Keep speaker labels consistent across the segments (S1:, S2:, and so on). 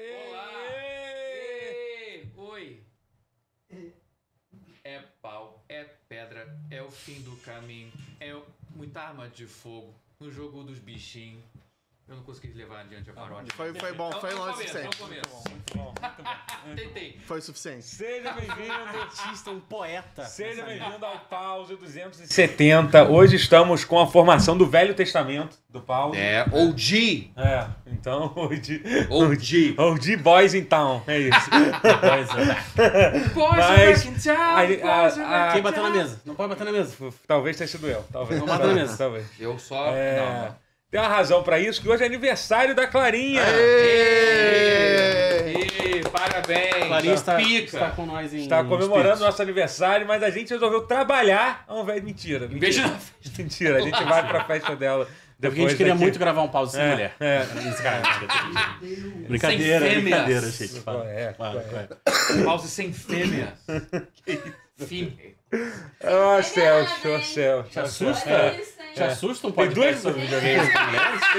S1: É é muita arma de fogo no jogo dos bichinhos. Eu não consegui levar adiante a paródia.
S2: Foi, foi bom,
S1: É o-
S2: foi
S1: é o
S2: longe o
S1: começo, é o
S2: suficiente.
S1: começo.
S3: Muito bom, muito bom.
S1: Tentei.
S2: Foi o suficiente.
S3: Seja bem-vindo.
S4: artista, um poeta.
S3: Seja bem-vindo ao Pause 270. Hoje estamos com a formação do Velho Testamento do Pause.
S1: É, OG.
S3: É, então hoje.
S1: OG.
S3: OG Boys in Town, é isso.
S4: Pois é.
S1: Boys are
S3: Mas-
S1: back in town,
S3: Aí,
S1: boys
S3: a-
S1: are
S3: a-
S1: back
S4: Quem
S1: in
S4: bateu na
S1: town.
S4: mesa? Não pode bater na mesa.
S3: Talvez tenha sido eu. Talvez.
S4: Vamos bater na mesa.
S3: Talvez.
S1: Eu só...
S3: É,
S1: Não, não.
S3: Tem uma razão pra isso, que hoje é aniversário da Clarinha.
S2: Ê!
S1: Ih, parabéns.
S4: Clarinha está,
S1: Pica.
S4: está com nós em.
S3: Está comemorando
S4: espírito.
S3: nosso aniversário, mas a gente resolveu trabalhar ao invés de mentira.
S1: Em vez de
S3: Mentira, mentira.
S1: na
S3: a gente vai pra festa dela
S4: É Porque
S3: depois.
S4: a gente queria
S3: daqui.
S4: muito gravar um pause sem
S3: É,
S4: mulher.
S3: é.
S4: Brincadeira,
S1: fêmeas.
S4: brincadeira, gente. Fala.
S3: É,
S4: Fala,
S3: é.
S4: fala.
S1: pause sem fêmea. Fim.
S3: Ah, céu,
S5: verdade,
S3: céu,
S5: hein?
S3: céu.
S4: Te assusta?
S5: É isso, hein?
S4: Te assusta um
S3: Tem
S4: podcast
S3: duas,
S4: sobre
S3: tem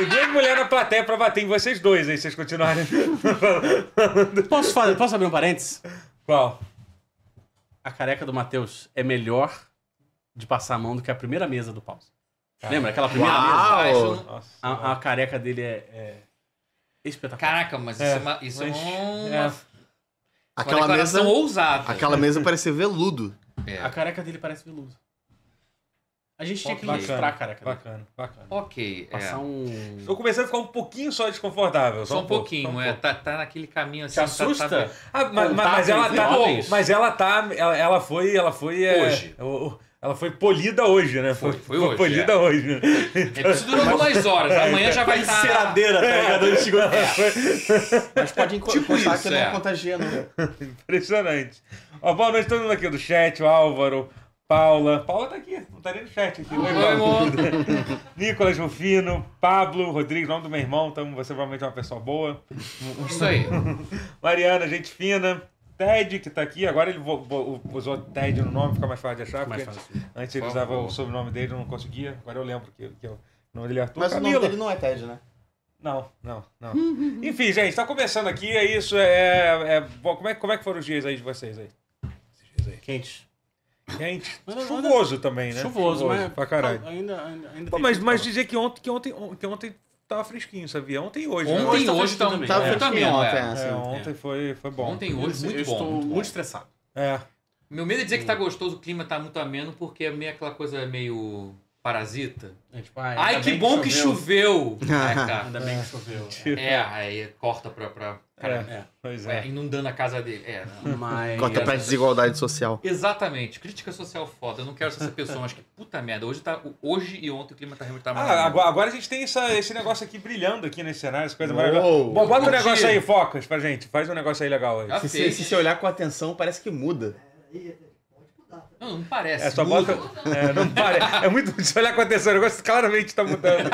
S3: duas mulheres na plateia pra bater em vocês dois aí, vocês continuarem.
S4: Posso, fazer, posso abrir um parênteses?
S3: Qual?
S4: A careca do Matheus é melhor de passar a mão do que a primeira mesa do pause. Lembra aquela primeira mesa?
S1: Ah, isso
S2: Uau!
S1: não-
S3: Nossa.
S4: A, a careca dele é, é espetacular.
S1: Caraca, mas isso
S3: É,
S1: é uma, isso é
S3: mas-
S1: uma,
S3: é.
S1: uma
S2: Aquela
S1: declaração
S2: mesa,
S1: ousada.
S2: aquela mesa parecia veludo.
S1: É.
S4: A careca dele parece veludo. A gente tinha que
S3: Bacana.
S4: ilustrar a careca dele.
S3: Bacana, bacana.
S1: Ok. é.
S4: Passar um...
S3: Tô começando a ficar um pouquinho só desconfortável.
S1: Só um pouquinho,
S3: só um
S1: é.
S3: pouco.
S1: Tá, tá naquele caminho assim.
S4: Te
S1: tá-
S4: assusta?
S1: tá-
S3: Ah, mas, mas- mas ela
S4: Contato entre
S3: tá.
S1: homens?
S3: Mas ela tá. Ela, ela foi. Ela foi. é,
S1: é Hoje.
S3: o- o- ela foi polida hoje, né?
S1: Foi, foi hoje,
S3: polida
S1: é.
S3: hoje.
S1: É, isso durou algumas horas. Amanhã já vai estar.
S4: Ceradeira, tá ligado? Ele chegou- Mas pode enco-
S1: Tipo
S4: encostar
S1: isso,
S4: que não
S1: é.
S4: contagia, não.
S3: Impressionante. Ó, boa noite a todo mundo aqui do chat, o Álvaro, Paula. Paula tá aqui, não tá nem no chat aqui. Oi,
S1: Oi,
S3: Paula.
S1: amor.
S3: Nicolas Rufino, Pablo, Rodrigues, nome do meu irmão, então você provavelmente é uma pessoa boa.
S1: Isso aí.
S3: Mariana, gente fina. Ted, que tá aqui, agora ele vo- vo- usou Ted no nome, fica mais fácil de achar,
S4: Mais
S3: porque
S4: fácil.
S3: antes ele
S1: Por
S3: usava
S1: favor.
S3: o sobrenome dele, eu não conseguia, agora eu lembro que, que é o nome dele é Arthur.
S4: Mas o nome
S3: Camila.
S4: dele não é Ted, né?
S3: Não, não, não. Enfim, gente, tá começando aqui, é isso. É, é- bom, como, é, como é que foram os dias aí de vocês aí?
S4: Quente.
S3: Gente,
S4: Mas não-
S3: chuvoso também, né?
S4: Chuvoso, mas... tá,
S3: Pra caralho.
S4: Ainda, ainda, ainda
S3: Pô,
S4: tem
S3: mas,
S4: que-
S3: mas dizer que ontem, que ontem, que ontem tava fresquinho, sabia? Ontem e hoje. né?
S1: Ontem
S4: Hoje
S1: e
S4: tá
S1: hoje
S4: fresquinho
S1: tá um
S4: também.
S1: tá
S4: É.
S2: Tava
S1: fresquinho,
S2: fresquinho ontem,
S1: é.
S3: É,
S2: assim.
S3: ontem foi, foi bom.
S1: Ontem e
S4: Eu,
S1: hoje, muito
S4: estou
S1: bom. muito
S4: muito,
S1: bom.
S4: estressado.
S3: É.
S1: Meu medo é dizer que tá gostoso, o clima tá muito ameno, porque é meio aquela coisa meio parasita.
S4: É, tipo, ah, ainda
S1: Ai, que
S4: bem
S1: bom que choveu. Ai, cara.
S4: Ainda bem que choveu.
S1: É, aí corta pra. pra cara,
S4: É.
S3: Pois
S1: é,
S3: é.
S1: inundando a casa dele. É, não.
S4: Mas...
S2: Conta pra desigualdade social.
S1: Exatamente. Crítica social foda. Eu não quero ser essa pessoa, mas que puta merda. Hoje, tá, hoje e ontem o clima tá realmente tá
S3: Ah,
S1: maravilhoso.
S3: agora, agora a gente tem essa- esse negócio aqui brilhando aqui nesse cenário, essa coisa
S2: Uou.
S3: maravilhosa. Bom, bota um
S1: Curti.
S3: negócio aí, Focas, pra gente. Faz um negócio aí legal aí.
S1: Já
S2: Se, se,
S1: fez.
S2: se você olhar com atenção, parece que muda.
S6: é, tá?
S1: Não, não parece.
S3: É, só
S1: muda.
S3: bota. É, não para. É muito. Se olhar com atenção, o negócio claramente tá mudando.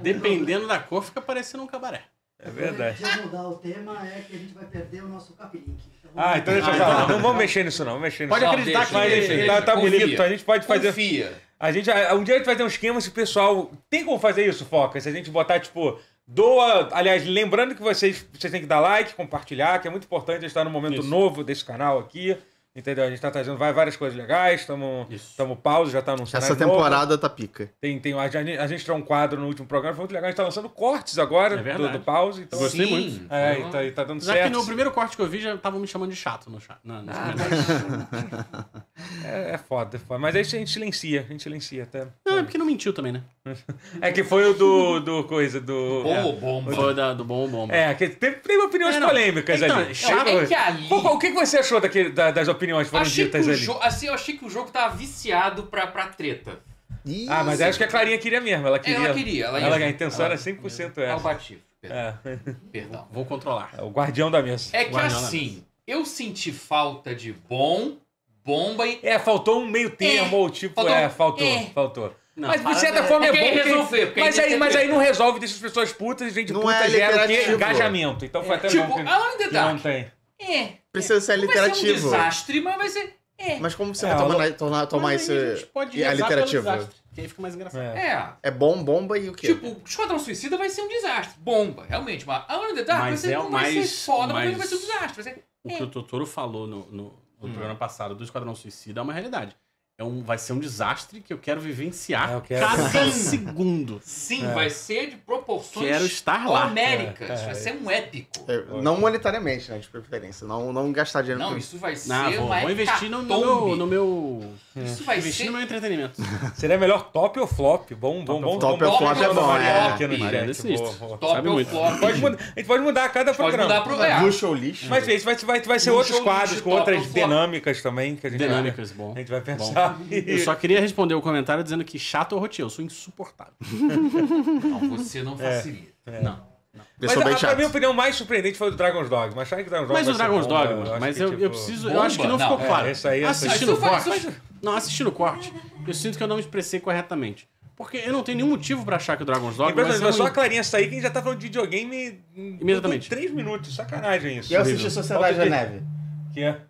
S4: Dependendo da cor, fica parecendo um cabaré.
S3: É verdade.
S6: Se mudar o tema, é que a gente vai perder o nosso capilink.
S3: Ah, então deixa eu
S4: Ah,
S3: falar.
S4: então.
S3: Não vamos mexer nisso, não. Vamos mexer nisso.
S4: Pode
S3: não.
S4: acreditar
S1: deixa,
S4: que
S3: Mas
S4: ele-
S1: deixa,
S3: enfim,
S1: deixa.
S3: tá, tá
S1: Confia.
S3: bonito. A gente pode fazer.
S1: Confia.
S3: A gente, a- um dia a gente vai ter um esquema se o pessoal. Tem como fazer isso, Foca? Se a gente botar, tipo, doa. Aliás, lembrando que vocês, vocês têm que dar like, compartilhar, que é muito importante a gente estar num momento
S4: Isso.
S3: novo desse canal aqui. Entendeu? A gente tá trazendo vai- várias coisas legais, estamos
S4: Isso.
S3: pausa, já tá num cenário
S2: Essa
S3: novo.
S2: temporada tá pica.
S3: Tem, tem, a, gente, a gente tirou um quadro no último programa, foi muito legal. A gente tá lançando cortes agora
S4: É
S3: do,
S4: verdade.
S3: do pause. Então,
S4: Gostei
S1: Sim.
S4: muito.
S3: É, e tá, e tá dando
S4: Uhum. Já que
S3: certo.
S4: no primeiro corte que eu vi, já estavam me chamando de chato no chat. na-
S1: Ah.
S4: nos comentários.
S3: É, é foda, é foda. Mas aí a gente silencia, a gente silencia até.
S4: Não, é porque não mentiu também, né?
S3: É que foi o do, do coisa, do.
S1: Bom ou bom, mano.
S4: Foi da- do bom bomba.
S3: É, que teve, teve opiniões
S4: É, não.
S3: polêmicas
S4: Então,
S3: ali.
S4: chato.
S1: É que ali-
S3: Pô, qual- tá o que que você achou daquele, da- das opiniões que foram
S1: Achei que,
S3: ditas
S1: o
S3: ali?
S1: jo... assim, eu achei que o jogo tava viciado pra, pra treta. É,
S2: Ih,
S3: Ah, mas acho que a Clarinha queria mesmo. Ela queria.
S1: Ela queria, ela ia.
S3: a intenção era 100%
S1: Ah, eu
S3: essa.
S1: bati. Perdão.
S3: É.
S1: Perdão.
S4: Vou controlar.
S3: É, O guardião da mesa.
S1: É que
S4: Guardião da
S1: assim, eu senti falta de bom, bomba e.
S3: É, faltou um meio termo, ou tipo,
S1: Faltou.
S3: é, faltou,
S1: É.
S3: faltou.
S4: Não,
S3: mas de
S4: para-
S3: certa forma é,
S1: é que aí
S3: bom. porque-
S1: resolver, porque aí
S3: mas,
S1: tem
S3: aí,
S1: que
S3: mas aí
S1: resolver.
S3: não resolve, deixa as pessoas putas e gente
S2: Não
S3: puta
S2: é
S3: gera o quê?
S2: liberativo.
S3: engajamento. Então foi até
S1: Tipo,
S3: bom que
S1: aonde the
S3: não
S1: Dark.
S3: tem.
S1: É.
S2: Precisa
S1: Vai ser
S2: ser
S1: um
S2: literativo.
S1: desasastre, mas vai ser.
S2: Mas como você
S3: É,
S2: vai
S3: ela-
S2: tomar, tornar, tomar
S4: Mas
S2: isso
S4: aí a gente tipo- pode
S2: e a
S4: rezar pelo
S2: literativa?
S4: desastre, Que aí fica mais engraçado.
S3: É.
S1: É.
S2: É bom, bomba e o quê?
S1: Tipo, Esquadrão Suicida vai ser um desastre. Bomba, realmente. Mas a Under the Dark vai
S4: Mas
S1: ser,
S4: é o
S1: não vai
S4: mais-
S1: ser foda, mas
S4: mais-
S1: não vai ser um desastre. Vai ser...
S3: Hum.
S4: O que o Totoro falou no, no- no programa passado do Esquadrão Suicida é uma realidade. É É um, vai ser um desastre que eu quero vivenciar
S3: É, eu quero-
S4: cada segundo.
S1: Sim, vai ser de proporções
S4: É. Quero estar lá.
S1: homéricas.
S3: É, é.
S1: Vai ser um épico.
S2: É, não monetariamente, né? De preferência. Não, não gastar dinheiro
S1: Não,
S2: com
S1: isso vai ser
S4: Não, É. Ah, vou,
S1: uma
S4: vou investir no, no meu.
S1: hecatombe.
S4: No meu
S1: Isso vai
S4: investir
S1: ser...
S4: no meu entretenimento.
S3: Seria melhor top ou flop? Bom, bom, bom.
S2: Top
S3: bom,
S2: ou flop
S3: bom,
S2: é bom,
S3: Mariana
S2: é.
S3: aqui no
S4: Mariana é
S3: chat,
S4: sinistro.
S3: boa, boa.
S1: Top
S4: Sabe
S1: ou
S4: muito.
S1: flop.
S3: Pode mudar- a gente pode mudar a cada
S1: Pode
S3: programa.
S1: mudar pro... É,
S2: Bucha ou lixo.
S3: Mas isso vai, vai, vai ser
S1: Um
S3: outros
S1: jogo
S3: quadros
S1: de
S3: com
S1: top
S3: outras
S1: ou flop.
S3: dinâmicas também que a gente vai-
S4: Dinâmicas, bom.
S3: A gente vai pensar.
S4: Eu só queria responder o comentário dizendo que chato é o roteiro, eu sou insuportável.
S1: Não, você
S4: É.
S1: não facilita.
S4: Não.
S3: Mas
S2: Deixou bem
S3: a, a
S2: chato.
S3: minha opinião mais surpreendente foi o do Dragon's Dog. Mas achei que o Dragon's Dog
S4: Mas
S3: vai
S4: o
S3: ser
S4: Dragon's
S3: bom,
S4: Dog, mano,
S3: acho
S4: mas
S3: que,
S4: eu,
S3: tipo,
S4: eu preciso. Eu acho que não
S1: bomba.
S4: ficou
S1: Não, é,
S4: claro.
S3: esse aí, esse aí.
S4: assistindo o
S1: Isso faz-
S4: corte.
S1: isso
S4: Não, assistindo o corte, eu sinto que eu não me expressei corretamente. Porque eu não tenho nenhum motivo pra achar que o Dragon's Dog vai
S3: Impressionante,
S4: ser um
S3: mas só
S4: ruim.
S3: a Clarinha sair que a gente já tá falando de videogame em
S4: Imediatamente.
S3: Três minutos, sacanagem isso.
S2: E eu assisti Sociedade da
S3: Volta
S2: Neve.
S3: aqui. Que é?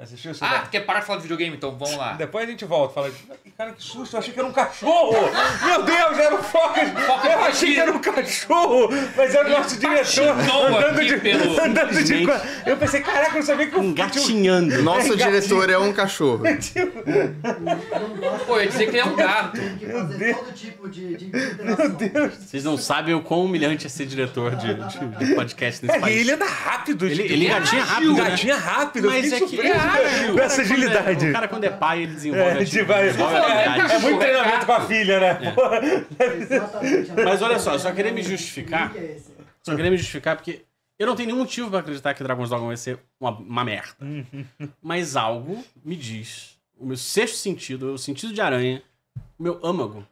S3: Assistiu isso?
S1: Ah,
S3: Ah,
S1: tu quer parar de falar de videogame? Então vamos lá.
S3: Depois a gente volta. Fala, "Ih, cara, que susto, eu achei que era um cachorro! Meu Deus, era um o Focus! Eu achei que era um cachorro, mas era o nosso diretor
S1: patinou
S3: andando
S1: aqui
S3: de,
S1: pelo-
S3: andando de.
S4: Gente.
S3: Eu pensei, caraca, eu não sabia que o
S4: Engatinhando.
S2: Nosso diretor é um cachorro.
S6: Não gosto
S1: Pô, eu ia dizer que ele é um gato.
S6: Tem que fazer todo tipo de, de interação.
S4: Vocês não sabem o quão humilhante é ser diretor de, de- de podcast nesse
S3: É, e
S4: país.
S3: ele anda rápido,
S4: Ele-
S3: gente.
S4: ele engatinha rápido, né?
S3: Gatinha rápido, eu
S4: Mas é
S3: fiquei
S4: que
S3: surpreso
S1: é ágil.
S3: com essa agilidade.
S4: O cara, quando é pai, ele desenvolve.
S3: É,
S4: a-
S3: de vai-
S4: desenvolve a habilidade.
S3: é, é muito treinamento com a filha, né?
S4: É.
S3: Porra.
S6: Exatamente.
S4: Mas olha só, eu só queria me justificar.
S6: O que é esse?
S4: Só queria me justificar porque eu não tenho nenhum motivo pra acreditar que Dragon's Dogma vai ser uma, uma merda. Mas algo me diz, o meu sexto sentido, o sentido de aranha, o meu âmago,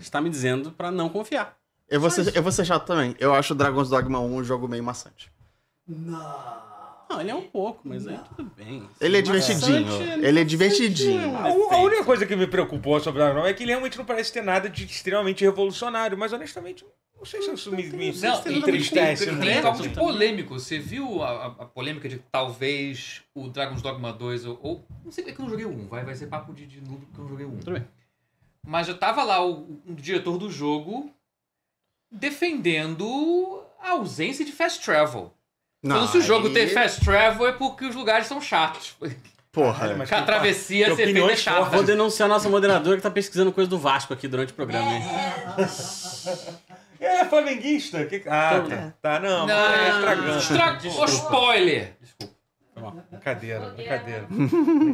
S4: está me dizendo pra não confiar.
S2: Eu vou, ser, eu vou ser chato também. Eu acho Dragon's Dogma 1 um jogo meio maçante.
S6: Não.
S4: Não, ele é um pouco, mas aí tudo bem.
S2: Ele é
S4: Maçante,
S2: divertidinho. Ele é divertidinho.
S4: né?
S3: A, u- a única coisa que me preocupou sobre o Dragon Ball é que ele realmente não parece ter nada de extremamente revolucionário, mas honestamente, não sei se é isso me, me,
S1: Não,
S3: me
S1: e
S3: entristece.
S1: tem,
S4: né?
S3: não
S1: tem
S3: é?
S1: algo de
S4: Também.
S1: polêmico. Você viu a, a- a polêmica de que talvez o Dragon's Dogma 2 ou... ou- não sei, é que eu não joguei o 1. Vai, vai ser papo de, de nudo porque eu não joguei o 1.
S4: Tudo bem.
S1: Mas já tava lá o, o diretor do jogo defendendo a ausência de fast travel. Então, se o jogo
S2: aí-
S1: tem fast travel é porque os lugares são chatos.
S2: Porra.
S3: Mas
S1: a
S3: que-
S1: travessia
S3: que
S1: ser feita é
S3: opiniões
S1: chata.
S4: Vou denunciar a nossa moderadora que tá pesquisando coisa do Vasco aqui durante o programa, hein?
S3: Ele é flamenguista? que- ah, tá. Tá, não, mas tá
S1: Não,
S3: estragando.
S1: estra... Ô, spoiler!
S3: Brincadeira, brincadeira.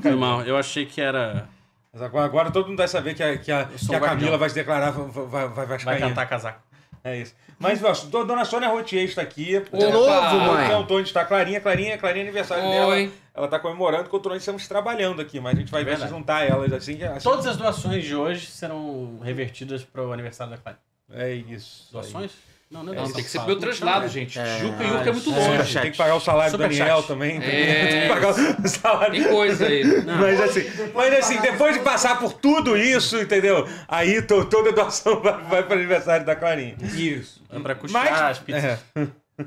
S4: Foi mal, eu achei que era...
S3: Mas agora, agora todo mundo vai saber que a, que a,
S4: sou
S3: que a
S4: um guardião.
S3: Camila vai se declarar, vai, vai, vai,
S4: Vai
S3: vai
S4: cantar casaco.
S3: É isso. Mas, ó, do- dona Sônia Rotier está aqui.
S1: De
S3: Opa!
S1: novo,
S2: mãe.
S3: é O Antônio está clarinha, clarinha, clarinha aniversário
S1: Oi.
S3: dela. Ela está comemorando, enquanto nós estamos trabalhando aqui, mas a gente vai ver se
S4: Verdade.
S3: juntar elas assim. que- assim
S4: Todas as doações de hoje serão revertidas pro aniversário da Clara.
S3: É isso.
S4: Doações? Não, não é
S1: É,
S4: doação.
S1: tem que ser pelo
S4: Não,
S1: translado,
S4: é.
S1: gente.
S2: É.
S1: Juca e Uca é muito
S2: Ah,
S1: longe.
S2: Superchat.
S3: Tem que pagar o salário do
S4: Superchat.
S3: Daniel também.
S1: É.
S3: Tem que pagar o salário.
S1: Tem coisa aí.
S3: Mas assim, mas assim,
S6: pagar
S3: depois de
S6: as
S3: passar por tudo isso, entendeu? Aí to- toda a doação vai, vai para o aniversário da Clarinha.
S4: Isso. É pra custear
S3: Mas-
S4: as pizzas.
S3: É.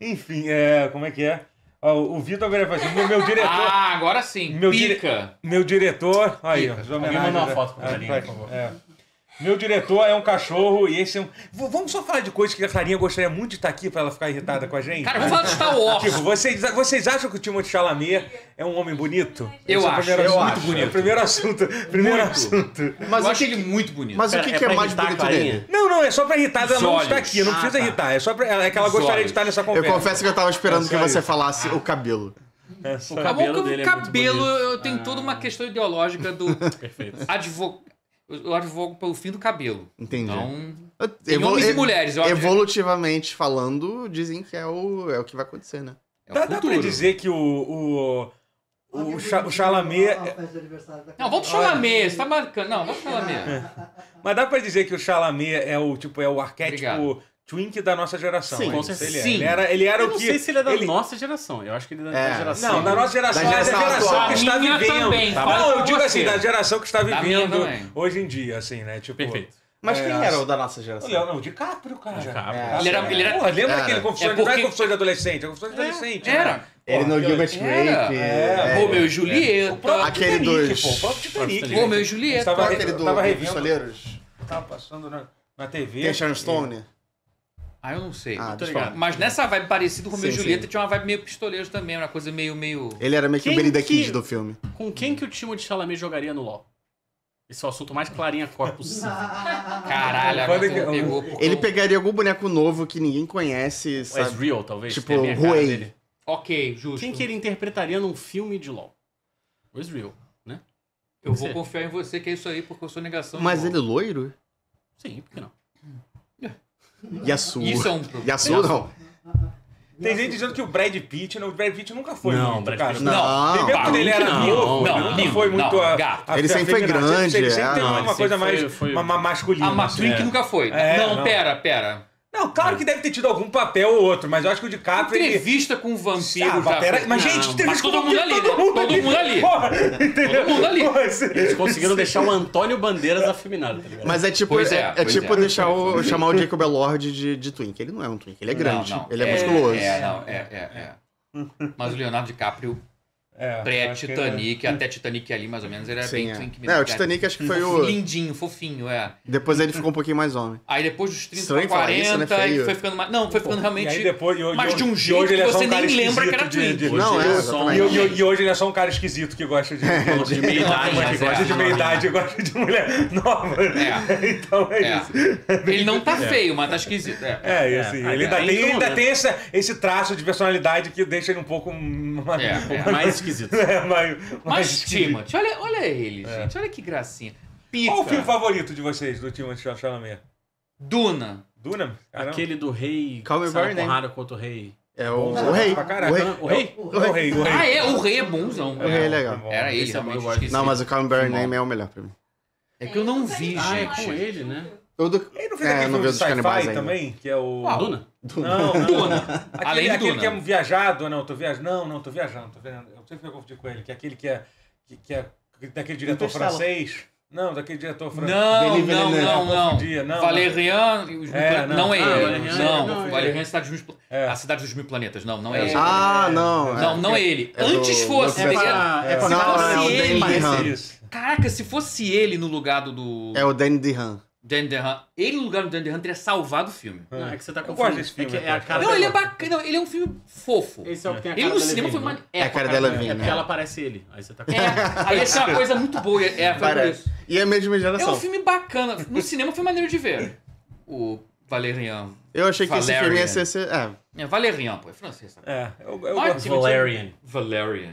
S3: Enfim, é, como é que é? Ó, o Vitor agora vai fazer. Meu, meu diretor.
S1: Ah, agora sim.
S3: Meu dire-
S1: Pica.
S3: Meu diretor. Aí, ó.
S4: Ih,
S3: de
S4: alguém
S3: homenagem,
S4: mandou uma
S3: né?
S4: foto pra
S3: É,
S4: Clarinha,
S3: vai-
S4: por favor.
S3: é. Meu diretor é um cachorro e esse é um. V- vamos só falar de coisas que a Clarinha gostaria muito de estar aqui pra ela ficar irritada com a gente?
S1: Cara, vamos falar do Star Wars.
S3: Tipo, vocês, vocês acham que o Timothée Chalamet é um homem bonito?
S1: Eu
S3: Esse é o
S1: acho,
S3: primeiro
S1: eu
S3: assunto.
S1: acho.
S3: Muito bonito. É o primeiro assunto. Primeiro assunto.
S2: Mas
S1: eu
S2: o
S1: acho
S2: que,
S1: ele muito bonito.
S2: mas o
S4: Pera,
S2: que,
S4: é
S2: que é
S4: pra
S2: mais
S4: irritar a
S2: bonito
S4: Clarinha?
S2: dele?
S3: Não, não, é só pra irritar ela
S1: Os
S3: não
S1: olhos.
S3: estar aqui. Não
S4: Ah,
S3: precisa
S4: tá.
S3: irritar. É só pra. É que ela
S1: Os
S3: gostaria
S1: olhos.
S3: de estar nessa
S2: Eu
S3: conversa.
S2: confesso que eu tava esperando
S3: É
S2: que
S3: só
S2: você
S3: isso.
S2: falasse o cabelo.
S3: É só-
S4: O
S1: Tá bom
S4: cabelo
S1: que o
S4: dele é
S1: cabelo,
S4: muito bonito.
S1: eu tenho toda uma questão ideológica do
S4: Perfeito.
S1: advo... Eu advogo pelo fim do cabelo.
S2: Entendi.
S1: Então,
S2: Eu-
S1: em
S2: evolu-
S1: homens e
S2: ev-
S1: mulheres, eu acho. é.
S2: Evolutivamente falando, dizem que é o, é o que vai acontecer, né?
S1: É o
S3: Dá, dá pra
S1: futuro.
S3: dizer que o. o o,
S6: Amigo
S3: Cha- o é-
S6: do-
S3: Chalamet
S6: Ah, festa de aniversário da
S1: Não, vamos pro Chalamet, você tá marcando. Não, vamos pro Chalamet.
S3: Mas dá pra dizer que o Chalamet é o tipo é o arquétipo
S1: Obrigado.
S3: twink da nossa geração.
S2: Sim,
S3: é
S4: com
S3: isso,
S4: certeza.
S3: Ele, é.
S1: Sim.
S3: ele era, ele era
S4: Eu
S3: o
S4: não
S3: que
S4: sei se ele é da
S3: ele-
S4: nossa geração. Eu acho que ele é da
S2: É.
S4: geração.
S3: Não, da nossa geração,
S2: Da
S3: é da
S2: geração
S3: geração
S2: atual.
S3: que está
S1: Da minha
S3: vivendo.
S1: também, fala
S3: Não, eu
S1: com
S3: digo
S1: você.
S3: assim, da geração que está
S1: Da minha
S3: vivendo
S1: também.
S3: hoje em dia, assim, né? Tipo,
S4: Perfeito.
S2: Mas
S3: É,
S2: quem
S3: acho-
S2: era o da nossa
S3: O
S2: geração?
S3: Leonardo DiCaprio, cara.
S4: DiCaprio.
S2: É.
S1: Ele era- ele era-
S3: Porra, lembra
S2: Era.
S3: aquele confissão,
S1: É
S3: de- não
S1: porque-
S3: é confissão de adolescente, é confissão de adolescente. né?
S1: Era.
S2: Ele no Gilbert Grape.
S3: É.
S2: é.
S1: Romeu e
S3: O próprio
S1: Julieta.
S2: Aquele
S3: Titanic,
S2: dois.
S3: pô, o próprio Titanic. né?
S4: Aquele-
S1: Romeu e
S3: Eu
S1: Julieta.
S2: É.
S3: Estava,
S2: Aquele
S3: eu
S2: do
S3: tava
S2: do
S3: revendo,
S2: Pistoleiros.
S3: tava passando na, na TV.
S2: Tem Sharon é Stone.
S1: Ah, eu não sei.
S2: Ah,
S4: Tô
S2: desculpa.
S4: ligado.
S1: Mas nessa vibe parecida com o Romeu e
S4: Sim,
S1: Julieta,
S4: sim.
S1: tinha uma vibe meio pistoleiro também, uma coisa meio, meio...
S2: Ele era meio que o
S4: Quem
S2: Belinda
S4: que-
S2: Kid do filme.
S4: Com quem que o Timothée Chalamet jogaria no LoL? Esse é o assunto mais clarinha cor possível.
S6: Ah,
S1: Caralho, agora
S3: Quando
S1: tu
S3: que-
S1: pegou. porque
S2: Ele
S1: eu-
S2: pegaria algum boneco novo que ninguém conhece,
S4: Wes
S2: sabe?
S4: é Real, talvez.
S2: Tipo,
S4: tenha a minha cara
S2: Huey.
S4: dele.
S1: Ok, justo.
S4: Quem que ele interpretaria num filme de LoL? Wes Real, né?
S1: Eu vou
S4: Você.
S1: confiar em você que é isso aí, porque eu sou negação.
S2: Mas
S1: de
S2: ele é loiro?
S4: Sim, por que não?
S2: Yasu.
S1: bola. Isso é um problema.
S2: Yasu não.
S3: Tem gente dizendo que o Brad Pitt, não, o Brad Pitt nunca foi
S4: Não,
S3: muito,
S4: Brad
S3: cara.
S4: Pitt
S2: Não.
S3: Tem tempo
S4: Não,
S3: quando ele era
S4: não,
S3: novo,
S4: não,
S3: ele nunca
S1: não,
S3: foi muito
S1: não,
S3: a,
S1: gato.
S3: a
S2: Ele sempre foi
S3: feminina,
S2: grande,
S3: sempre, sempre
S2: é,
S3: teve
S2: não,
S3: uma
S4: sempre
S3: coisa
S4: foi-
S3: mais
S4: foi-
S3: uma- uma masculina.
S1: A Matrix
S3: assim, é.
S1: nunca foi.
S3: É,
S1: não,
S3: não.
S1: pera, pera.
S3: Não, claro que deve ter tido algum papel ou outro, mas eu acho que o de Capra ele...
S1: Entrevista com um vampiro
S3: Ah,
S1: já
S3: pera-
S1: foi.
S3: Mas,
S4: Não,
S3: gente,
S4: mas
S3: entrevista
S1: todo
S3: com
S1: mundo ali, né? Todo mundo ali.
S3: Porra, entendeu?
S1: mundo ali.
S3: Porra, assim-
S4: Eles conseguiram deixar o Antônio Bandeiras afeminado, tá ligado?
S2: Mas é tipo,
S1: Pois é,
S2: é, é
S1: pois
S2: tipo
S1: é.
S2: deixar o, chamar o Jacob Elord de, de Twink. Ele não é um Twink, ele é grande,
S1: Não, não.
S2: ele é, musculoso.
S1: É, não, é, é, é. Mas o Leonardo DiCaprio,
S3: É, acho que ele-
S1: pré-Titanic, até Titanic ali, mais ou menos, ele era
S2: Sim,
S1: bem
S2: é.
S1: twink
S2: É,
S1: mesmo.
S2: o Titanic acho que foi
S1: Fofinho,
S2: o.
S1: Lindinho, fofinho, é.
S2: Depois ele ficou um pouquinho mais homem.
S1: Aí depois dos 30
S2: Estranho
S1: pra
S2: falar isso,
S1: 40,
S2: né?
S1: ele
S2: Feio.
S1: foi ficando mais... Não, foi ficando
S3: E
S1: realmente...
S3: aí depois, e hoje,
S1: Mas de um
S3: e
S1: jeito
S3: hoje ele
S1: que
S3: é só
S1: você
S3: um cara
S1: nem lembra que era
S3: esquisito de-
S1: Twink.
S3: de-
S4: Hoje
S2: Não,
S4: ele
S2: é,
S4: é só um-
S3: E,
S2: exatamente.
S3: eu- e hoje ele é só um cara esquisito que gosta de.
S4: de meia-idade,
S3: Que
S1: mas é.
S3: gosta de meia idade, gosta de mulher nova.
S1: É.
S3: Então é,
S1: É.
S3: isso.
S1: Ele não tá feio, mas tá esquisito. É.
S3: É, e assim,
S4: É,
S3: ele ainda
S4: é,
S3: tem,
S4: então,
S3: ainda
S4: né?
S3: tem essa, esse traço de personalidade que deixa ele um pouco. ma-
S1: É, é.
S4: Mais esquisito.
S3: é, mais, mais
S1: Mas
S3: esquisito.
S1: Timothy, olha, olha ele, gente. Olha que gracinha. Pica.
S3: Qual o filme favorito de vocês do Timothy Chalamet?
S1: Duna.
S3: Duna? Caramba.
S4: Aquele do rei
S2: Call me by your
S4: Sarah
S2: name.
S4: Conrado contra o rei.
S2: É o,
S3: Bom,
S2: o rei.
S3: pra caraca.
S2: O rei.
S4: Ah, O rei?
S3: O Rei, o Rei.
S1: Ah, é. O rei é bonzão.
S2: O rei é legal.
S3: Bom.
S1: Era ele,
S4: Esse é bom, eu
S1: realmente.
S4: gosto.
S1: esqueci.
S2: Não, mas o Calm Barry
S1: Irmão.
S2: Name é o melhor pra mim.
S1: É que eu não vi,
S4: Ah, é com
S1: gente.
S4: ele, né?
S2: Eu do-
S3: Ele não fez
S2: É,
S3: aquele filme
S2: não vi
S3: de
S2: os canibais
S3: sci-fi
S2: ainda.
S3: também? Que é o.
S1: Qual?
S4: Duna?
S3: Não, não.
S1: Duna.
S3: Aquele,
S1: Além de
S3: aquele
S1: Duna.
S3: que é um viajado, não, tô viajando. Não, não, tô viajando, tô viajando. Eu sempre me confundi com ele, que é aquele que é. Que, que é daquele diretor
S2: Interstellar.
S3: francês. Não, daquele diretor francês.
S1: Não,
S2: Denis
S1: não,
S2: Villeneuve.
S1: não, não.
S3: Confundia, não,
S1: Valerian e os mil
S3: É,
S1: planetas.
S3: não.
S1: Não é
S4: Ah,
S1: ele.
S4: Valerian, não,
S1: Não,
S4: é
S1: Valerian é
S4: ele.
S1: a cidade dos mil pla-
S3: É.
S1: a cidade dos mil planetas. Não, não é ele.
S2: Ah, não.
S1: Não, não é ele.
S2: É do-
S1: Antes
S2: do
S1: fosse.
S4: É
S1: seria-
S4: pra... É pra...
S2: Não,
S4: pra-
S1: é o
S4: se ele-
S1: Dane
S4: parece-
S2: Hahn.
S3: Isso.
S1: Caraca, se fosse ele no lugar do- do
S2: É o Danny DeHaan.
S1: Dan DeHaan, ele no lugar do Dan DeHaan teria salvado o filme.
S4: Não, é que você tá
S3: Eu gosto
S4: confundindo.
S3: desse filme,
S4: é que é a
S3: até.
S4: cara
S1: Não,
S4: dela.
S1: ele é bacana. Não, ele é um filme fofo.
S4: Esse é o que tem a cara
S1: Ele no
S4: dela
S1: cinema foi
S4: vindo, né?
S1: mane...
S2: É a cara dela vindo,
S4: É porque
S2: né?
S4: ela parece ele. Aí você tá
S1: É, aí essa é uma coisa muito boa. É, é, foi por
S2: Parece.
S1: isso.
S2: E é a mesma
S1: é
S2: geração.
S1: um filme bacana. No cinema foi maneiro de ver. O Valerian.
S2: Eu achei que esse
S1: Valerian.
S2: filme ia ser. ser- É,
S1: É, Valerian, pô, é francês. sabe?
S3: É, eu, eu
S1: Ótimo.
S3: gosto.
S4: Valerian.
S1: um- Valerian.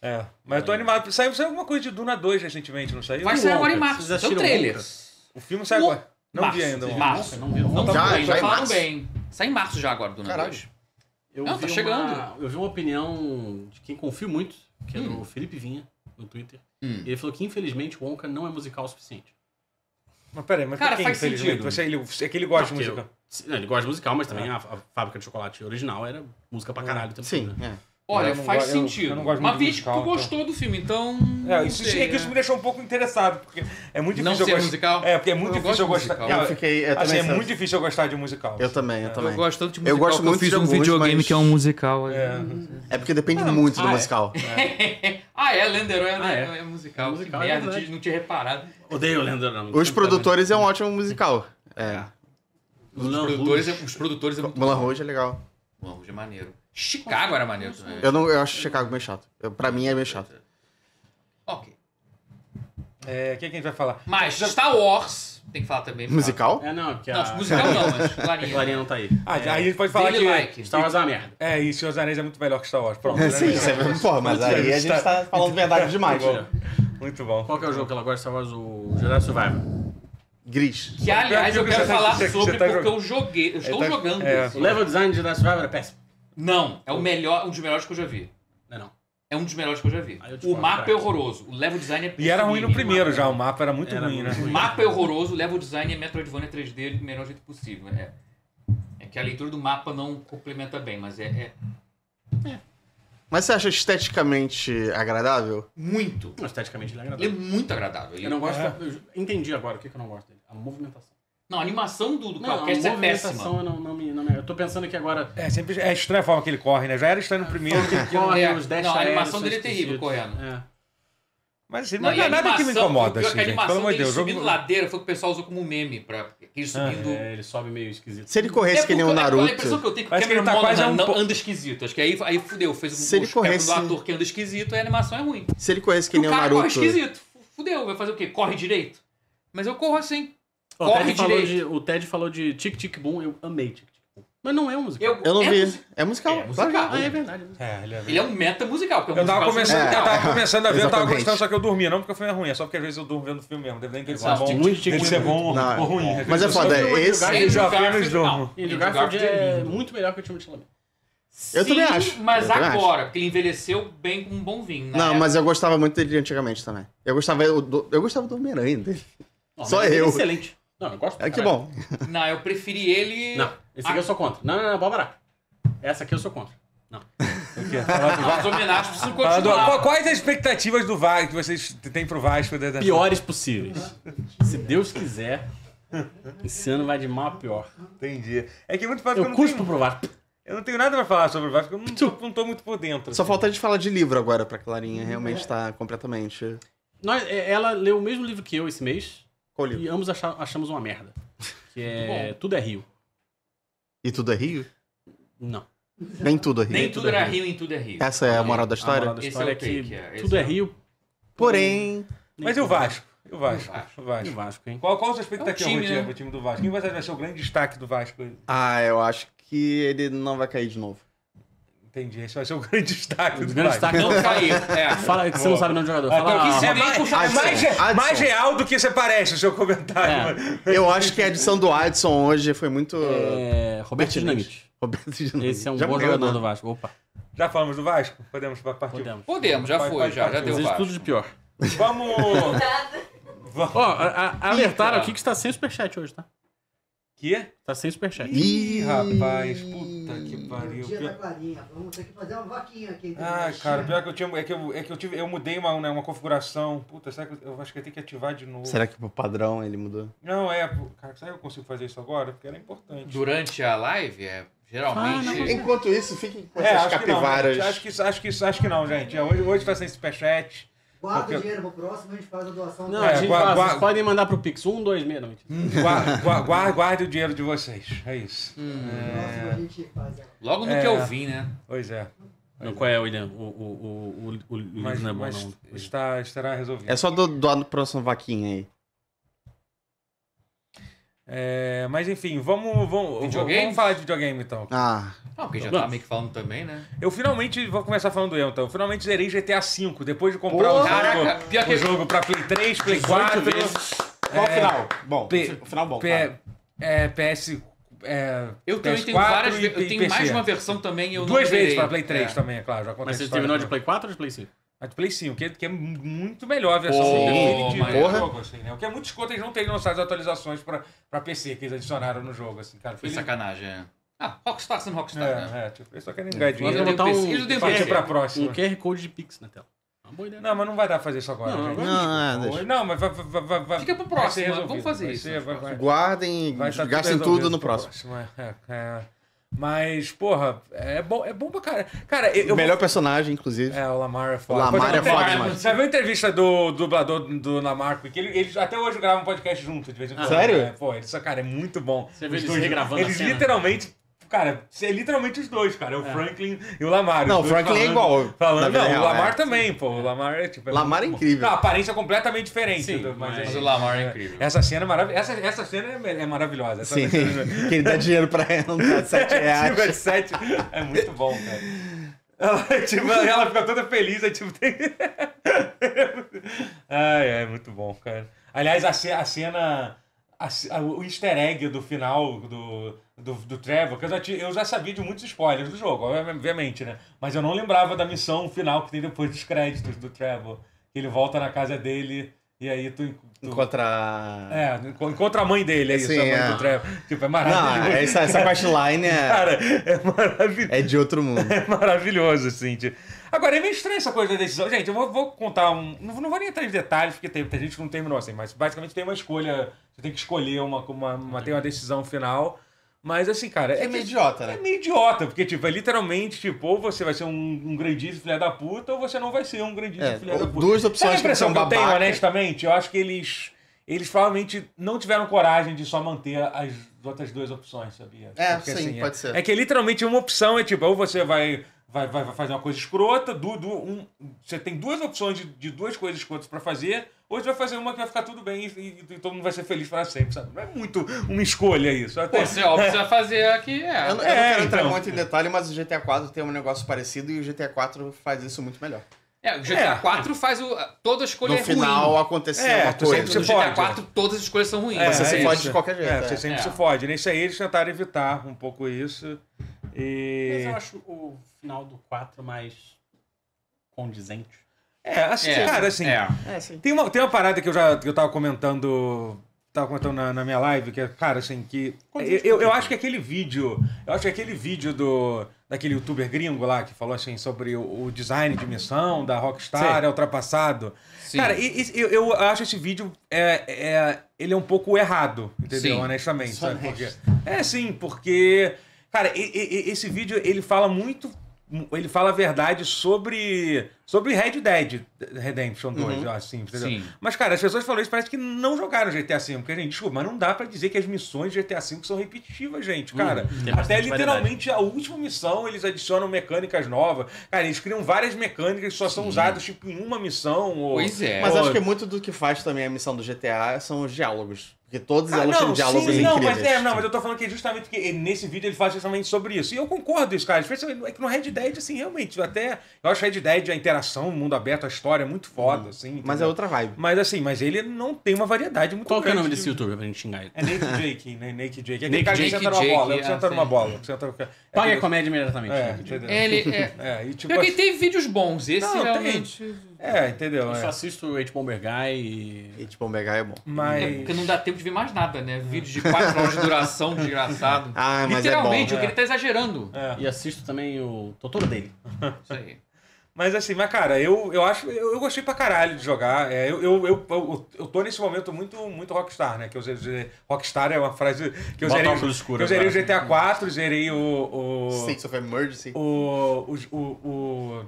S3: É, mas eu tô animado. Saiu, saiu alguma coisa de Duna 2 recentemente, não saiu?
S1: Vai sair agora em
S4: Wonka.
S1: março.
S4: Vocês
S1: São
S4: assistiram
S1: trailers.
S3: O filme sai
S1: O-
S3: agora. Não vi ainda. mano.
S1: Março. março.
S4: Não viu?
S1: Não,
S2: Já,
S1: tá bom,
S2: já em
S1: falaram
S2: março?
S1: bem. Sai em março já agora, Duna
S2: Caralho.
S1: 2.
S4: Eu
S1: Não,
S4: vi
S1: tá
S4: uma-
S1: chegando.
S4: eu vi uma opinião de quem confio muito, que é
S1: Hum.
S4: do Felipe Vinha, no Twitter.
S1: Hum.
S4: E ele falou que, infelizmente, o Wonka não é musical o suficiente.
S3: Mas peraí, mas
S1: Cara,
S3: por que,
S1: faz
S3: infelizmente?
S1: sentido.
S3: Você, ele, é que ele gosta de
S4: Porque
S3: música.
S4: eu- não, ele gosta de musical, mas
S1: É.
S4: também a, a fábrica de chocolate original era música pra caralho também.
S2: sim.
S4: Né?
S2: é.
S1: Olha,
S3: Eu não
S1: faz
S3: go- eu- eu
S1: sentido.
S3: não gosto
S1: Mas
S3: muito
S1: vi
S3: de
S1: que
S3: musical,
S1: tu
S3: então.
S1: gostou do filme, então.
S3: É,
S1: não
S3: isso,
S1: sei,
S3: é que isso
S1: né?
S3: me deixou um pouco interessado, porque é muito
S1: Não
S3: difícil
S1: ser
S3: eu gostar.
S1: musical?
S3: É, porque é muito
S1: Eu
S3: difícil eu
S1: gosto de
S3: gostar.
S1: musical.
S2: Eu fiquei. Eu
S3: Assim,
S2: também.
S3: é
S2: sou-
S3: muito difícil eu gostar de musical.
S2: Eu também, eu também.
S1: Eu gosto tanto de
S2: Eu
S1: musical.
S2: gosto
S1: que
S2: muito
S1: fiz
S2: de
S1: um
S2: alguns,
S1: videogame
S2: mas-
S1: que é um musical.
S3: É.
S2: É porque depende muito do
S4: ah, é.
S2: musical.
S1: Ah, é, Lenderon é,
S4: Ah, é.
S1: é musical.
S4: É
S1: Que
S4: musical, é
S1: merda,
S4: verdade.
S1: tinha- não tinha reparado.
S4: Odeio o Leandro Ramos.
S2: Os produtores é um ótimo musical. É.
S1: Os produtores, é, os produtores é muito
S2: Mulan Rouge é legal.
S1: bom. Hoje é maneiro. Chicago era maneiro também.
S2: Eu, não, eu acho Chicago meio chato. Eu, pra mim é meio chato.
S1: Ok.
S3: É, o que, que a gente vai falar?
S1: Mas Star Wars, tem que falar também.
S2: Musical?
S4: É, não, porque a
S1: Não, musical não, mas
S4: a
S1: Clarinha.
S4: Clarinha não tá aí.
S3: Ah, aí a gente pode falar
S1: Daily
S3: que...
S1: É. Like.
S4: Star Wars é uma merda.
S3: É, e Senhor dos Anéis é muito melhor que Star Wars. Pronto. né?
S2: Sim, isso é verdade. Porra, mas aí a gente tá falando verdade demais.
S3: Muito bom.
S4: Qual que é o jogo que ela gosta de Star Wars? O Jedi Survivor.
S2: Gris.
S1: Que, aliás, eu quero falar
S3: Você tá
S1: sobre
S3: jogando.
S1: porque eu joguei. Eu estou
S3: tá-
S1: jogando.
S3: é.
S4: O
S1: isso.
S4: level design de Jedi Survivor é péssimo.
S1: Não, é o melhor, um dos melhores que eu já vi.
S4: Não é não.
S1: É um dos melhores que eu já vi.
S4: Aí eu te
S1: O
S4: falo,
S1: mapa é
S4: craque.
S1: horroroso. O level design é
S3: E era ruim no
S1: mínimo,
S3: primeiro
S1: mano.
S3: já, o mapa era muito
S4: Era
S3: ruim, né?
S4: muito
S1: O
S4: ruim.
S1: mapa é horroroso, o level design é Metroidvania 3D do melhor jeito possível. É, é que a leitura do mapa não complementa bem, mas é, é
S2: Mas você acha esteticamente agradável?
S1: muito.
S4: Não, Esteticamente ele é
S1: Ele é
S4: agradável.
S1: muito agradável. Ele...
S4: Eu não gosto... eu entendi agora o que que eu não gosto dele. A movimentação.
S1: Não, a animação do, do
S4: Não, a
S1: Cloudcast é péssima.
S4: movimentação eu não, não me, não me... Eu tô pensando que agora...
S3: É, sempre é estranha a forma que ele corre, né? Já era estranho no primeiro. que- que-
S4: Corre,
S1: é.
S4: os dash
S1: Não, a
S4: aéreos
S1: animação
S4: são
S1: dele é terrível,
S4: esquisitos.
S1: correndo.
S4: É.
S3: Mas assim,
S1: Não,
S3: não,
S1: e
S3: é
S1: a
S3: nada que me
S1: animação-
S3: incomoda,
S1: pior
S3: assim,
S1: que a
S3: gente.
S1: animação
S3: Pelo amor de
S1: dele
S3: Deus. o
S1: subindo
S3: jogo- Ah,
S1: ladeira foi o que o pessoal usou como meme pra Ele subindo.
S4: É, ele sobe meio esquisito.
S2: Se ele corresse
S1: É,
S2: que nem o
S1: porque a- A
S2: Naruto.
S1: impressão que eu tenho é que o
S3: Parece que
S1: Cameron
S3: ele tá quase
S1: Monaghan
S3: a um
S1: não
S3: po-
S1: anda esquisito. Acho que aí, aí fudeu. Fez um
S2: Se ele
S1: os pegos
S2: corresse-
S1: do ator que anda esquisito, aí a animação é ruim.
S2: Se ele corresse que
S1: Porque
S2: nem
S1: o
S2: o
S1: cara corre
S2: Naruto.
S1: esquisito. Fudeu. Vai fazer o quê? Corre direito? Mas eu corro assim.
S4: Ó, o,
S1: Corre
S4: Ted falou de,
S1: direito.
S4: o Ted falou de Tic Tic Boom, eu amei Tic Tic Boom. Mas não é um musical.
S1: Eu,
S2: Eu não
S1: é
S2: vi.
S1: musi-
S2: É musical.
S1: É
S2: claro que
S1: musical.
S4: Ah, é verdade.
S3: É, ele é
S1: Ele é um meta musical. Porque é um
S3: Eu tava,
S1: musical,
S3: começando,
S1: você-
S2: É.
S3: eu tava começando a ver, eu tava
S2: Exatamente.
S3: gostando, só que eu dormia. Não porque o filme é ruim, é só porque às vezes eu durmo vendo o filme mesmo. Dependendo que
S1: Exato. tipo
S3: ele
S4: Muito
S3: deve ser bom ou
S2: Não.
S3: ruim. né?
S2: Mas é foda, esse-
S3: Eu já
S1: Andrew
S3: apenas
S1: Garfield, não.
S3: durmo.
S4: Andrew
S1: Andrew
S4: Garfield
S1: Garfield é
S4: é
S1: lindo.
S4: muito melhor que o Timothy Chalamet.
S2: Eu
S1: Sim,
S2: também acho.
S1: Mas
S2: Eu também
S1: agora, porque ele envelheceu bem com um bom vinho. na
S2: Não,
S1: época.
S2: mas eu gostava muito dele antigamente também. Eu gostava do, eu gostava do Homem-Aranha dele.
S4: Não,
S2: Só
S4: mas ele é
S2: eu.
S4: Excelente. Não, eu gosto. pra
S2: É que
S4: caralho.
S2: bom.
S1: Não, eu preferi ele.
S4: Não, esse aqui eu sou contra. Não, não, não, Bárbara. Essa aqui eu sou contra. Não.
S3: O quê? Falar do Vasco?
S1: As homenagens precisam
S3: Falar do-
S1: continuar.
S3: Qu- Quais as expectativas do Vasco que vocês têm pro Vasco? da- da-
S4: Piores possíveis. Se Deus quiser, esse ano vai de mal a pior.
S3: Entendi. É que muito fácil eu
S4: Eu
S3: não
S4: cuspo
S3: tenho,
S4: pro Vasco.
S3: eu não tenho nada pra falar sobre o Vasco, eu não tô, não tô muito por dentro.
S2: Só falta a gente falar de livro agora, pra Clarinha realmente tá completamente.
S4: Nós, é, ela leu o mesmo livro que eu esse mês
S2: Qual livro?
S4: e ambos acha- achamos uma merda. Que é Tudo é Rio.
S2: E tudo é Rio?
S4: Não.
S2: Nem tudo é Rio.
S1: Nem tudo era Rio em tudo é Rio.
S2: Essa é a moral da
S4: A
S2: história?
S4: moral da
S1: Esse
S4: história
S1: é
S4: é
S1: o take,
S4: que
S1: é. Esse
S4: Tudo é
S1: é o-
S4: Rio.
S2: Porém.
S3: Mas e o Vasco? E o Vasco? O
S4: E o
S3: Vasco.
S4: Vasco, hein?
S3: Qual, qual a sua expectativa
S1: É um time,
S3: Rotier,
S1: né?
S3: pro tá time do Vasco? Quem você acha que vai ser o grande destaque do Vasco?
S2: Ah, eu acho que ele não vai cair de novo.
S3: Entendi, esse vai ser o grande destaque
S4: O
S3: do
S4: grande
S3: Vasco.
S4: destaque
S1: Não
S4: é
S1: caiu. É.
S4: Fala que você não sabe o nome do jogador.
S3: Até
S4: Fala,
S3: o que
S4: ah,
S3: isso é
S1: Roberto
S3: mais,
S1: Adson.
S3: mais re-
S2: Adson. É.
S3: mais real do que você parece, o seu comentário.
S2: Eu acho que a edição do Adson hoje foi muito.
S4: é, Roberto Dinamite.
S2: Roberto de
S4: Esse é um
S2: Já
S4: bom
S2: morreu,
S4: jogador
S2: né?
S4: do Vasco. Opa,
S3: Já falamos do Vasco? Podemos partir.
S4: podemos.
S1: Podemos, já
S3: Pode-
S1: foi,
S3: pode
S1: já, já
S3: partir.
S1: deu
S4: Desejo
S1: vários.
S4: tudo de pior.
S3: Vamos.
S4: Ó, a- a- alertaram aqui que está sem superchat hoje, tá?
S3: que?
S4: Tá sem superchat.
S3: Ih, rapaz, puta que pariu.
S6: Dia da
S3: Pior-
S6: Clarinha. Vamos ter que fazer uma vaquinha aqui. entre
S3: Ah,
S6: nós.
S3: cara, pior que eu tinha. É que eu, é que eu, tive, eu mudei uma, né, uma configuração. Puta, será que eu, eu acho que eu tenho que ativar de novo?
S2: Será que pro padrão ele mudou?
S3: Não, é. pô, Cara, será que eu consigo fazer isso agora? Porque era importante.
S1: Durante a live, é,
S4: não,
S1: geralmente.
S2: Enquanto isso, fiquem com
S3: É,
S2: essas
S3: acho que, não,
S2: capivaras.
S3: gente. acho, que, acho, que, acho que não, gente. É, Hoje, hoje tá sem superchat.
S6: Guarda
S3: Porque-
S6: o dinheiro pro próximo, a gente faz a doação.
S4: Não,
S6: pra-
S4: a
S3: É,
S4: gente
S3: gua-
S4: fala,
S3: gua-
S4: vocês podem mandar pro Pix. Um, dois, meia, não mentira.
S3: Guar- gua- guar- Guarde o dinheiro de vocês. É isso.
S6: pro próximo a gente faz. ela.
S1: Logo no
S3: É.
S1: que eu vi, né?
S3: Pois é.
S4: Não, qual é, William? O, o, o, o, o livro
S3: Mas,
S4: não é bom,
S3: mas
S4: não.
S3: está, estará resolvido.
S2: É só do, do, do próximo vaquinha aí.
S3: É, mas enfim, vamos, vamos,
S1: Videogame?
S3: vamos falar de videogame então.
S2: Ah,
S1: Não, porque já
S4: Vamos.
S1: tava meio que falando também, né?
S3: Eu finalmente, vou começar falando eu então. Eu finalmente zerei GTA V, depois de comprar o
S2: Porra!
S1: Caraca, pior
S3: jogo,
S1: que-
S3: o jogo pra Play 3, Play 4,
S2: Qual o final? Bom,
S3: P-
S2: o final bom.
S3: P-
S2: claro.
S3: é, PS. É,
S1: Eu também tenho
S3: PS4
S1: várias.
S3: e
S1: ve- Eu
S3: PC.
S1: tenho mais de uma versão também. Eu
S3: Duas
S1: não
S3: vezes
S1: zerei.
S3: pra Play 3
S1: É.
S3: também, é claro. Já contei
S4: Mas
S3: essa
S4: você
S3: história
S4: terminou de
S3: também.
S4: Play 4 ou de Play 5?
S3: A de Play 5, que, que é muito melhor a versão
S1: Pô,
S3: definitiva do
S2: porra.
S3: jogo, assim, né? O que é muito escroto, eles não terem lançado as atualizações pra, pra PC que eles adicionaram no jogo, assim, cara.
S1: Foi sacanagem. é. Ah, Rockstar sendo Rockstar, né?
S3: É, é, tipo, eles só querem ganhar
S1: Eu
S4: Nós
S3: dinheiro.
S1: tenho
S4: vamos botar
S1: PC,
S4: um-
S1: eu tenho
S4: Partiu
S1: PC.
S3: Partir pra próxima.
S4: Um QR Code de Pix na tela. Uma boa ideia.
S3: Não, mas não vai dar pra fazer isso agora.
S4: Não,
S3: gente.
S4: agora
S2: não, é,
S3: Ou-
S2: deixa.
S3: Não, mas vai, vai, vai- vai-
S1: Fica pro
S3: vai
S1: próximo,
S3: ser
S1: né?
S3: resolvido.
S1: Vamos fazer
S3: Vai
S1: isso,
S3: ser- vai- vai-
S2: Guardem,
S3: vai estar
S2: gastem
S3: resolvido
S2: tudo no
S3: pro
S2: próximo.
S3: é, é. Mas, porra, é bom, é bom pra cara. Cara, eu. eu-
S2: Melhor personagem, inclusive.
S3: É, o Lamar é foda.
S2: O Lamar
S3: Fazer
S2: é
S3: uma
S2: foda
S3: entrevista-
S2: demais.
S3: Já viu a entrevista do dublador do Lamar? Porque ele- eles até hoje gravam um podcast junto, de vez em quando.
S2: sério?
S3: É, pô, isso, cara, é muito bom.
S4: Você vê
S3: Os
S4: eles
S3: dois-
S4: regravando a
S3: Eles
S4: cena?
S3: literalmente. Cara, é literalmente os dois, cara. É o Franklin e o Lamar. os
S2: Não, o
S3: dois
S2: Franklin
S3: falando-
S2: é igual. na
S3: Falando,
S2: vida
S3: não,
S2: real,
S3: o Lamar tá-
S2: é.
S3: também, pô. O Lamar é tipo.
S2: Lamar é
S3: muito bom.
S2: incrível.
S3: Não, a aparência é completamente diferente.
S4: Sim,
S3: do-
S4: mas-
S1: Mas o Lamar é incrível.
S3: Essa cena é maravilhosa. Essa, essa cena é, é maravilhosa. Essa
S2: Sim,
S3: Cena...
S2: que ele dá dinheiro pra ela, não dá 7
S3: tipo, é
S2: reais.
S3: de sete. É muito bom, cara. Ela, tipo, ela fica toda feliz, é tipo. Tem... Ai, é muito bom, cara. Aliás, a, ce- a cena. a ce- a- o easter egg do final do, do, do Trevor, que eu já, ti- eu já sabia de muitos spoilers do jogo, obviamente, né? Mas eu não lembrava da missão final que tem depois dos créditos do Trevor. Que ele volta na casa dele e aí tu. tu-
S2: Encontrar.
S3: é, enco- encontra a mãe dele, é isso,
S2: Sim,
S3: a mãe
S2: é.
S3: do Trevor. Tipo, é
S2: Não,
S3: maravilhoso.
S2: essa, essa questline é,
S3: Cara, é maravilhoso.
S2: é de outro mundo.
S3: É maravilhoso, assim. Tipo. Agora, é meio estranha essa coisa da decisão. Gente, eu vou, vou contar um. Não, vou- não vou nem entrar em detalhes, porque tem, tem gente que não terminou assim, mas basicamente tem uma escolha. Você tem que escolher uma. uma, uma tem uma decisão final. Mas assim, cara.
S2: É
S3: que-
S2: meio idiota,
S3: é
S2: né?
S3: meio idiota, porque, tipo, é literalmente, tipo, ou você vai ser um, um grandíssimo filho da puta, ou você não vai ser um grandíssimo
S2: É,
S3: filho da puta.
S2: duas
S3: Sabe a
S2: opções que
S3: impressão
S2: são
S3: que eu tenho,
S2: babaca.
S3: honestamente? Eu acho que eles. eles provavelmente não tiveram coragem de só manter as outras duas opções, sabia?
S2: É,
S3: Porque,
S2: sim,
S3: assim,
S2: pode ser.
S3: É que literalmente uma opção é tipo, ou você vai, vai, vai vai fazer uma coisa escrota, du, du- um, você tem duas opções de, de duas coisas escrotas pra fazer, ou você vai fazer uma que vai ficar tudo bem e, e- e todo mundo vai ser feliz pra sempre, sabe? Não é muito uma escolha isso.
S1: Pô,
S3: Até,
S1: você óbvio, você vai fazer aqui, é.
S2: Eu, não- eu
S3: É,
S2: não quero entrar
S3: então.
S2: muito em detalhe, mas o GTA 4 tem um negócio parecido e o GTA 4 faz isso muito melhor.
S1: É, o GTA
S3: É.
S1: 4 faz o. Toda escolha
S2: No
S1: é
S2: final
S1: ruim.
S2: aconteceu
S3: É,
S2: uma
S3: tu
S2: coisa.
S3: sempre
S1: No
S3: você
S1: GTA
S3: pode.
S1: 4 todas as escolhas são ruins.
S3: É,
S2: Você se
S3: é
S2: fode
S3: isso.
S2: de qualquer jeito.
S3: é,
S2: é.
S3: você sempre
S1: É.
S3: se fode. Nesse aí eles tentaram evitar um pouco isso. E...
S4: Mas eu acho o final do 4 mais condizente.
S3: É, assim,
S1: É,
S3: cara, assim.
S1: é.
S3: Tem, uma, tem uma parada que eu já que eu tava comentando. Tava comentando na, na minha live, que é, cara, assim, que. Eu, eu, eu acho que aquele vídeo. Eu acho que aquele vídeo do. Daquele youtuber gringo lá que falou assim sobre o, o design de missão da Rockstar
S4: Sim.
S3: é ultrapassado.
S1: Sim.
S3: Cara, e- e- eu, eu acho esse vídeo. É, é, ele é um pouco errado, entendeu?
S1: Sim.
S3: Honestamente.
S4: Só
S3: Sabe? Porque,
S4: honesto.
S3: é sim, porque. Cara, e- e- e- esse vídeo ele fala muito. Ele fala a verdade sobre. Sobre Red Dead Redemption 2,
S2: Uhum.
S3: assim, entendeu?
S1: Sim.
S3: Mas, cara, as pessoas falam isso, parece que não jogaram GTA V. Porque, gente, desculpa, mas não dá pra dizer que as missões de GTA V são repetitivas, gente, cara.
S4: Hum, tem
S3: Até
S4: bastante
S3: literalmente a última missão eles adicionam mecânicas novas. Cara, eles criam várias mecânicas que só são usadas, tipo, em uma missão. Ou...
S1: Pois é.
S2: Mas
S3: Pô.
S2: acho que muito do que faz também a missão do GTA são os diálogos. Porque todos
S3: Ah,
S2: elas têm diálogos
S3: sim, não,
S2: incríveis.
S3: mas, é, não, mas eu tô falando que justamente que nesse vídeo ele fala justamente sobre isso. E eu concordo isso, cara. Especialmente- É que no Red Dead, assim, realmente, eu até. Eu acho Red Dead, a interação, o mundo aberto, a história, é muito foda, assim.
S2: Mas é
S3: entendeu?
S2: outra vibe.
S3: Mas assim, mas ele não tem uma variedade muito
S4: Qual que é o
S3: grande
S4: nome
S3: de-
S4: desse youtuber pra gente xingar ele?
S3: É Naked Jake, né? Naked Jake. É aquele
S1: Naked
S3: cara que
S1: Jake,
S3: senta numa
S1: Jake,
S3: bola, é que
S1: ah,
S3: senta numa
S1: sim.
S3: bola. que senta no- é,
S4: Pague a
S3: aquele-
S4: comédia imediatamente.
S3: É,
S4: né?
S3: entendeu?
S1: Ele é.
S3: É, e tipo.
S1: Pior que
S3: assim-
S1: ele tem vídeos bons, esse
S3: Não, tem.
S1: realmente.
S3: É, entendeu?
S4: Eu
S3: é.
S4: só assisto o H. Bomber Guy e...
S2: E tipo, o Mega é bom.
S1: É
S3: Mas.
S1: porque não dá tempo de ver mais nada, né? Vídeos de 4 horas de duração, desgraçado.
S2: Ah, mas é bom.
S1: Literalmente, o que
S3: É.
S1: ele tá exagerando.
S3: É.
S4: E assisto também o Totoro dele.
S1: Isso aí.
S3: Mas assim, mas cara, eu, eu acho. Eu, eu gostei pra caralho de jogar. É, eu, eu, eu, eu, eu tô nesse momento muito, muito rockstar, né? Que eu zerei. Rockstar é uma frase. Que eu
S4: Bota
S3: zerei.
S4: óculos
S3: que
S4: escuros
S3: eu zerei o
S4: agora.
S3: GTA 4, zerei o. o
S2: States of Emergency.
S3: o, o, o, o,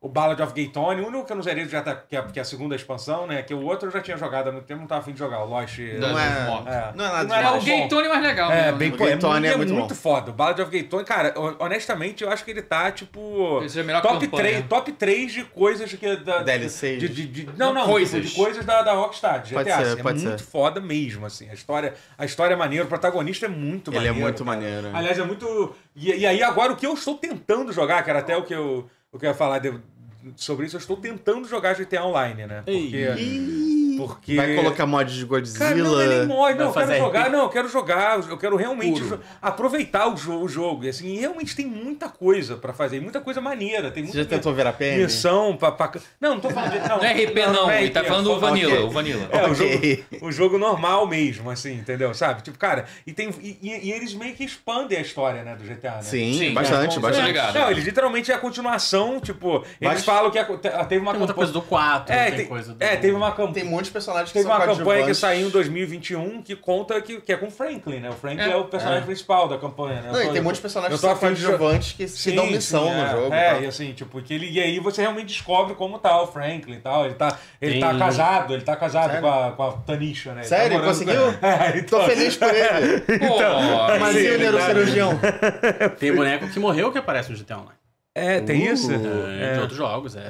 S3: o Ballad of Gay Tony, o único que eu não zerei já tá, que, é, que é a segunda expanso, né? Que o outro eu já tinha jogado há muito tempo, não tava afim de jogar. O Lost.
S1: Não
S2: Não é,
S1: Mob.
S2: não é nada
S3: Não era
S1: É o
S2: demais.
S3: alguém-
S1: gay Tony mais legal.
S3: É,
S1: mesmo,
S3: bem
S1: né?
S3: pô, é,
S2: Gay Tony
S3: muito,
S2: é
S3: é
S2: muito bom.
S3: muito foda. O Ballad of Gay Tony, cara, hon- honestamente, eu acho que ele tá, tipo.
S1: Esse é a melhor
S3: Top
S1: campanha.
S3: 3, top três de coisas que. Da,
S2: DLCs.
S3: de- de- de- não, não,
S1: Coisas.
S3: De, coisas da, da Rockstar, de GTA.
S2: Pode ser,
S3: assim,
S2: pode
S3: é muito
S2: ser.
S3: foda mesmo, assim. A história, a história é maneira, o protagonista é muito
S2: Ele é
S3: maneiro.
S2: muito
S3: cara.
S2: maneiro.
S3: Aliás, é muito. E, e aí, agora, o que eu estou tentando jogar, cara, até o que eu, o que eu ia falar de- sobre isso, eu estou tentando jogar GTA Online, né? Porque.
S2: Ih,
S3: porque...
S2: Vai colocar mod de Godzilla.
S3: Cara, não, não é nem mod, não, eu
S4: Vai
S3: quero
S4: fazer
S3: jogar,
S4: RP.
S3: não, eu quero jogar, eu quero realmente
S4: Puro.
S3: jo- aproveitar o, jo- o jogo. E assim, realmente tem muita coisa pra fazer, muita coisa maneira, tem
S2: Você já
S3: muita
S2: tentou ver a PM?
S3: missão pra, pra- Não, não tô falando de. Não,
S1: Não é RP, não.
S3: é
S1: ele tá
S3: RP,
S1: falando
S3: eu
S1: o
S3: tô falando-
S1: Vanilla. O Vanilla.
S3: é, o,
S2: Ok.
S3: jogo, o jogo normal mesmo, assim, entendeu? Sabe? Tipo, cara, e, tem, e, e- e eles meio que expandem a história, né, do GTA, né?
S2: Sim, tá
S1: Sim,
S2: bastante,
S1: é,
S4: tá
S2: bastante.
S1: ligado.
S3: Não, eles literalmente é a continuação, tipo, eles
S2: Mas-
S3: falam que a, te- teve uma
S4: Tem muita coisa
S3: campanha.
S4: do 4,
S3: É,
S4: tem,
S3: tem-
S4: coisa do...
S3: É, teve uma campanha.
S2: Tem muitos personagens que
S3: Teve
S2: são
S3: uma campanha que
S2: coadjuvantes.
S3: saiu em 2021 que conta que, que é com o Franklin, né? O Franklin é,
S1: É.
S3: o personagem principal da campanha, né?
S2: Não,
S3: Eu tô-
S2: e tem muitos personagens
S3: eu
S2: que
S3: tô
S2: são
S3: afim de jo-
S2: coadjuvantes que se dão missão
S3: sim, é.
S2: no jogo.
S3: É,
S2: tá?
S3: e assim, tipo, que ele, e aí você realmente descobre como tá o Franklin e tal. Ele tá, ele
S4: Tem-
S3: tá casado, ele tá casado
S2: Sério?
S3: com a, com a Tanisha, né? Ele tá
S2: Sério?
S3: morando
S2: Conseguiu?
S3: com- É, então...
S2: Tô feliz por ele.
S1: Pô,
S2: Mas
S3: Sim, então,
S2: e o
S3: ele tá-
S2: neurocirurgião?
S4: Tem boneco que morreu que aparece no GTA Online.
S3: É, tem
S2: Uh.
S3: isso?
S4: É, De
S3: É.
S4: outros jogos, é.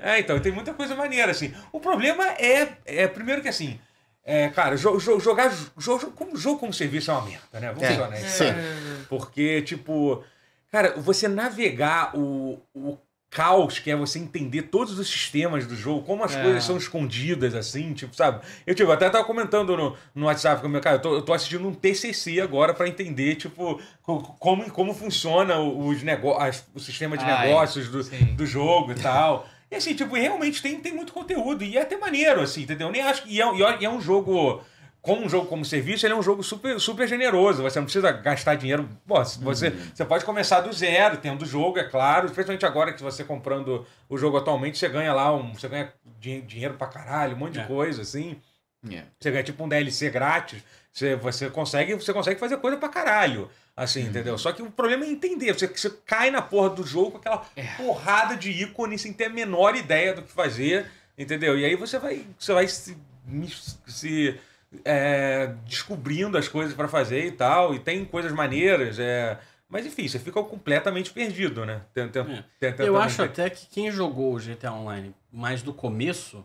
S3: É, é, então, tem muita coisa maneira, assim. O problema é, é primeiro que assim, é, cara, jo- jo- jogar jo- jo- como, jogo como serviço é uma merda, né? Vamos
S2: É,
S3: ser honestos.
S2: sim.
S3: Porque, tipo, cara, você navegar o, o caos que é você entender todos os sistemas do jogo, como as
S1: É.
S3: coisas são escondidas, assim, tipo, sabe? Eu, tipo, até tava comentando no, no WhatsApp com o meu cara, eu tô, eu tô assistindo um TCC agora pra entender, tipo, co- como, como funciona os nego- as- o sistema de
S1: Ah, é.
S3: negócios do,
S1: Sim.
S3: do jogo e tal. E assim, tipo, realmente tem, tem muito conteúdo. E é até maneiro, assim, entendeu? Nem acho que. E é, e é- e é um jogo. Como um jogo como serviço, ele é um jogo super, super generoso. Você não precisa gastar dinheiro. Pô, se você,
S1: Uhum.
S3: você pode começar do zero, tendo o jogo, é claro. Especialmente agora que você comprando o jogo atualmente, você ganha lá um. Você ganha din- dinheiro pra caralho, um monte de
S4: É.
S3: coisa, assim.
S1: É.
S3: Você ganha tipo um DLC grátis, você, você, consegue, você consegue fazer coisa pra caralho. Assim,
S4: Uhum.
S3: entendeu? Só que o problema é entender. Você, você cai na porra do jogo com aquela
S4: É.
S3: porrada de ícone sem ter a menor ideia do que fazer, entendeu? E aí você vai, você vai se mis- se é, descobrindo as coisas pra fazer e tal, e tem coisas maneiras, é... mas enfim, você fica completamente perdido, né? Tent- tent-
S4: É.
S3: tentando
S4: Eu acho
S3: ver.
S4: até que quem jogou o GTA Online mais do começo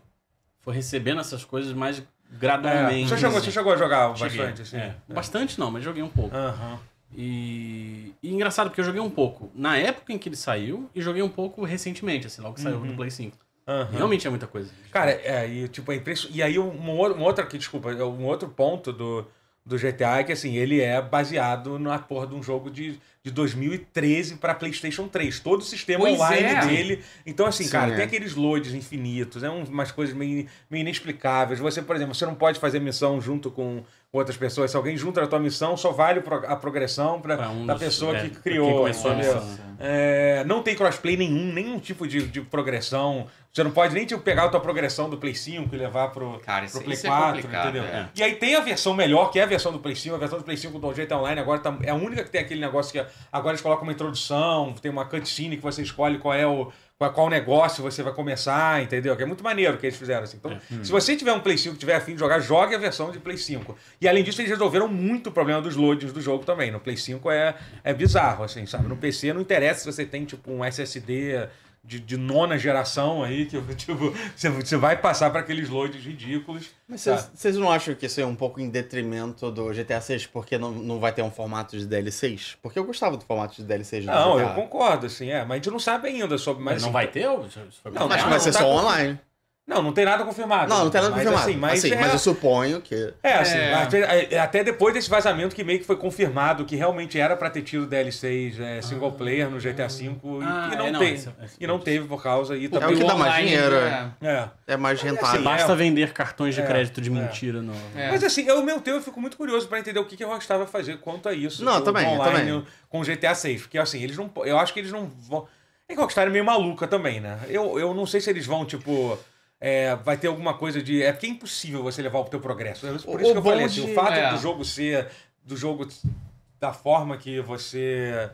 S4: foi recebendo essas coisas mais
S3: É,
S4: gradualmente.
S3: você, chegou,
S4: assim.
S3: você chegou a jogar
S4: Cheguei.
S3: bastante, assim?
S4: É. Bastante não, mas joguei um pouco.
S3: Aham.
S4: E... e engraçado, porque eu joguei um pouco na época em que ele saiu e joguei um pouco recentemente, assim, logo que
S3: Uhum.
S4: saiu do Play 5.
S3: aham.
S4: Realmente é muita coisa.
S3: Cara, é, e, tipo, é impresso- E aí, um, ou- um outro aqui, desculpa, é um outro ponto do, do GTA é que, assim, ele é baseado na porra de um jogo de, de 2013 pra PlayStation 3. Todo o sistema
S1: Pois
S3: online
S1: é.
S3: dele. Então, assim,
S2: Sim,
S3: cara,
S2: é.
S3: tem aqueles loads infinitos, é um- umas coisas meio, meio inexplicáveis. Você, por exemplo, você não pode fazer missão junto com outras pessoas. Se alguém junta na tua missão, só vale pro- a progressão pra,
S4: Pra um
S3: da
S4: dos-
S3: pessoa
S4: é,
S3: que
S4: pra
S3: criou.
S4: quem começou a
S3: entendeu?
S4: missão.
S3: É, não tem crossplay nenhum, nenhum tipo de, de progressão. Você não pode nem tipo, pegar a tua progressão do Play 5 e levar pro,
S1: Cara,
S3: pro
S1: isso,
S3: Play
S1: isso
S3: 4,
S1: é complicado.
S3: entendeu?
S1: é.
S3: E aí tem a versão melhor, que é a versão do Play 5, a versão do Play 5 do jeito online agora tá- é a única que tem aquele negócio que agora eles colocam uma introdução, tem uma cutscene que você escolhe qual é o qual, qual negócio você vai começar, entendeu? Que é muito maneiro que eles fizeram assim. Então, se você tiver um Play 5 tiver afim de jogar, jogue a versão de Play 5. E além disso, eles resolveram muito o problema dos loadings do jogo também. No Play 5 é, é bizarro, assim, sabe? No PC não interessa se você tem tipo um SSD de, de nona geração aí, que tipo, você, você vai passar para aqueles loads ridículos.
S2: Mas
S3: sabe?
S2: vocês vocês não acham que isso é um pouco em detrimento do GTA 6 porque não, não vai ter um formato de DL6? Porque eu gostava do formato de DL6 do
S3: Não,
S2: GTA.
S3: eu concordo, assim, é. Mas a gente não sabe ainda sobre. Mas,
S4: Mas não
S3: assim,
S4: vai ter? ou isso foi
S3: Não,
S2: Acho
S4: confirmado?
S2: que vai ser
S3: tá
S2: só
S3: com-
S2: online.
S3: Não, não tem nada confirmado.
S2: Não, não tem nada
S3: Mas,
S2: confirmado.
S3: Assim, mas, é,
S2: eu suponho que.
S3: é, assim,
S1: É.
S3: até- é, até depois desse vazamento que meio que foi confirmado que realmente era pra ter tido DLC é, single
S2: Ah.
S3: player no GTA V e,
S4: Ah,
S3: e não
S4: é, não,
S3: teve.
S4: isso é- isso
S3: e não
S4: é-
S3: teve por causa. E
S2: É o
S3: também.
S2: que dá mais
S1: online,
S2: dinheiro,
S1: é.
S3: É.
S2: É mais rentável.
S3: assim,
S4: Basta vender cartões de
S3: É,
S4: crédito de
S3: é.
S4: mentira no.
S1: É.
S3: Mas assim, eu, meu teu, eu fico muito curioso pra entender o que, que a Rockstar vai fazer quanto a isso.
S2: Não,
S3: do-
S2: também,
S3: do online
S2: também.
S3: com GTA 6. Porque assim, eles não. po- Eu acho que eles não vão. É que a Rockstar é meio maluca também, né? Eu, eu não sei se eles vão, tipo. é, vai ter alguma coisa de. É porque é impossível você levar o teu progresso. né? Por
S2: O-
S3: isso
S2: o
S3: que eu falei
S2: bom
S3: assim, o
S2: de-
S3: fato
S1: é.
S3: do jogo ser. Do jogo da forma que você.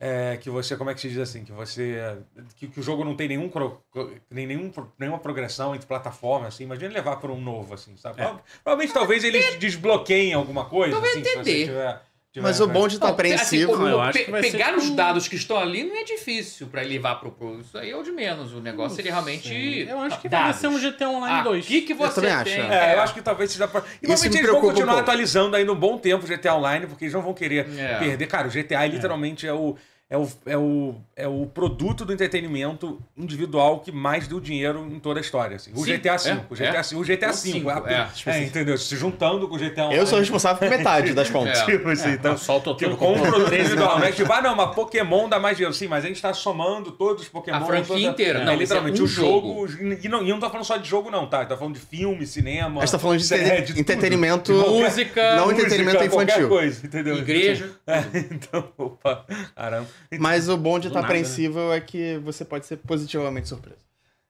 S3: é, que você, como é que se diz assim? Que você. Que, que o jogo não tem nenhum, cro- cro- nem nenhum, pro- nenhuma progressão entre plataformas, assim. Imagina levar para um novo, assim, sabe?
S2: É.
S3: Prova- Provavelmente talvez eles desbloqueiem alguma coisa.
S1: Não vai
S3: assim, se você
S1: entender.
S3: tiver- tiver-
S2: Mas o
S3: né?
S2: bom de estar
S3: é
S1: Não, assim,
S2: apreensivo.
S1: como
S4: eu acho
S1: pe-
S4: que vai ser
S1: pegar os
S4: com-
S1: dados que estão ali não é difícil pra levar pro pro. Isso aí é o de menos. O negócio ele realmente.
S4: Eu acho que vai
S1: tá dados.
S4: ser um GTA Online
S1: O
S4: 2.
S1: que, que você
S2: também
S1: tem?
S2: acho, é.
S3: É, eu acho que talvez seja pra... E
S2: Isso
S3: provavelmente
S2: me
S3: eles vão
S2: preocupa um
S3: continuar
S2: pouco.
S3: atualizando ainda um bom tempo o GTA Online, porque eles não vão querer
S1: É.
S3: perder. Cara, o GTA literalmente é o, é, o, é, o, é o produto do entretenimento individual que mais deu dinheiro em toda a história. assim. O
S1: Sim,
S3: GTA V,
S1: é,
S3: o GTA
S1: é.
S3: V, o GTA
S1: O
S3: V.
S1: cinco,
S3: é,
S1: é.
S3: é, entendeu? Se juntando com o GTA Online.
S2: Eu sou responsável por metade das contas.
S1: É.
S2: Tipo assim, então.
S4: Então, solta o
S3: Que
S4: todo
S3: com o
S4: com-
S3: produto individual, né? Tipo, ah, não, mas Pokémon dá mais dinheiro. Sim, mas a gente tá somando todos os Pokémon.
S1: A franquia
S3: toda-
S1: inteira.
S3: É,
S1: Não,
S3: literalmente,
S1: isso é um
S3: o jogo. E não, e eu não tô falando só de jogo, não, tá? Eu tô falando de filme, cinema.
S2: A gente tá falando de,
S3: série,
S2: entreten-
S3: tudo.
S2: entretenimento.
S1: Música,
S2: Não
S3: Música,
S2: entretenimento
S3: qualquer
S2: infantil.
S3: coisa, entendeu?
S1: igreja.
S3: É, então, opa, caramba.
S2: Mas o bom de
S4: Do
S2: estar
S4: nada,
S2: apreensivo é que você pode ser positivamente surpreso.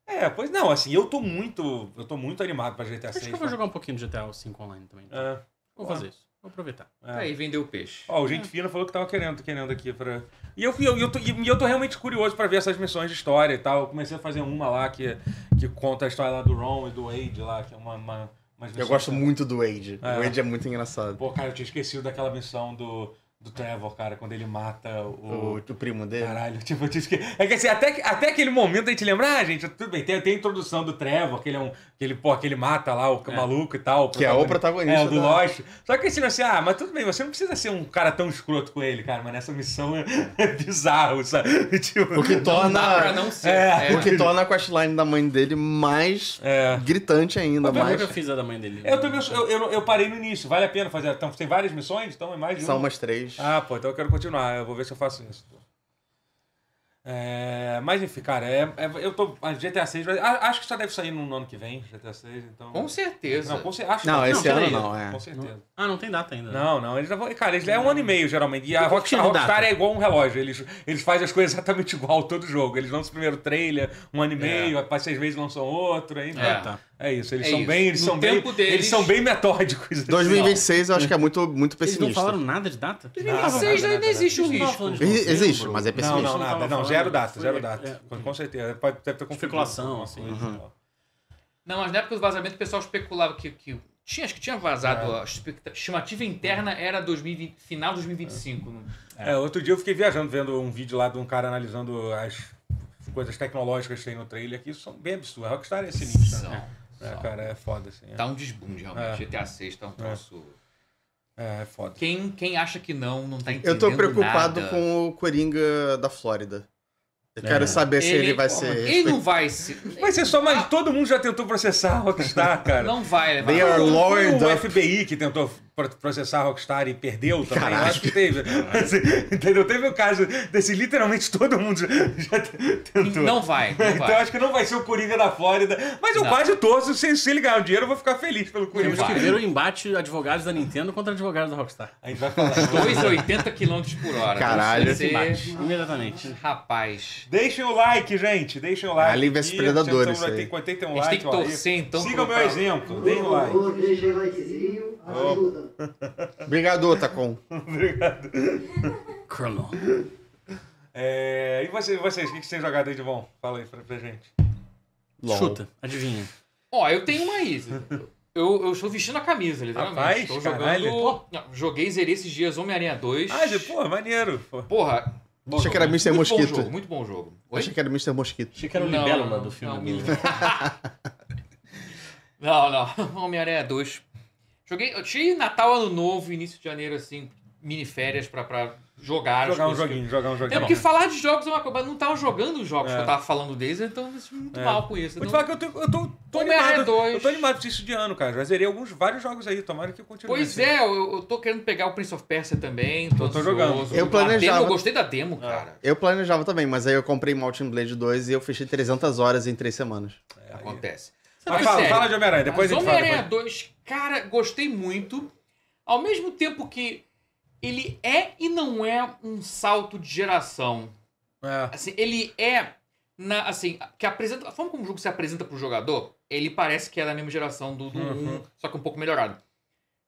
S3: É, pois não, assim, eu tô muito. Eu tô muito animado pra GTA
S4: Acho
S3: 6.
S4: que eu vou jogar um pouquinho de GTA V Online também.
S3: tá? É,
S4: Vou fazer isso. Vou aproveitar.
S1: Tá Aí vendeu o peixe.
S3: Ó, o
S4: É.
S3: gente fina falou que tava querendo, querendo aqui pra. E eu, fui- eu, eu, tô, e eu tô realmente curioso pra ver essas missões de história e tal. Eu comecei a fazer uma lá que, que conta a história lá do Ron e do Wade lá, que é uma. uma umas
S2: Eu
S3: missões-
S2: gosto muito do Wade.
S3: É.
S2: O Wade é muito engraçado.
S3: Pô, cara, eu tinha esquecido daquela missão do, do Trevor, cara, quando ele mata o.
S2: O, o primo dele.
S3: Caralho, tipo, eu tinha esque- É que assim, até, que- até aquele momento a gente lembra, ah, gente, tudo bem, tem, tem a introdução do Trevor, que ele é um. Que ele, pô, que ele mata lá o maluco e tal.
S2: Que é o protagonista né?
S3: É, o do
S2: da-
S3: Lost. Só que assim, assim, ah, mas tudo bem, você não precisa ser um cara tão escroto com ele, cara, mas nessa missão é, é bizarro, sabe? Tipo,
S2: O que
S1: Não dá pra
S2: torna.
S1: não ser.
S3: É.
S2: O que torna a questline da mãe dele mais
S3: É. gritante
S2: ainda,
S4: Mas
S2: mais.
S4: eu fiz a da mãe dele.
S3: Eu, também, eu, eu, eu parei no início, vale a pena fazer. Então, tem várias missões, então é mais de
S2: São
S3: uma.
S2: umas três.
S3: Ah, pô, então eu quero continuar. Eu vou ver se eu faço isso. pô. É, mas enfim, cara, é, é- eu tô. a GTA 6, vai- a- acho que só deve sair no ano que vem, GTA 6, então.
S1: Com certeza.
S3: Não, com cer- acho
S2: Não,
S3: que-
S2: esse
S4: Não,
S2: ano
S4: peraí.
S2: não, é.
S3: Com certeza.
S4: Ah, não tem data ainda.
S3: Não, não, eles já vão. Cara, eles é um ano e meio geralmente. E a
S4: Por que
S3: Rockstar, a
S4: não dá?
S3: Rockstar é igual um relógio. Eles, eles fazem as coisas exatamente igual todo jogo. Eles lançam o primeiro trailer, um ano e meio, aí passa seis meses lançam outro, aí vai.
S1: É.
S4: Tá.
S3: É isso, eles
S1: É
S3: são
S1: isso.
S3: bem. Eles
S1: No
S3: são
S1: tempo
S3: bem.
S1: deles-
S3: Eles são bem metódicos. assim.
S2: 2026 eu acho que é muito, muito
S4: Eles não
S2: pessimista.
S4: falaram nada de data?
S3: Nada, nada,
S1: 2026 ainda
S3: nada,
S1: né? existe o
S4: Eles não
S1: risco.
S4: falaram de
S2: Ex-
S4: novembro.
S2: existe, mas é
S3: Não,
S2: pessimista.
S3: não,
S4: Isso não
S3: nada.
S4: tava
S3: Não,
S4: falando,
S3: zero data,
S4: foi-
S3: zero data.
S4: é.
S3: Com, com certeza. Pode deve ter Uhum. confundido
S4: Especulação,
S3: alguma coisa
S4: assim.
S3: e tal.
S1: Não, mas na época do vazamento o pessoal especulava que, que tinha, acho que tinha vazado.
S3: É.
S1: A expecta- estimativa interna era 2020, final de 2025. não-
S3: É, outro dia eu fiquei viajando, vendo um vídeo lá de um cara analisando as coisas tecnológicas que tem no trailer, que são bem absurdas. A Rockstar é sinistra, né? É, cara, é foda, assim. É,
S1: Tá um desbunde, realmente. GTA 6 tá um troço.
S3: é, é foda.
S1: Quem, quem acha que não, não tá entendendo.
S2: Eu tô preocupado
S1: nada.
S2: com o Coringa da Flórida. Eu quero saber se ele vai ser.
S1: Ele não vai se.
S3: Vai ser só mais... Todo mundo já tentou processar a Rockstar, cara.
S1: Não vai levar.
S2: They are
S3: Foi
S2: Lord
S3: o
S2: of-
S3: FBI que tentou pro- processar a Rockstar e perdeu também.
S2: Caralho.
S3: Eu Acho que teve. Entendeu? Teve o caso desse literalmente todo mundo já- já t- tentou.
S1: Não vai. Não
S3: Então eu
S1: vai.
S3: acho que não vai ser o Coringa da Flórida, mas eu
S1: Não.
S3: quase torço, se, se ele ganhar o dinheiro eu vou ficar feliz pelo
S4: Temos
S3: Coringa.
S4: que
S1: Vai.
S4: ver o embate advogados da Nintendo contra advogados da Rockstar.
S3: A gente vai falar.
S1: 2 a 80 km por hora.
S2: Caralho.
S1: Você-
S4: Embate, imediatamente.
S1: Rapaz.
S3: Deixem o like, gente. Deixem o like.
S2: Ali vs
S3: aqui,
S2: Predadores,
S3: tentamos-
S2: isso aí.
S3: Tem 41
S1: A gente tem
S3: likes.
S1: que torcer, então,
S3: Siga o
S1: pro-
S3: meu exemplo. Deem o like.
S6: Ô, Deixa o likezinho, ajuda.
S2: Obrigado, Otacon.
S3: Obrigado.
S4: Colonel.
S3: É, e vocês, vocês, o que que vocês jogaram aí de bom? Fala aí pra, pra gente.
S2: LOL.
S4: Chuta, adivinha.
S1: Ó, eu tenho uma aí. Eu, eu estou vestindo a camisa, literalmente.
S3: Rapaz,
S1: estou
S3: caralho.
S1: jogando. Não, joguei, zerei esses dias Homem-Aranha 2.
S3: Ah, de- pô, maneiro. Pô.
S1: Porra. bom
S2: Achei que era
S1: jogo.
S2: Mr.
S1: Muito
S2: é Mosquito.
S1: Bom jogo, muito bom jogo. Oi?
S2: Achei que era o Mr. Mosquito.
S4: Achei que era o
S1: Não,
S4: Libélula do
S1: não,
S4: filme.
S1: não,
S4: do-
S1: Não, não. Homem-Aranha 2. Joguei. Eu tinha Natal, Ano Novo, início de janeiro, assim, mini férias pra, pra jogar. as
S3: Jogar um
S1: coisas que eu-
S3: joguinho, jogar um
S1: É
S3: joguinho.
S1: porque falar de jogos é uma coisa, mas não estavam jogando os jogos que eu tava falando deles, então eu fico muito
S3: É.
S1: mal com isso.
S3: Vou te
S1: Então,
S3: falar que eu tô, eu tô, tô
S1: Homem-Aranha
S3: animado.
S1: dois.
S3: Eu tô animado pra isso de ano, cara. Já zerei alguns, vários jogos aí. Tomara que eu continue.
S1: Pois
S3: assim.
S1: é, eu, eu tô querendo pegar o Prince of Persia também. Tô,
S3: Eu tô
S1: ansioso.
S3: jogando. Ah,
S2: Eu
S1: A
S2: planejava-
S1: demo, eu gostei da demo, cara.
S2: Eu planejava também, mas aí eu comprei Mountain Blade 2 e eu fechei 300 horas em 3 semanas.
S3: é,
S1: Acontece.
S3: Mas
S1: Mas
S3: fala,
S1: sério.
S3: fala de Homem-Aranha, depois a
S1: tá Mas
S3: gente fala.
S1: Homem-Aranha
S3: depois.
S1: 2, cara, gostei muito. Ao mesmo tempo que ele é e não é um salto de geração.
S3: É.
S1: Assim, ele é. Na, assim, que apresenta, a forma como o jogo se apresenta pro jogador, ele parece que é da mesma geração do, do
S3: Uhum.
S1: 1, só que um pouco melhorado.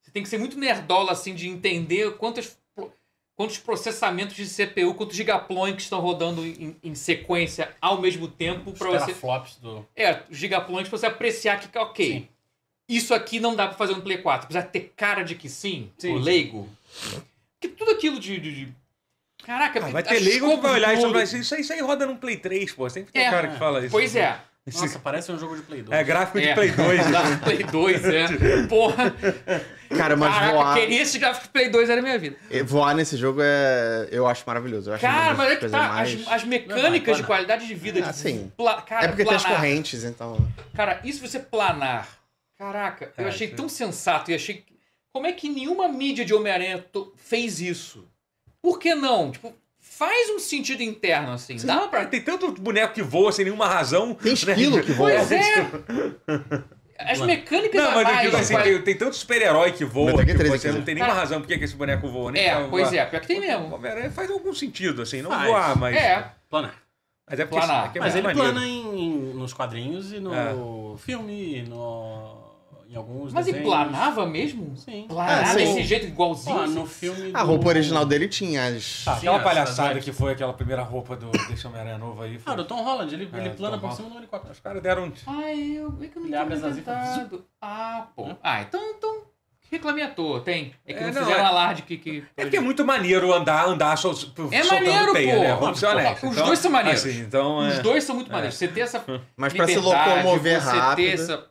S1: Você tem que ser muito nerdola, assim, de entender quantas, pro- quantos processamentos de CPU, quantos gigaplons que estão rodando em, em sequência ao mesmo tempo
S4: Os
S1: pra você.
S4: teraflops do...
S1: É, os gigaplons pra você apreciar que, ok,
S4: Sim.
S1: isso aqui não dá pra fazer no Play 4. Precisa ter cara de que sim,
S4: Sim.
S1: o leigo. Porque tudo aquilo de. de- de- Caraca,
S3: Ah, vai
S1: as
S3: ter leigo que vai olhar isso e vai
S1: escovas tá de
S3: assim, isso aí, isso aí roda num Play 3, pô. Sempre tem
S1: É.
S3: cara que fala
S1: ouro.
S3: isso.
S1: Pois é.
S3: Esse-
S4: Nossa, parece um jogo de Play 2.
S3: é gráfico de
S1: É.
S3: Play 2.
S1: Gráfico Play 2, é. Porra,
S3: É
S2: Cara, mas
S1: caraca,
S2: voar,
S1: queria esse gráfico de Play 2 era a minha vida.
S2: eh, voar nesse jogo é. Eu acho maravilhoso. Eu acho
S1: Cara,
S2: uma
S1: mas é que tá
S2: coisa
S1: tá.
S2: mais-
S1: As, as mecânicas de qualidade de vida.
S2: Ah,
S1: de,
S2: sim.
S1: pla- cara,
S2: É porque tem as
S1: planar.
S2: correntes, então.
S1: Cara, isso você planar. Caraca, eu
S3: É,
S1: achei
S3: isso-
S1: tão sensato e achei. que- Como é que nenhuma mídia de Homem-Aranha to- fez isso? Por que não? Tipo, faz um sentido interno assim. Dá
S3: Cara,
S1: pra.
S3: Tem tanto boneco que voa sem nenhuma razão. né?
S2: Tem esquilo que voa.
S1: Pois é! As mecânicas
S3: Não, mas eu digo
S1: abaixo,
S3: assim,
S1: qual-
S3: tem, tem tanto super-herói que voa
S2: Metal Gear
S3: que você
S2: 3,
S3: não
S2: inclusive.
S3: tem nenhuma razão por que que esse boneco voa. né? Nem
S1: Tá. É,
S3: pra-
S1: pois é, pior que tem mesmo.
S3: O Homem-Aranha faz algum sentido, assim, não
S4: Faz.
S3: voar, mas...
S1: É,
S4: Planar.
S3: Mas é porque
S1: Planar.
S3: isso aqui é
S4: Mas
S3: muito
S4: ele
S3: maneiro. É.
S4: plana em, em- nos quadrinhos e no filme, e no, em alguns
S1: mas e
S4: desenhos.
S1: planava mesmo?
S4: Sim.
S1: Planar
S2: Ah, sim.
S1: desse jeito igualzinho?
S4: Ó, no filme
S2: A
S4: do-
S2: roupa original dele tinha as.
S3: Ah,
S1: Tá.
S4: Sim,
S3: aquela
S4: essa
S3: palhaçada
S4: daí.
S3: que foi aquela primeira roupa do desse Homem-Aranha novo aí. Foi...
S4: Ah, do Tom Holland. Ele,
S3: É,
S4: ele
S3: do
S4: plana
S3: Tom
S4: por
S3: Holland.
S4: cima do helicóptero.
S3: Os caras deram um...
S1: Ah, eu, é que eu não
S4: Ele
S1: tinha
S4: abre as asas e faz-
S1: apresentado. Ah, pô. Ah, então, então reclamei à toa, tem. É que
S3: É,
S1: não,
S3: não,
S1: fizeram
S3: é-
S1: alarde que... que...
S3: É porque é muito maneiro andar, andar sol,
S1: É
S3: soltando
S1: maneiro,
S3: teia,
S1: pô.
S3: né? Vamos ser honestos.
S1: Os dois são maneiros.
S3: Assim, então, é...
S1: Os dois são muito maneiros. Você ter essa
S2: Mas pra se
S1: liberdade,
S2: locomover
S1: você ter
S2: rápido.
S1: essa-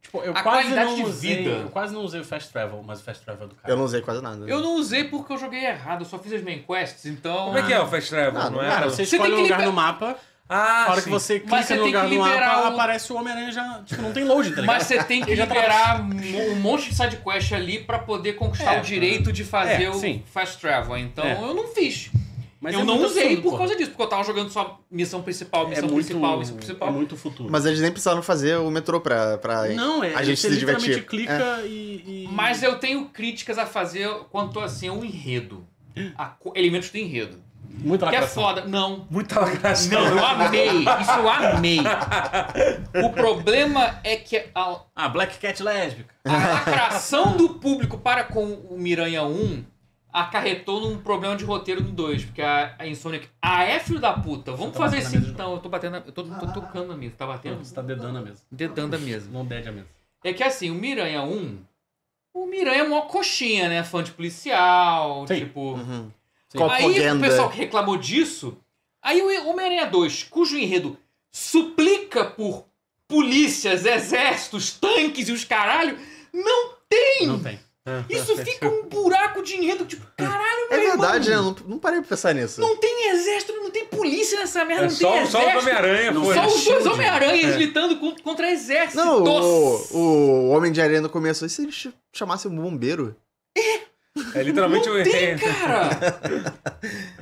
S4: Tipo, eu
S1: A
S4: quase
S1: qualidade
S4: não
S1: de
S4: usei,
S1: vida.
S4: Eu quase não usei o Fast Travel, mas o Fast Travel é do cara.
S2: Eu não usei quase nada.
S1: Eu não usei porque eu joguei errado, eu só fiz as main quests, então...
S3: Como é que é o Fast Travel?
S2: Ah,
S3: não é?
S4: Cara, você,
S1: Você
S4: escolhe
S1: tem
S4: o
S1: que
S4: lugar
S1: liber-
S4: no mapa,
S3: Ah,
S4: na hora que
S3: sim.
S4: você clica
S1: Mas você
S4: no
S1: tem que
S4: lugar no mapa,
S1: liberar o-
S4: aparece o Homem-Aranha já... Tipo, não tem load, tá ligado?
S1: Mas você tem que liberar um monte de sidequest ali pra poder conquistar
S4: É,
S1: o direito de fazer
S4: é,
S1: o
S4: sim.
S1: fast travel. Então
S4: É.
S1: eu não fiz.
S4: Mas
S1: eu
S4: é
S1: não
S4: muito
S1: usei
S4: absurdo,
S1: por
S4: porra.
S1: causa disso, porque eu tava jogando só missão principal,
S4: É
S1: missão
S4: muito,
S1: principal, missão principal.
S4: é muito futuro.
S2: Mas eles nem precisaram fazer o metrô pra, pra
S4: não, é,
S2: a gente
S4: você
S2: se
S4: literalmente
S2: divertir. É.
S4: clica e, e-
S1: Mas eu tenho críticas a fazer quanto assim ao enredo. A co- elementos do enredo.
S4: Muito
S1: Que é
S4: lacração.
S1: foda. Não,
S3: Muita lacração.
S1: Não, eu amei. Isso eu amei. O problema é que a,
S4: Ah, Black Cat lésbica.
S1: a lacração do público para com o Miranha 1 acarretou num problema de roteiro no 2, porque a, a Insomniac. Ah, é filho da puta, vamos
S4: Você tá
S1: fazer
S4: batendo
S1: assim
S4: na mesa de
S1: então. Eu tô batendo, na- eu tô, tô tocando na mesa, tá batendo,
S4: Você tá dedando a mesa.
S1: dedando a mesa.
S4: Não dede a mesa.
S1: É que assim, o Miranha 1, o Miranha é uma coxinha, né? Fã de policial,
S4: Sim.
S1: tipo.
S2: Uhum. é.
S4: Sim.
S1: Aí o
S2: Propaganda.
S1: pessoal que reclamou disso, aí o Homem-Aranha 2, cujo enredo suplica por polícias, exércitos, tanques e os caralho, não,
S4: Não tem.
S1: isso fica um buraco de enredo, tipo, caralho,
S2: É
S1: Meu
S2: verdade, né? Eu Não, não parei pra pensar nisso.
S1: não tem exército, não tem polícia nessa merda,
S3: É
S1: não
S3: só,
S1: tem
S3: só o
S1: exército.
S3: Homem-Aranha,
S4: Não,
S3: pô.
S1: só os dois
S4: Shield.
S1: Homem-Aranhas
S3: É.
S1: lutando con- contra exércitos.
S2: Não, o, o Homem de Areia no começo, e se eles ch- chamassem um bombeiro?
S3: É literalmente
S1: Não
S3: o
S1: tem, cara!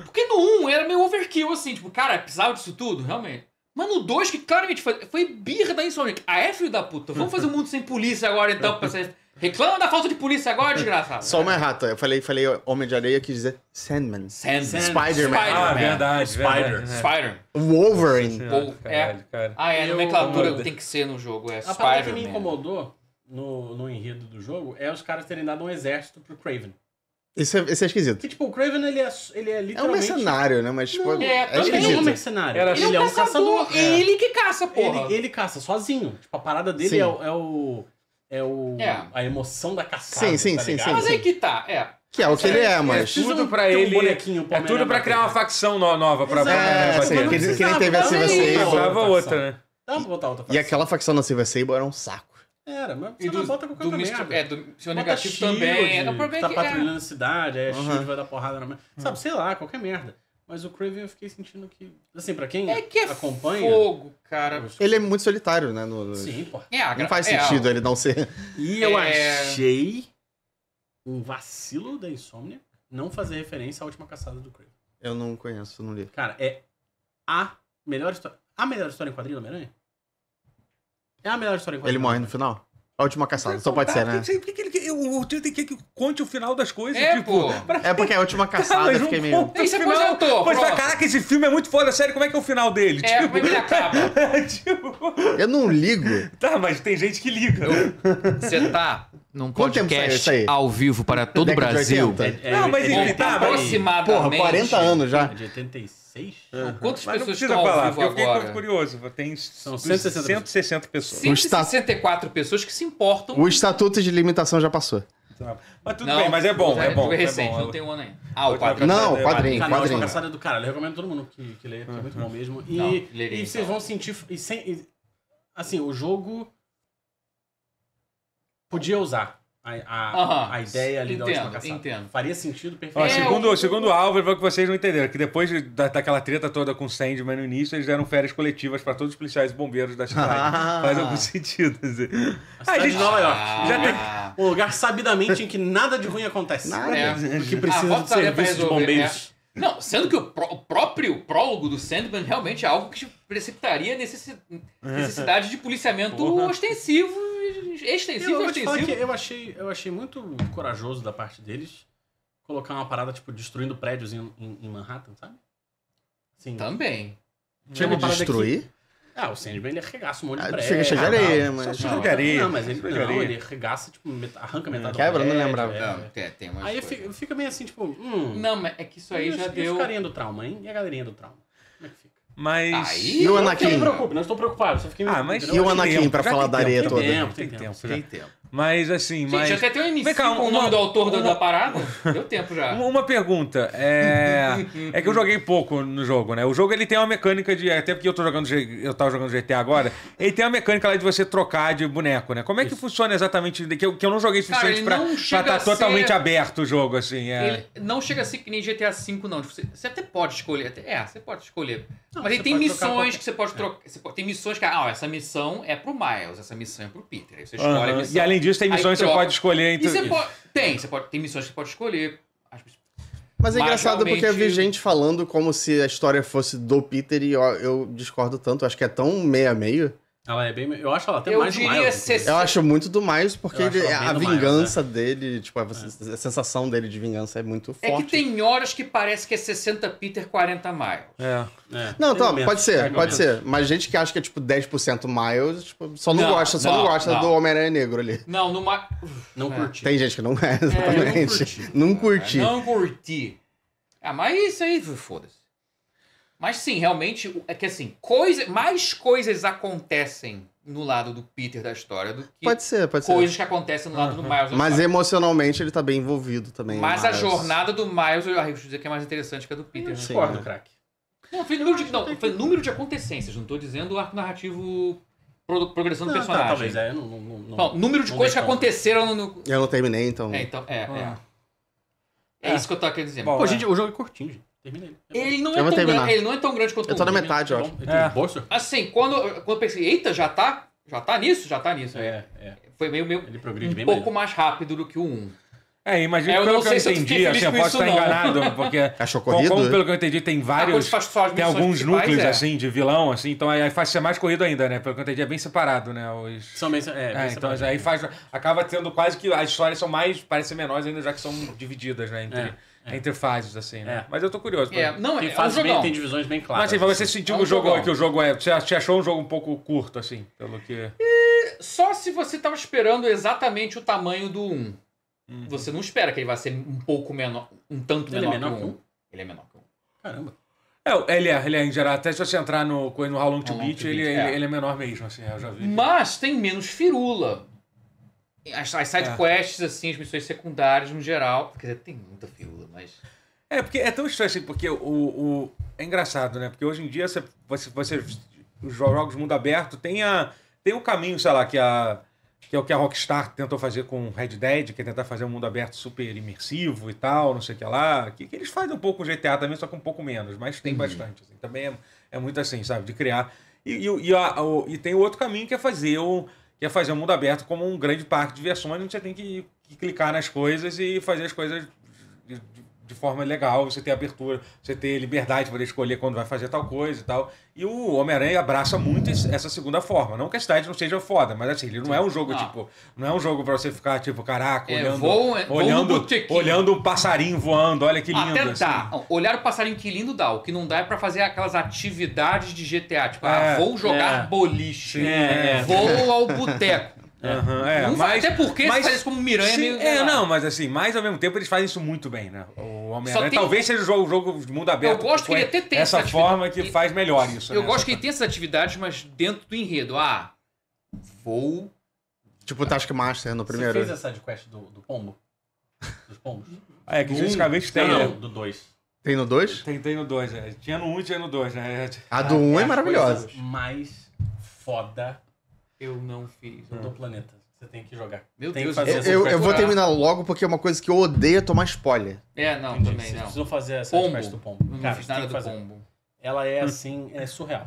S1: Porque no 1 era meio overkill, assim, tipo, cara, precisava disso tudo, realmente. Mas no 2, que claramente foi, foi birra da Insomniac. Ah, é, filho da puta? Vamos fazer um mundo sem polícia agora, então, pra você... Reclama da falta de polícia agora, desgraçado.
S2: Só uma errata. Eu falei, falei Homem de Areia, quis dizer Sandman.
S1: Sand-
S2: Spider-Man. É,
S3: Ah,
S1: Spider-Man.
S3: verdade,
S4: Spider.
S3: verdade. né?
S1: Spider.
S2: Wolverine.
S1: Ou-
S3: Caralho, cara.
S1: Ah, é, a
S4: Eu-
S1: nomenclatura tem que ser no jogo, é
S4: A parada que me
S1: Spider-Man.
S4: incomodou no, no enredo do jogo é os caras terem dado um exército pro Craven.
S2: Isso é, isso é esquisito.
S4: Que tipo, o Craven ele é, ele é
S2: É um
S4: literalmente.
S2: mercenário, né? Mas, tipo,
S4: Não,
S2: é,
S1: é, também
S4: Ele é um
S2: esquisito.
S4: mercenário.
S3: Era-
S4: Ele, é um caçador.
S1: É ele que caça, porra.
S4: Ele, ele caça sozinho. Tipo, a parada dele
S2: Sim.
S4: é, o- é o. É o.
S1: É.
S4: A emoção da caçada.
S2: Sim, sim,
S4: tá
S2: sim,
S4: ligado?
S1: Mas
S2: sim,
S1: aí que tá, é.
S2: Que é o que ele é, mas...
S3: tudo
S4: Precisam
S3: pra
S4: ter um
S3: ele-
S4: bonequinho
S3: É
S4: Homem-Aranha
S3: tudo pra criar uma
S4: frente.
S3: facção no- nova pra
S2: É,
S3: pra- pra
S2: sim,
S3: bater.
S2: que- que nem teve a
S4: precisava,
S2: Silver Sable.
S4: dá pra botar
S3: Precisava
S4: outra
S3: outra,
S4: facção.
S3: né?
S4: Dá pra botar outra
S2: E
S4: facção.
S2: aquela facção da Silver Sable era um saco.
S4: Era, mas você
S1: E do,
S4: não bota qualquer
S1: do
S4: outra
S1: Mr.
S4: merda.
S1: É, do seu
S4: Bota
S1: negativo
S4: Shield,
S1: também. É, o
S4: que
S1: problema
S4: tá
S1: é que é.
S4: patrulhando a cidade, é,
S2: Aham.
S4: Shield vai dar porrada na mão. Sabe, sei lá, qualquer merda. Mas o Craven eu fiquei sentindo que. Assim, pra quem
S1: É que é
S4: acompanha.
S1: fogo, cara.
S4: os-
S2: Ele é muito solitário, né? No,
S4: Sim, porra.
S1: É, a gra-
S2: Não faz
S1: é,
S2: sentido ele não ser...
S4: E eu
S1: É.
S4: achei um vacilo da Insônia não fazer referência à última caçada do Craven.
S2: Eu não conheço, não li.
S4: Cara, é a melhor história. A melhor história em quadrinho do Homem-Aranha? É a melhor história em quadrinho.
S2: Ele morre no final? A última caçada, só pode ser, né?
S3: Por Tá, que, que ele, o Tio tem que, que conte o final das coisas,
S1: É,
S3: tipo.
S1: pô.
S3: pra- um
S2: É porque a última caçada eu fiquei meio...
S1: Ele se aposentou,
S3: é Pois
S1: pronto.
S3: caraca, esse filme é muito foda, sério, como é que é o final dele?
S1: É, como é que ele acaba?
S3: tipo,
S2: Eu não ligo.
S3: tá, mas tem gente que liga.
S1: Você tá num
S2: Quanto tempo saiu isso
S1: podcast
S2: aí?
S1: ao vivo para todo o
S2: Década de
S1: Brasil.
S2: 80?
S4: É, é,
S3: Não, mas
S4: é de
S3: enfim,
S1: Bom,
S3: tá,
S4: 80 e-
S1: aproximadamente.
S2: Porra, 40 anos já.
S4: É de 86?
S2: É.
S1: Quantas
S3: Mas não
S1: pessoas
S3: precisa
S1: estão ao
S3: falar,
S1: vivo
S3: porque eu fiquei
S1: agora?
S3: curioso. Tem São
S4: 160 pessoas.
S3: 160 pessoas.
S1: 164 pessoas que se importam.
S2: O estatuto de limitação já passou.
S3: Tá, Mas tudo bem, mas é bom, é bom.
S1: É recente,
S3: é bom.
S1: não tem um ano ainda. Ah, o
S3: Outra
S1: quadro.
S2: Não,
S3: é-
S2: quadrinho,
S4: Cara, não, a última
S2: quadrinho.
S4: caçada do cara. Eu recomendo todo mundo que, que leia, porque é muito bom mesmo. E,
S1: Não,
S4: e
S1: leria,
S4: vocês
S1: então.
S4: vão sentir. E sem, e- assim, o jogo podia usar a, a,
S1: Aham.
S4: a ideia ali da última
S1: Entendo,
S4: caçada.
S1: entendo.
S4: Faria sentido
S3: Ó,
S1: É,
S4: perfeitamente.
S3: segundo,
S1: o-
S3: segundo o Álvaro, foi o que vocês não entenderam, é que depois de- da, daquela treta toda com o Sandman no início, eles deram férias coletivas pra todos os policiais e bombeiros da cidade.
S2: Ah.
S3: Faz algum sentido. quer dizer. Ah,
S4: a cidade
S3: a
S4: de
S3: gente-
S4: Nova York.
S3: já tem-
S1: Ah,
S4: Um lugar sabidamente em que nada de ruim acontece.
S2: Nada.
S1: é.
S4: O que
S1: Ah,
S4: precisa
S1: volta
S4: de
S1: a ler pra
S4: serviço de
S1: resolver, né?
S4: bombeiros.
S1: Não, sendo que o, pró- o próprio prólogo do Sandman realmente é algo que precipitaria necessi- necessidade de policiamento
S3: Porra.
S1: ostensivo, extensivo,
S4: Eu, vou te falar
S1: ostensivo.
S4: que eu achei, eu achei muito corajoso da parte deles colocar uma parada, tipo, destruindo prédios em, em- em Manhattan, sabe? Assim, Sim.
S1: Também.
S4: Tinha
S2: Chega de destruir?
S4: Ah, o Sandman ele arregaça um monte de
S2: Ah,
S4: prédio.
S2: chega cheio de
S4: Ah, não.
S2: areia,
S4: Só
S2: né? mas-
S4: chega
S1: Não,
S4: de areia. Não, mas ele,
S3: chega de
S4: não,
S3: areia.
S4: ele arregaça, tipo, meta- arranca metade
S2: Quebra,
S4: do
S2: não
S4: prédio,
S2: lembrava.
S4: é.
S1: Não, tem, tem umas
S4: Aí
S1: coisas.
S4: fica, fica meio assim, tipo, hum...
S1: Não, mas é que isso aí
S4: e os-
S1: já
S4: e
S1: deu.
S4: os carinha do trauma, hein? E a galerinha do trauma? Como é que fica?
S3: Mas.
S1: Aí
S2: E o
S4: Não, Não
S2: Anakin?
S4: me preocupe, não estou preocupado. Só fiquei...
S3: Ah, mas.
S4: entendeu?
S2: E o
S3: tem
S2: Anakin
S3: tempo,
S2: pra
S3: já
S2: falar
S3: tem
S2: da
S3: tempo,
S2: areia
S3: tem
S2: toda?
S3: tempo, Tem
S4: Tem
S3: tempo.
S4: tempo,
S3: já.
S1: Tem tempo.
S3: Mas assim,
S1: Gente,
S3: mas.
S1: até tem um início
S3: Vem cá,
S1: com o
S3: uma-
S1: nome do autor da-
S3: uma-
S1: da parada. Deu tempo já.
S3: Uma uma pergunta. É... é que eu joguei pouco no jogo, né? O jogo ele tem uma mecânica de. Até porque eu tô jogando. G- Eu tava jogando GTA agora. Ele tem uma mecânica lá de você trocar de boneco, né? Como é que funciona exatamente? Que eu, que eu não joguei suficiente
S1: ele
S3: pra
S1: não
S3: estar
S1: chega a ser-
S3: totalmente aberto o jogo, assim. É.
S1: Ele não chega assim que nem GTA V, não. Tipo, Você, você até pode escolher. até- é, você pode escolher.
S4: Não,
S1: Mas aí
S4: você
S1: tem
S4: pode
S1: missões
S4: trocar qualquer-
S1: que você pode trocar. Você pode- tem missões que. Ah, essa missão é pro Miles, essa missão é pro Peter. Aí você escolhe a
S3: Aham.
S1: missão.
S3: E além disso, tem
S1: Aí
S3: missões que você
S1: troca. é
S3: pode escolher
S1: E
S3: entre.
S1: você pode. Tem, você pode. Tem missões que você pode escolher. Acho que-
S2: Mas é
S1: Mas
S2: engraçado porque eu vi
S1: realmente-
S2: gente falando como se a história fosse do Peter e ó, eu discordo tanto. Acho que é tão meio a meio.
S4: Ela é bem. Eu acho ela até
S1: Eu
S4: mais
S1: diria
S4: Miles,
S1: ser-
S4: inclusive.
S2: Eu acho muito do Miles, porque
S4: Eu acho
S2: ele-
S4: ela bem
S2: a
S4: do Miles,
S2: vingança dele, tipo, a, a sensação dele de vingança é muito
S1: É
S2: forte.
S1: que tem horas que parece que é 60 Peter, 40 Miles.
S4: É,
S2: Não,
S4: tem
S2: tá,
S4: momentos,
S2: pode ser,
S4: tem
S2: pode
S4: momentos.
S2: ser. Mas gente que acha que é tipo 10% Miles, tipo, só não,
S1: Não,
S2: gosta, só não,
S1: não,
S2: gosta
S1: não.
S2: do Homem-Aranha Negro ali.
S1: Não, numa...
S4: Não curti.
S2: Tem gente que não é,
S1: eu não
S2: exatamente.
S4: curti.
S2: não curti.
S1: Não curti. Ah, mas isso aí, foda-se. Mas sim, realmente, o- é que assim, coisa, mais coisas acontecem no lado do Peter da história do que
S2: Pode ser, pode
S1: coisas que acontecem no lado do Miles.
S2: ser.
S1: da
S2: Mas
S1: história.
S2: emocionalmente ele tá bem envolvido também.
S1: mas a
S2: Miles.
S1: jornada do Miles, eu arrisco dizer que é mais interessante que a do Peter. né?
S2: Sim.
S4: Discordo, craque.
S1: Não, foi número de, não, foi número de acontecessências, não tô dizendo o arco narrativo pro, progressando
S4: Não,
S1: do
S4: tá,
S1: personagem.
S4: talvez, é. Não, não, não, não.
S1: Não, número de
S4: Não
S1: coisas que
S4: dei conta.
S1: aconteceram no.
S2: Eu não terminei, então.
S1: É, então, é, é.
S3: Ah.
S1: É isso que eu tô querendo dizer.
S3: Bom, né?
S4: Pô, gente, o jogo é curtinho, gente. Termina ele. É bom.
S1: Ele não,
S2: Eu
S1: é
S2: vou
S1: tão
S2: terminar.
S1: grande, ele não é tão grande quanto
S2: Eu tô
S1: o
S2: na
S1: um.
S2: metade,
S4: É
S2: eu
S4: bom.
S2: acho.
S4: Ele tem
S3: É.
S4: um bolso?
S1: Assim, quando, quando eu pensei, eita, já tá? Já tá nisso? Já tá nisso.
S4: É, é.
S1: Foi meio, meio
S4: Ele progride
S1: um
S4: bem
S1: pouco mais rápido do que o 1.
S3: É, imagina
S1: É, eu
S3: pelo
S1: não
S3: que
S1: sei
S3: eu
S1: se eu fiquei
S3: entendi,
S1: feliz
S3: assim, eu
S1: com
S3: posso
S1: isso,
S3: estar
S1: não. Tá
S3: enganado, porque.
S2: Achou
S3: Como,
S2: corrido?
S3: como pelo que eu entendi, tem vários.
S1: Ah, faz só as
S3: Tem
S1: missões
S3: alguns
S1: principais,
S3: núcleos,
S1: é.
S3: assim, de vilão, assim, então aí aí faz ser mais corrido ainda, né? Pelo que eu entendi, é bem separado, né? Os...
S4: São bem, é, bem
S3: É, então
S4: separados.
S3: aí faz. Acaba sendo quase que as histórias são mais. parecem menores ainda, já que são divididas, né? Entre,
S4: É, é.
S3: entre fases, assim, né?
S4: É.
S3: Mas eu tô curioso. pra-
S1: É, não, é,
S4: Tem
S1: é um
S4: fases bem,
S1: jogão.
S4: tem divisões bem claras.
S3: Mas assim, pra você sentiu
S1: É um
S3: o jogo
S1: jogão.
S3: que o jogo é. Você você achou um jogo um pouco curto, assim, pelo que.
S1: Só se você tava esperando exatamente o tamanho do 1.
S3: Uhum.
S1: Você não espera que ele vai ser um pouco menor, um tanto
S4: Ele é
S1: menor,
S4: menor
S1: que
S4: que
S1: o
S4: o
S1: 1. Ele é menor que o 1.
S4: Caramba.
S3: É, ele é, ele é em geral. Até se você entrar no, coisa no How Long to
S1: How Long
S3: Beat,
S1: to
S3: ele,
S1: Beat,
S3: ele-
S1: é.
S3: ele é menor mesmo, assim, eu já vi.
S1: Mas tem menos firula. As, as side
S3: É.
S1: quests, assim, as missões secundárias no geral. Quer dizer, tem muita firula, mas.
S3: É, porque é tão estranho assim, porque o, o- É engraçado, né? Porque hoje em dia você, você, você- os jogos mundo aberto tem a. Tem um caminho, sei lá, que a. Que é o que a Rockstar tentou fazer com Red Dead, que é tentar fazer um mundo aberto super imersivo e tal, não sei o que lá. Que, que eles fazem um pouco o GTA também, só que um pouco menos, mas tem bastante. assim. Também é, é muito assim, sabe? De criar. E, e, o- e a- o- e tem outro caminho que é fazer o. Que é fazer o mundo aberto como um grande parque de diversões, onde você tem que, que clicar nas coisas e fazer as coisas de, de forma legal, você ter abertura, você ter liberdade para poder escolher quando vai fazer tal coisa e tal. E o Homem-Aranha abraça muito esse- essa segunda forma. Não que a cidade não seja foda, mas assim, ele não é um jogo,
S1: Ah.
S3: tipo, não é um jogo para você ficar, tipo, caraca,
S1: É,
S3: olhando.
S1: vou- é, vou no
S3: olhando,
S1: botequinho.
S3: olhando um passarinho voando, olha que lindo.
S1: Até
S3: assim.
S1: dá. Ah, Olhar o passarinho que lindo dá. O que não dá é pra fazer aquelas atividades de GTA. Tipo, ah,
S3: É,
S1: vou jogar
S4: é.
S1: boliche.
S4: É, é.
S1: Vou ao boteco.
S3: Aham, é,
S1: Não vai-
S3: mas-
S1: até porque
S3: mas-
S1: se faz isso como Miranha
S3: Sim,
S1: é meio.
S3: é, não, mas assim, mas ao mesmo tempo eles fazem isso muito bem, né? O Homem-Aranha
S1: tem- um-
S3: talvez seja o jogo, o jogo de mundo aberto.
S1: gosto que
S3: foi
S1: ele até tenha
S3: Essa
S1: essa
S3: forma que
S1: atividade.
S3: faz melhor isso.
S1: Eu
S3: né?
S1: gosto que ele tem essas atividades, mas dentro do enredo. Ah, vou.
S2: Tipo o Taskmaster no
S4: Você fez
S2: primeiro. né?
S4: essa de quest do, do pombo? Dos pombos?
S3: É, que
S4: Do um?
S3: juridicamente tem,
S4: Não,
S3: né?
S4: não, do dois.
S2: Tem no 2?
S3: Tem, tem no 2, é. Tinha no 1 um, e tinha no 2, né?
S2: A do 1 um é,
S4: as
S2: maravilhosa.
S4: coisas mais foda
S1: Eu não fiz.
S2: Hum.
S4: do planeta. Você tem que jogar.
S1: Meu
S4: Tem
S1: Deus,
S4: que fazer
S1: do
S4: essa
S1: céu.
S2: Eu, eu vou
S4: procurar.
S2: terminar logo porque é uma coisa que eu odeio é tomar spoiler.
S1: É, não,
S4: Entendi.
S1: também
S4: Vocês
S1: não.
S4: precisam fazer essa
S1: Pombo.
S4: quest do pombo.
S1: Não
S4: Cara,
S1: fiz
S4: você tem
S1: nada
S4: que
S1: do
S4: fazer.
S1: combo.
S4: Ela
S2: Hum.
S4: é assim, é surreal.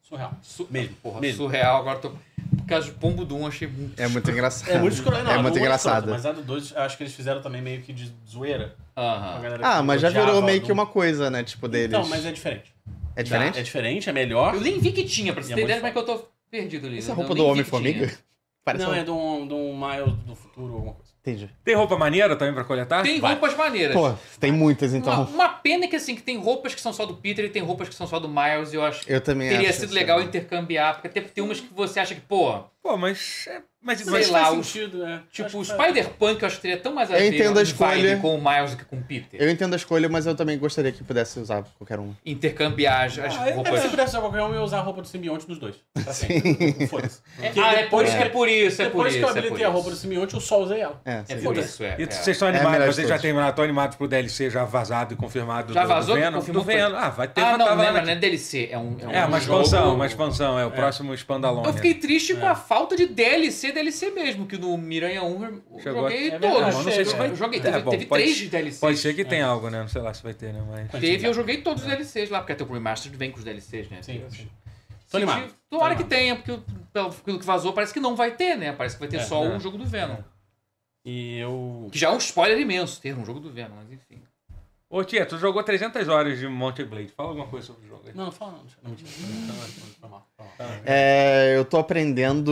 S4: Surreal.
S1: Su-
S4: Mesmo,
S1: Porra,
S4: mesmo.
S1: surreal. Agora tô. Por causa do pombo do 1, achei muito.
S2: É muito engraçado.
S4: É muito escroto, não.
S2: É
S4: a do
S2: muito
S4: um
S2: engraçado.
S4: escroto, mas a do 2, acho que eles fizeram também meio que de zoeira. com a
S1: Aham.
S4: galera
S2: Ah,
S4: que
S2: mas já
S4: odiava
S2: virou
S4: a
S2: meio
S4: do-
S2: que uma coisa, né? Tipo, deles.
S4: Então, mas é diferente.
S2: É diferente?
S4: É diferente, é melhor.
S1: Eu nem vi que tinha, pra você
S4: E é
S1: ter
S4: muito
S1: ideia como é que eu tô perdido ali. né?
S2: Essa
S1: Eu
S2: roupa
S1: nem
S2: do
S1: vi que
S2: Homem-Formiga?
S1: tinha.
S2: Parece
S4: não,
S2: um...
S4: é de um, de um Miles do futuro, alguma coisa.
S2: Entendi.
S3: Tem roupa maneira também pra coletar?
S1: Tem
S4: Vai.
S1: roupas maneiras.
S2: Pô, tem muitas, Ah, então.
S1: Uma, uma pena que assim, que tem roupas que são só do Peter e tem roupas que são só do Miles, e eu acho que
S2: Eu também
S1: teria
S2: acho
S1: sido
S2: isso,
S1: legal
S2: né?
S1: intercambiar, porque até tem umas que você acha que, pô,
S3: Pô, mas. é- mas,
S1: Sei
S3: mas
S1: lá,
S4: faz
S1: o-
S4: sentido, é. Acho
S1: tipo,
S4: que
S1: o
S4: faz.
S1: Spider-Punk eu acho que teria tão mais a
S2: Eu
S1: ver
S2: entendo a
S1: em vibe
S2: escolha.
S1: com o Miles do que com o Peter.
S2: Eu entendo a escolha, mas eu também gostaria que pudesse usar qualquer um.
S1: Intercambiar as, as
S3: Ah, é-
S4: É,
S1: roupas.
S4: se eu pudesse usar qualquer um, eu ia usar a roupa do simbionte nos dois. Pra sempre. Foda-se.
S1: É-
S4: Porque
S1: ah, é por
S4: depois
S1: isso que é por isso, é por
S4: Depois
S1: isso.
S4: que eu
S1: é por
S4: habilitei a
S1: isso.
S4: roupa do simbionte, eu só usei ela.
S2: É,
S1: É
S2: sei.
S1: por
S4: Foda-se.
S1: isso, é.
S3: E
S1: é.
S3: vocês estão
S2: a melhor
S3: animados,
S2: de
S3: vocês já
S2: todas.
S3: terminaram, estão animados pro DLC já vazado e confirmado
S1: Já
S3: do,
S1: vazou?
S3: do Venom?
S1: Confirmou
S3: Do Venom, ah, vai ter
S1: Ah,
S3: uma
S1: não,
S3: tava-
S1: lembra, né? DLC. É, um, é, um
S3: É, uma
S1: jogo-
S3: expansão, uma expansão, é o próximo Spandalone.
S4: né?
S1: Eu fiquei triste
S4: É.
S1: com a falta de DLC, DLC mesmo, que no Miranha 1 eu
S3: Chegou
S1: joguei
S4: a- É verdade,
S1: todos.
S4: mas não sei se
S1: Eu
S4: vai-
S1: joguei,
S3: É,
S1: teve,
S3: bom,
S1: teve
S3: pode-
S1: três DLCs.
S3: Pode ser que tenha algo, né? Não sei lá se vai ter, né? Mas...
S1: Teve, eu joguei todos
S3: É.
S1: os DLCs lá, porque até o Remastered vem com os DLCs, né?
S4: Sim,
S1: Senti-
S4: sim. Tô animado.
S1: Tomara
S4: Tô
S1: que tenha, porque pelo pelo que vazou, parece que não vai ter, né? Parece que vai ter
S4: É,
S1: só
S3: é.
S1: o jogo do Venom.
S4: E eu.
S1: Que já é um spoiler imenso ter um jogo do Venom, mas enfim.
S3: Ô, Tia, tu jogou 300 horas de Monte Blade. Fala alguma coisa sobre o jogo. aí.
S4: Não, não fala não. Não, mentira. Foi mal, foi mal.
S2: É, eu tô aprendendo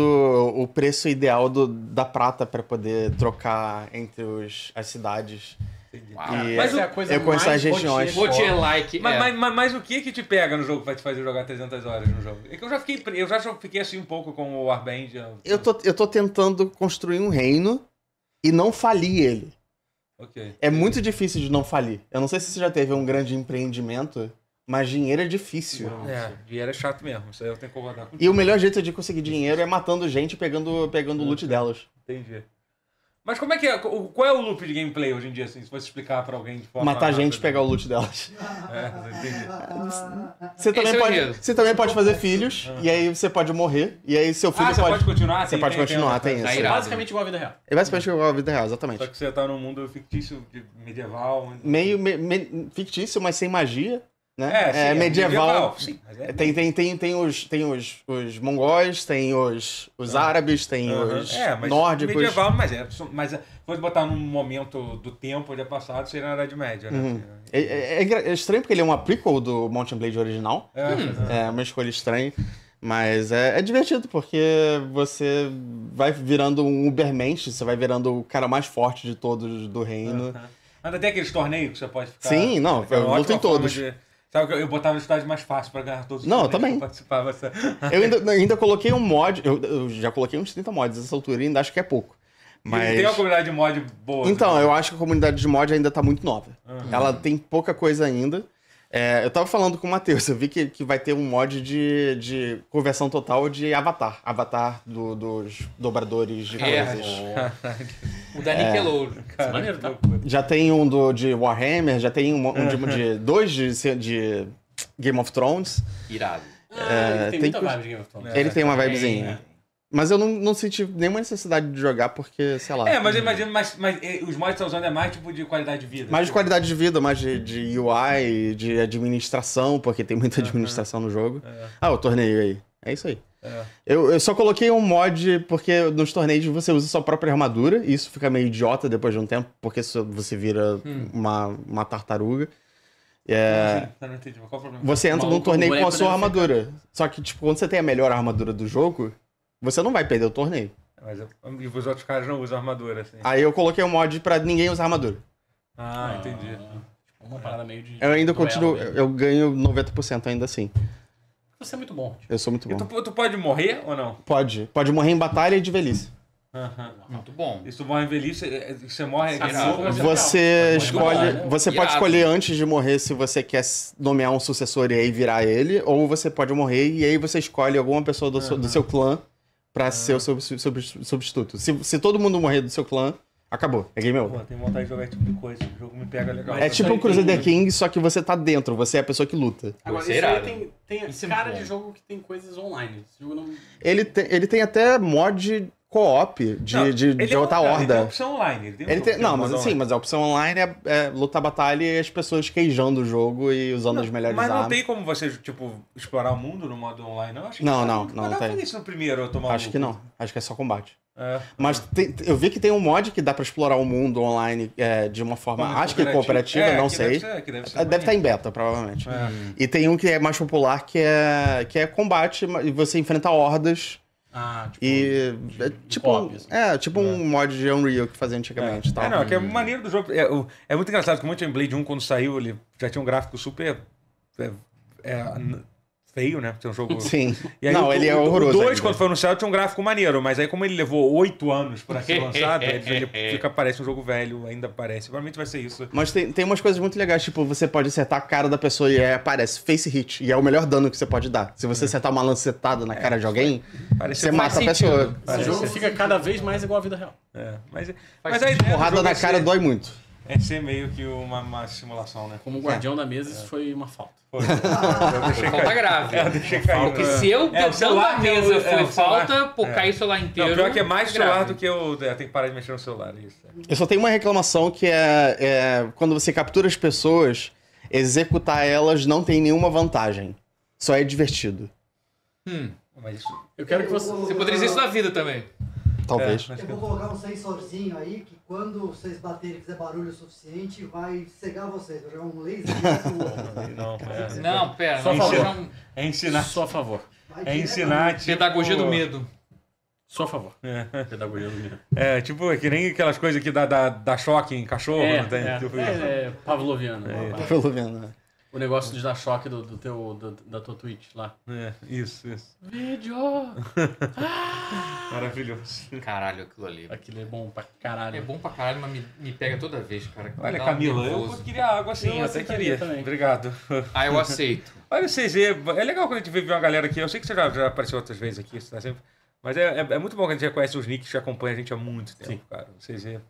S2: o preço ideal do- da prata pra poder trocar entre os- as cidades. E
S3: Mas
S4: Essa
S3: o-
S4: é a coisa
S2: eu conheço
S4: mais
S2: as regiões.
S4: rotina.
S1: Vou te like.
S3: Mas,
S1: é.
S3: mas, mas, mas o que que te pega no jogo pra te fazer jogar 300 horas no jogo? É que eu já fiquei, pre- eu já fiquei assim um pouco com o Warband. Eu...
S2: Eu tô, eu tô tentando construir um reino e não falir ele.
S3: Ok.
S2: É muito difícil de não falir. Eu não sei se você já teve um grande empreendimento, mas dinheiro é difícil.
S3: É, dinheiro é chato mesmo. Isso aí eu tenho que concordar com
S2: E o melhor jeito de conseguir dinheiro é matando gente e pegando, pegando o loot delas.
S3: Entendi. Mas como é que é? O- Qual é o loop de gameplay hoje em dia, assim? Se fosse explicar pra alguém de forma.
S2: Matar gente e
S3: rápida?
S2: pegar o loot delas.
S3: É, entendi.
S6: Ah.
S2: Você também,
S1: é o
S2: pode,
S1: enredo.
S2: você também pode fazer filhos, e aí você pode morrer, e aí seu filho
S3: Ah, você pode, um continuar?
S2: você pode continuar, tem
S1: Tá
S2: isso.
S1: irado.
S4: Basicamente igual a vida real.
S2: É basicamente igual a vida real, exatamente.
S3: Só que você tá num mundo fictício de medieval. né? onde-
S2: Meio me- me- fictício, mas sem magia, né?
S3: É, sim,
S2: medieval.
S3: Sim, mas é-
S2: Tem, tem, tem, tem, os, tem os, os mongóis, tem os, os árabes, tem
S3: Aham.
S2: os
S3: É, mas
S2: nórdicos.
S3: medieval, mas é. Mas é, fosse botar num momento do tempo onde é passado, seria na Idade Média, né?
S2: É, é- é engra- é estranho porque ele é um prequel do Mountain Blade original.
S3: É,
S2: É uma escolha estranha. Mas é, é divertido, porque você vai virando um Ubermensch, você vai virando o cara mais forte de todos do reino.
S3: Uhum. Ainda tem aqueles torneios que você pode ficar.
S2: Sim, não,
S3: Aquela
S2: eu
S3: tá. É ótima
S2: luto em
S3: forma
S2: todos.
S3: de- Sabe que eu, eu botava no estádio mais fácil pra ganhar todos os
S2: Não, eu
S3: torneios
S2: também.
S3: que participava. Essa...
S2: Eu ainda, ainda coloquei um mod, eu, eu já coloquei uns 30 mods nessa altura e ainda acho que é pouco. Mas.
S3: Tem uma comunidade de mod boa.
S2: Então,
S3: né?
S2: eu acho que a comunidade de mod ainda tá muito nova. Ela tem pouca coisa ainda. É, eu tava falando com o Matheus, eu vi que, que vai ter um mod de, de conversão total de avatar. Avatar do- dos dobradores de
S1: É.
S2: coisas.
S3: é.
S1: O da Nickelodeon.
S3: Cara,
S4: maneiro, tá?
S3: que loucura.
S2: Já tem um do, de Warhammer, já tem um, um de, de- dois de, de Game of Thrones.
S1: Irado.
S4: Ah, tem
S2: tem
S4: muita
S2: coisa-
S4: vibe de Game of Thrones.
S3: É,
S2: Ele tem uma
S1: tem,
S2: vibezinha. né? Mas eu não, não senti nenhuma necessidade de jogar, porque, sei lá.
S3: É, mas eu imagino, mas, mas eh, os mods que você tá usando é mais tipo de qualidade de vida.
S2: Mais de
S3: tipo,
S2: qualidade de vida, mais de, de UI, de administração, porque tem muita administração no jogo. Ah, o torneio aí. É isso aí.
S3: É.
S2: Eu, eu só coloquei um mod porque nos torneios você usa sua própria armadura, e isso fica meio idiota depois de um tempo, porque isso- você vira uma, uma tartaruga. É,
S3: assim, eu não Hum. entendi, mas qual o problema?
S2: Você entra num
S4: Maluco, o
S2: torneio com
S4: boneco
S2: a sua
S4: deve
S2: armadura. Só que, tipo, quando você tem a melhor armadura do jogo, você não vai perder o torneio.
S3: Mas eu- e os outros caras não usam armadura, assim.
S2: Aí eu coloquei um mod pra ninguém usar armadura.
S3: Ah, entendi.
S4: Uma parada meio de.
S2: Eu ainda
S4: duelo
S2: continuo,
S3: né?
S4: mesmo.
S2: eu ganho 90% ainda assim.
S4: Você é muito bom. Tipo.
S2: Eu sou muito
S3: E
S2: bom.
S3: tu, tu pode morrer ou não?
S2: Pode. Pode morrer em batalha e de velhice.
S3: Aham.
S1: É, Muito bom.
S3: E se tu morre em velhice, eh, eh, você morre...
S1: Irado.
S3: de novo,
S4: Você-
S2: Você
S4: é Pode
S2: escolhe.
S4: morrer.
S2: Você pode
S1: Irado.
S2: escolher antes de morrer se você quer s- nomear um sucessor e aí virar ele, ou você pode morrer e aí você escolhe alguma pessoa do,
S4: Uhum.
S2: seu- do seu clã pra ser o seu sub- sub- substituto. Se, se todo mundo morrer do seu clã, acabou. É game over.
S3: Pô, tenho vontade de jogar esse tipo de coisa. O jogo me pega legal.
S2: É
S4: Mas
S2: tipo
S4: Uhum. isso
S2: o
S4: aí
S2: Crusader
S4: tem-
S2: King, só que você tá dentro, você é a pessoa que luta.
S4: Agora,
S1: Isso é
S4: isso aí
S1: irado.
S4: tem, tem
S1: Isso é
S4: cara
S1: muito
S4: de
S1: bom.
S4: jogo que tem coisas online. Esse jogo não.
S2: Ele, tem- ele tem até mod co-op de,
S3: Não,
S2: de,
S3: ele
S2: de
S3: é um-
S2: outra
S3: não, Ele tem
S2: horda.
S3: opção online. Ele tem,
S2: Ele
S3: opção-
S2: tem, não,
S3: um
S2: mas
S3: modo
S2: assim,
S3: online.
S2: mas a opção online é, é lutar batalha e as pessoas queijando o jogo e usando as melhores
S3: Mas não
S2: armas.
S3: tem como você, tipo, explorar o mundo no modo online, não? Acho que dá-
S2: Não, não, não
S3: dá pra
S2: tem.
S3: fazer isso no primeiro, eu tomar um
S2: Acho que não. Acho que é só combate.
S3: É.
S2: Mas tem- eu vi que tem um mod que dá pra explorar o mundo online é, de uma forma, acho que cooperativa,
S3: É,
S2: não
S3: que
S2: sei.
S3: Deve, ser, que deve, ser
S2: Ah, Deve estar
S3: maneiro.
S2: em beta, provavelmente.
S3: É.
S2: E tem um que é mais popular, que é, que é combate, ma- e você enfrenta hordas
S4: Ah, tipo.
S2: e.
S4: de-
S2: É
S4: de
S2: tipo,
S4: co-op,
S2: um,
S4: assim.
S2: é, tipo um mod de Unreal que fazia antigamente. e tal.
S3: É, não, é que é maneiro do jogo. É, o- é muito engraçado que o Mountain Blade 1, quando saiu, ele já tinha um gráfico super. é, é, n- feio, né? Porque é um jogo.
S2: Sim.
S3: E aí
S2: não,
S3: o-
S2: ele é
S3: o-
S2: horroroso.
S3: O 2,
S2: ainda.
S3: quando foi anunciado, tinha um gráfico maneiro, mas aí como ele levou oito anos pra ser lançado, ele, ele fica, parece um jogo velho, ainda parece. Provavelmente vai ser isso.
S2: Mas tem, tem umas coisas muito legais, tipo, você pode acertar a cara da pessoa e aí aparece face hit, e é o melhor dano que você pode dar. Se você acertar uma lancetada na cara de alguém,
S3: Parece
S2: você mata a pessoa.
S4: Esse
S3: Parece-
S4: jogo fica cada vez mais igual à vida real.
S3: É, mas, mas a ideia do
S2: Porrada
S3: jogo
S2: na
S3: é
S2: cara
S3: ser,
S2: dói muito.
S3: é ser meio que uma, uma simulação, né?
S4: Como guardião
S2: É.
S4: da mesa, isso foi uma falta.
S3: Pô, eu deixei
S1: Falta
S3: cair.
S1: grave.
S3: Eu deixei cair.
S1: Porque se eu
S3: É, o
S1: dedão da
S3: celular que eu-
S1: mesa
S3: é,
S1: foi
S3: o celular-
S1: falta, pô,
S3: é.
S1: caiu o celular
S3: Não,
S1: inteiro.
S3: pior que é mais
S1: grave.
S3: celular do que eu. Eu tenho que parar de mexer no celular. é Isso.
S2: Eu só tenho uma reclamação que é, é quando você captura as pessoas, executar elas não tem nenhuma vantagem. Só é divertido.
S3: Mas isso.
S4: Eu quero que você.
S1: Você poderia dizer isso na vida também.
S2: Talvez.
S3: É, acho
S6: Eu
S3: que-
S6: vou colocar um sensorzinho aí que quando vocês baterem e fizer barulho o suficiente, vai cegar vocês. Vai jogar um laser. nisso,
S3: Não, é.
S1: Não, pera.
S3: Só
S1: não,
S3: falou.
S1: seja um-
S3: É ensinar.
S4: Sou a favor.
S6: vai
S3: É
S6: direto
S3: ensinar. Tipo,
S1: Pedagogia do medo.
S4: Sou a favor. Pedagogia do menino.
S3: É, tipo, é que nem aquelas coisas que dá, dá, dá choque em cachorro,
S4: É,
S3: não tem? Tipo isso.
S4: é, é, Pavloviano.
S2: Pelo menos. né?
S4: O negócio de dar choque do, do teu, do- da tua Twitch lá.
S3: É, isso, isso.
S4: Vídeo!
S3: Maravilhoso.
S1: Caralho, aquilo ali.
S4: Aquilo é bom pra
S1: É
S4: caralho.
S1: bom pra caralho, mas me, me pega toda vez, cara. Me
S3: Olha,
S1: dá um
S3: Camila, eu
S1: nervoso.
S3: queria água assim,
S4: Eu
S3: eu até
S4: aceitaria
S3: queria.
S4: também.
S3: Obrigado.
S1: Ah, eu aceito.
S3: Olha, vocês, é, é legal quando a gente vê uma galera aqui. Eu sei que você já, já apareceu outras vezes aqui, você tá sempre. Mas é, é, é muito bom que a gente já conhece os nicks que acompanha a gente há muito tempo, cara. O CZ,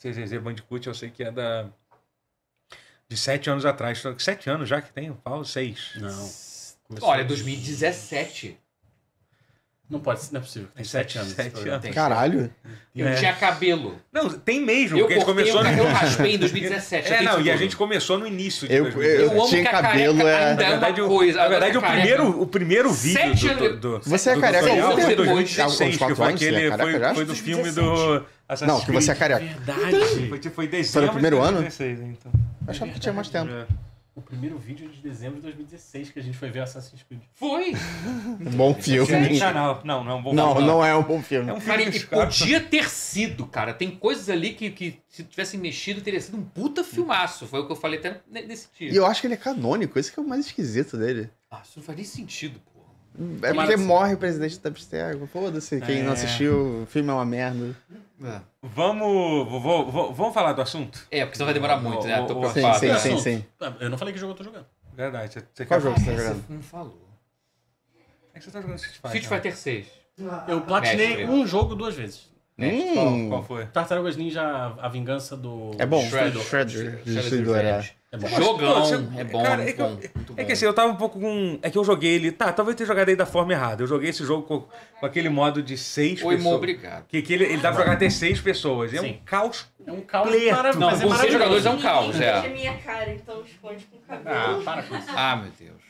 S3: CZZ Bandicoot, eu sei que é da. De sete anos atrás. Então, Sete anos já que tem o pau? Seis.
S4: Não. Começou-
S1: Olha, é 2017.
S4: Não pode ser, não é possível. Tem sete anos. esse
S3: Sete
S4: programa.
S3: anos.
S1: Tem.
S2: Caralho.
S1: Eu
S3: É.
S1: tinha cabelo.
S3: Não, tem mesmo,
S1: Eu
S3: porque a gente
S1: cortei, eu,
S3: começou
S4: um
S1: eu
S3: no.
S1: raspei em 2017.
S3: É,
S1: eu
S3: não,
S1: tenho
S3: e a
S1: tudo.
S3: gente começou no início de
S2: Eu-
S3: 2017.
S2: eu-
S1: Eu amo
S2: tinha
S1: que a cabelo, careca
S2: é-
S1: ainda
S3: Na
S1: é
S3: verdade,
S1: uma
S3: o
S1: coisa.
S3: primeiro, na verdade,
S1: Agora
S3: o
S1: tá careca.
S3: primeiro, o primeiro vídeo
S1: Sete
S3: do,
S1: anos-
S3: do, do-
S2: Você é
S3: do
S2: careca
S3: tutorial
S1: há um
S3: foi
S1: tempo,
S3: do
S1: né?
S3: 2016,
S2: Há uns
S3: que foi
S2: quatro anos,
S3: aquele,
S2: né? Caraca,
S3: foi,
S2: já
S3: foi
S2: acho
S3: do
S2: que
S3: filme do Assassin's
S2: Não, que você é
S3: Creed.
S2: careca.
S4: Verdade!
S3: Foi, tipo, foi em dezembro de
S2: primeiro ano?
S3: 2016, então.
S2: Achava que tinha mais tempo.
S4: O primeiro vídeo é de dezembro de 2016 que a gente foi ver Assassin's Creed.
S1: Foi.
S2: Bom filme.
S3: Não, não, não, não, vou
S2: Não,
S3: falar.
S2: não é um bom filme.
S3: É um
S1: Cara,
S3: filme
S1: e
S3: dos caras.
S1: podia ter sido, cara. Tem coisas ali que, que se tivessem mexido, teria sido um puta filmaço. Foi o que eu falei até ne- nesse
S2: E
S1: dia.
S2: eu acho que ele é canônico, esse que é o mais esquisito dele.
S1: Ah, isso não faz nem sentido, pô.
S2: É
S4: Mas-
S2: porque morre o presidente da Abstergo. Foda-se, quem não
S3: É.
S2: assistiu, o filme é uma merda. É.
S3: Vamos, vou- vou- vou- vamos falar do assunto?
S1: É, porque senão vai demorar muito, né?
S3: O-
S1: Tô
S3: o-
S2: Sim,
S1: preocupado.
S2: sim,
S4: Qual é o
S2: sim,
S4: assunto?
S2: sim.
S4: Ah, Eu não falei que jogo eu tô jogando.
S3: Verdade, você- você
S2: Qual
S3: quer
S2: jogo você tá jogando?
S1: Não falou.
S3: É que você tá jogando Street Fighter.
S1: Street Fighter 6.
S6: Ah,
S4: Eu platinei
S1: Mestre.
S4: um jogo duas vezes.
S3: né? Qual, qual foi?
S4: Tartarugas Ninja, a vingança do...
S2: Hum, É bom.
S1: Shredder.
S2: Shredder.
S1: Shredder's
S2: Destruidor, é.
S1: Revenge.
S4: É bom.
S1: Jogão.
S3: Pô,
S1: é bom,
S3: cara, é
S1: muito
S3: que eu-
S1: bom. muito
S3: É que
S1: bom.
S3: assim, eu tava um pouco com. É que eu joguei ele. Tá, talvez eu tenha jogado ele da forma errada. Eu joguei esse jogo com, com aquele modo de seis
S1: Oi, mo,
S3: pessoas.
S1: obrigado.
S3: Que, que ele, ele dá pra jogar até seis pessoas. É
S4: Sim.
S3: um caos.
S4: É um caos
S3: Pleto.
S4: maravilhoso.
S1: Não,
S4: mas é
S1: você
S4: maravilhoso.
S1: jogadores é um caos,
S5: Ninguém
S1: é.
S5: beija minha cara, então esconde com o cabelo.
S4: Ah, para com isso.
S1: Ah, meu Deus.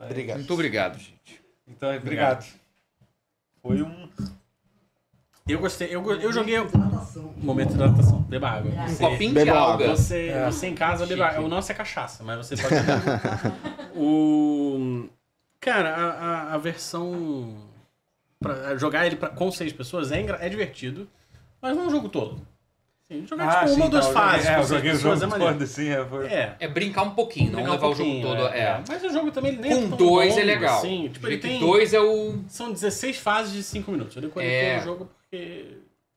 S2: Obrigado.
S1: Muito obrigado, gente.
S3: Então, obrigado. Foi um.
S4: Eu gostei. Eu, go- eu joguei...
S6: hidratação.
S4: Momento de adaptação. Beba água.
S1: Um
S4: Você-
S1: copinho de
S2: Beba
S1: alga.
S4: Você,
S3: É.
S4: você em casa bebe água. O nosso é cachaça, mas você pode beber. o Cara, a, a- a versão. Pra jogar ele pra- com seis pessoas é, engra- é divertido, mas não é um jogo todo. Assim, jogar tipo uma ou duas
S3: tá, eu joguei-
S4: fases
S3: É,
S4: com
S3: eu
S4: seis
S3: joguei o
S4: pessoas
S3: jogo
S4: é maneiro.
S3: todo, sim. É, foi...
S4: É.
S1: É brincar um pouquinho, não
S4: pegar um
S1: levar o jogo
S4: pouquinho,
S1: todo. É.
S4: Mas o jogo também ele nem é
S1: Com
S4: tão
S1: dois é
S4: longo,
S1: legal.
S4: assim. Tipo, ele
S1: Porque
S4: tem.
S1: Dois é o.
S4: São 16 fases de 5 minutos. Eu decorei
S1: É.
S4: todo o jogo porque.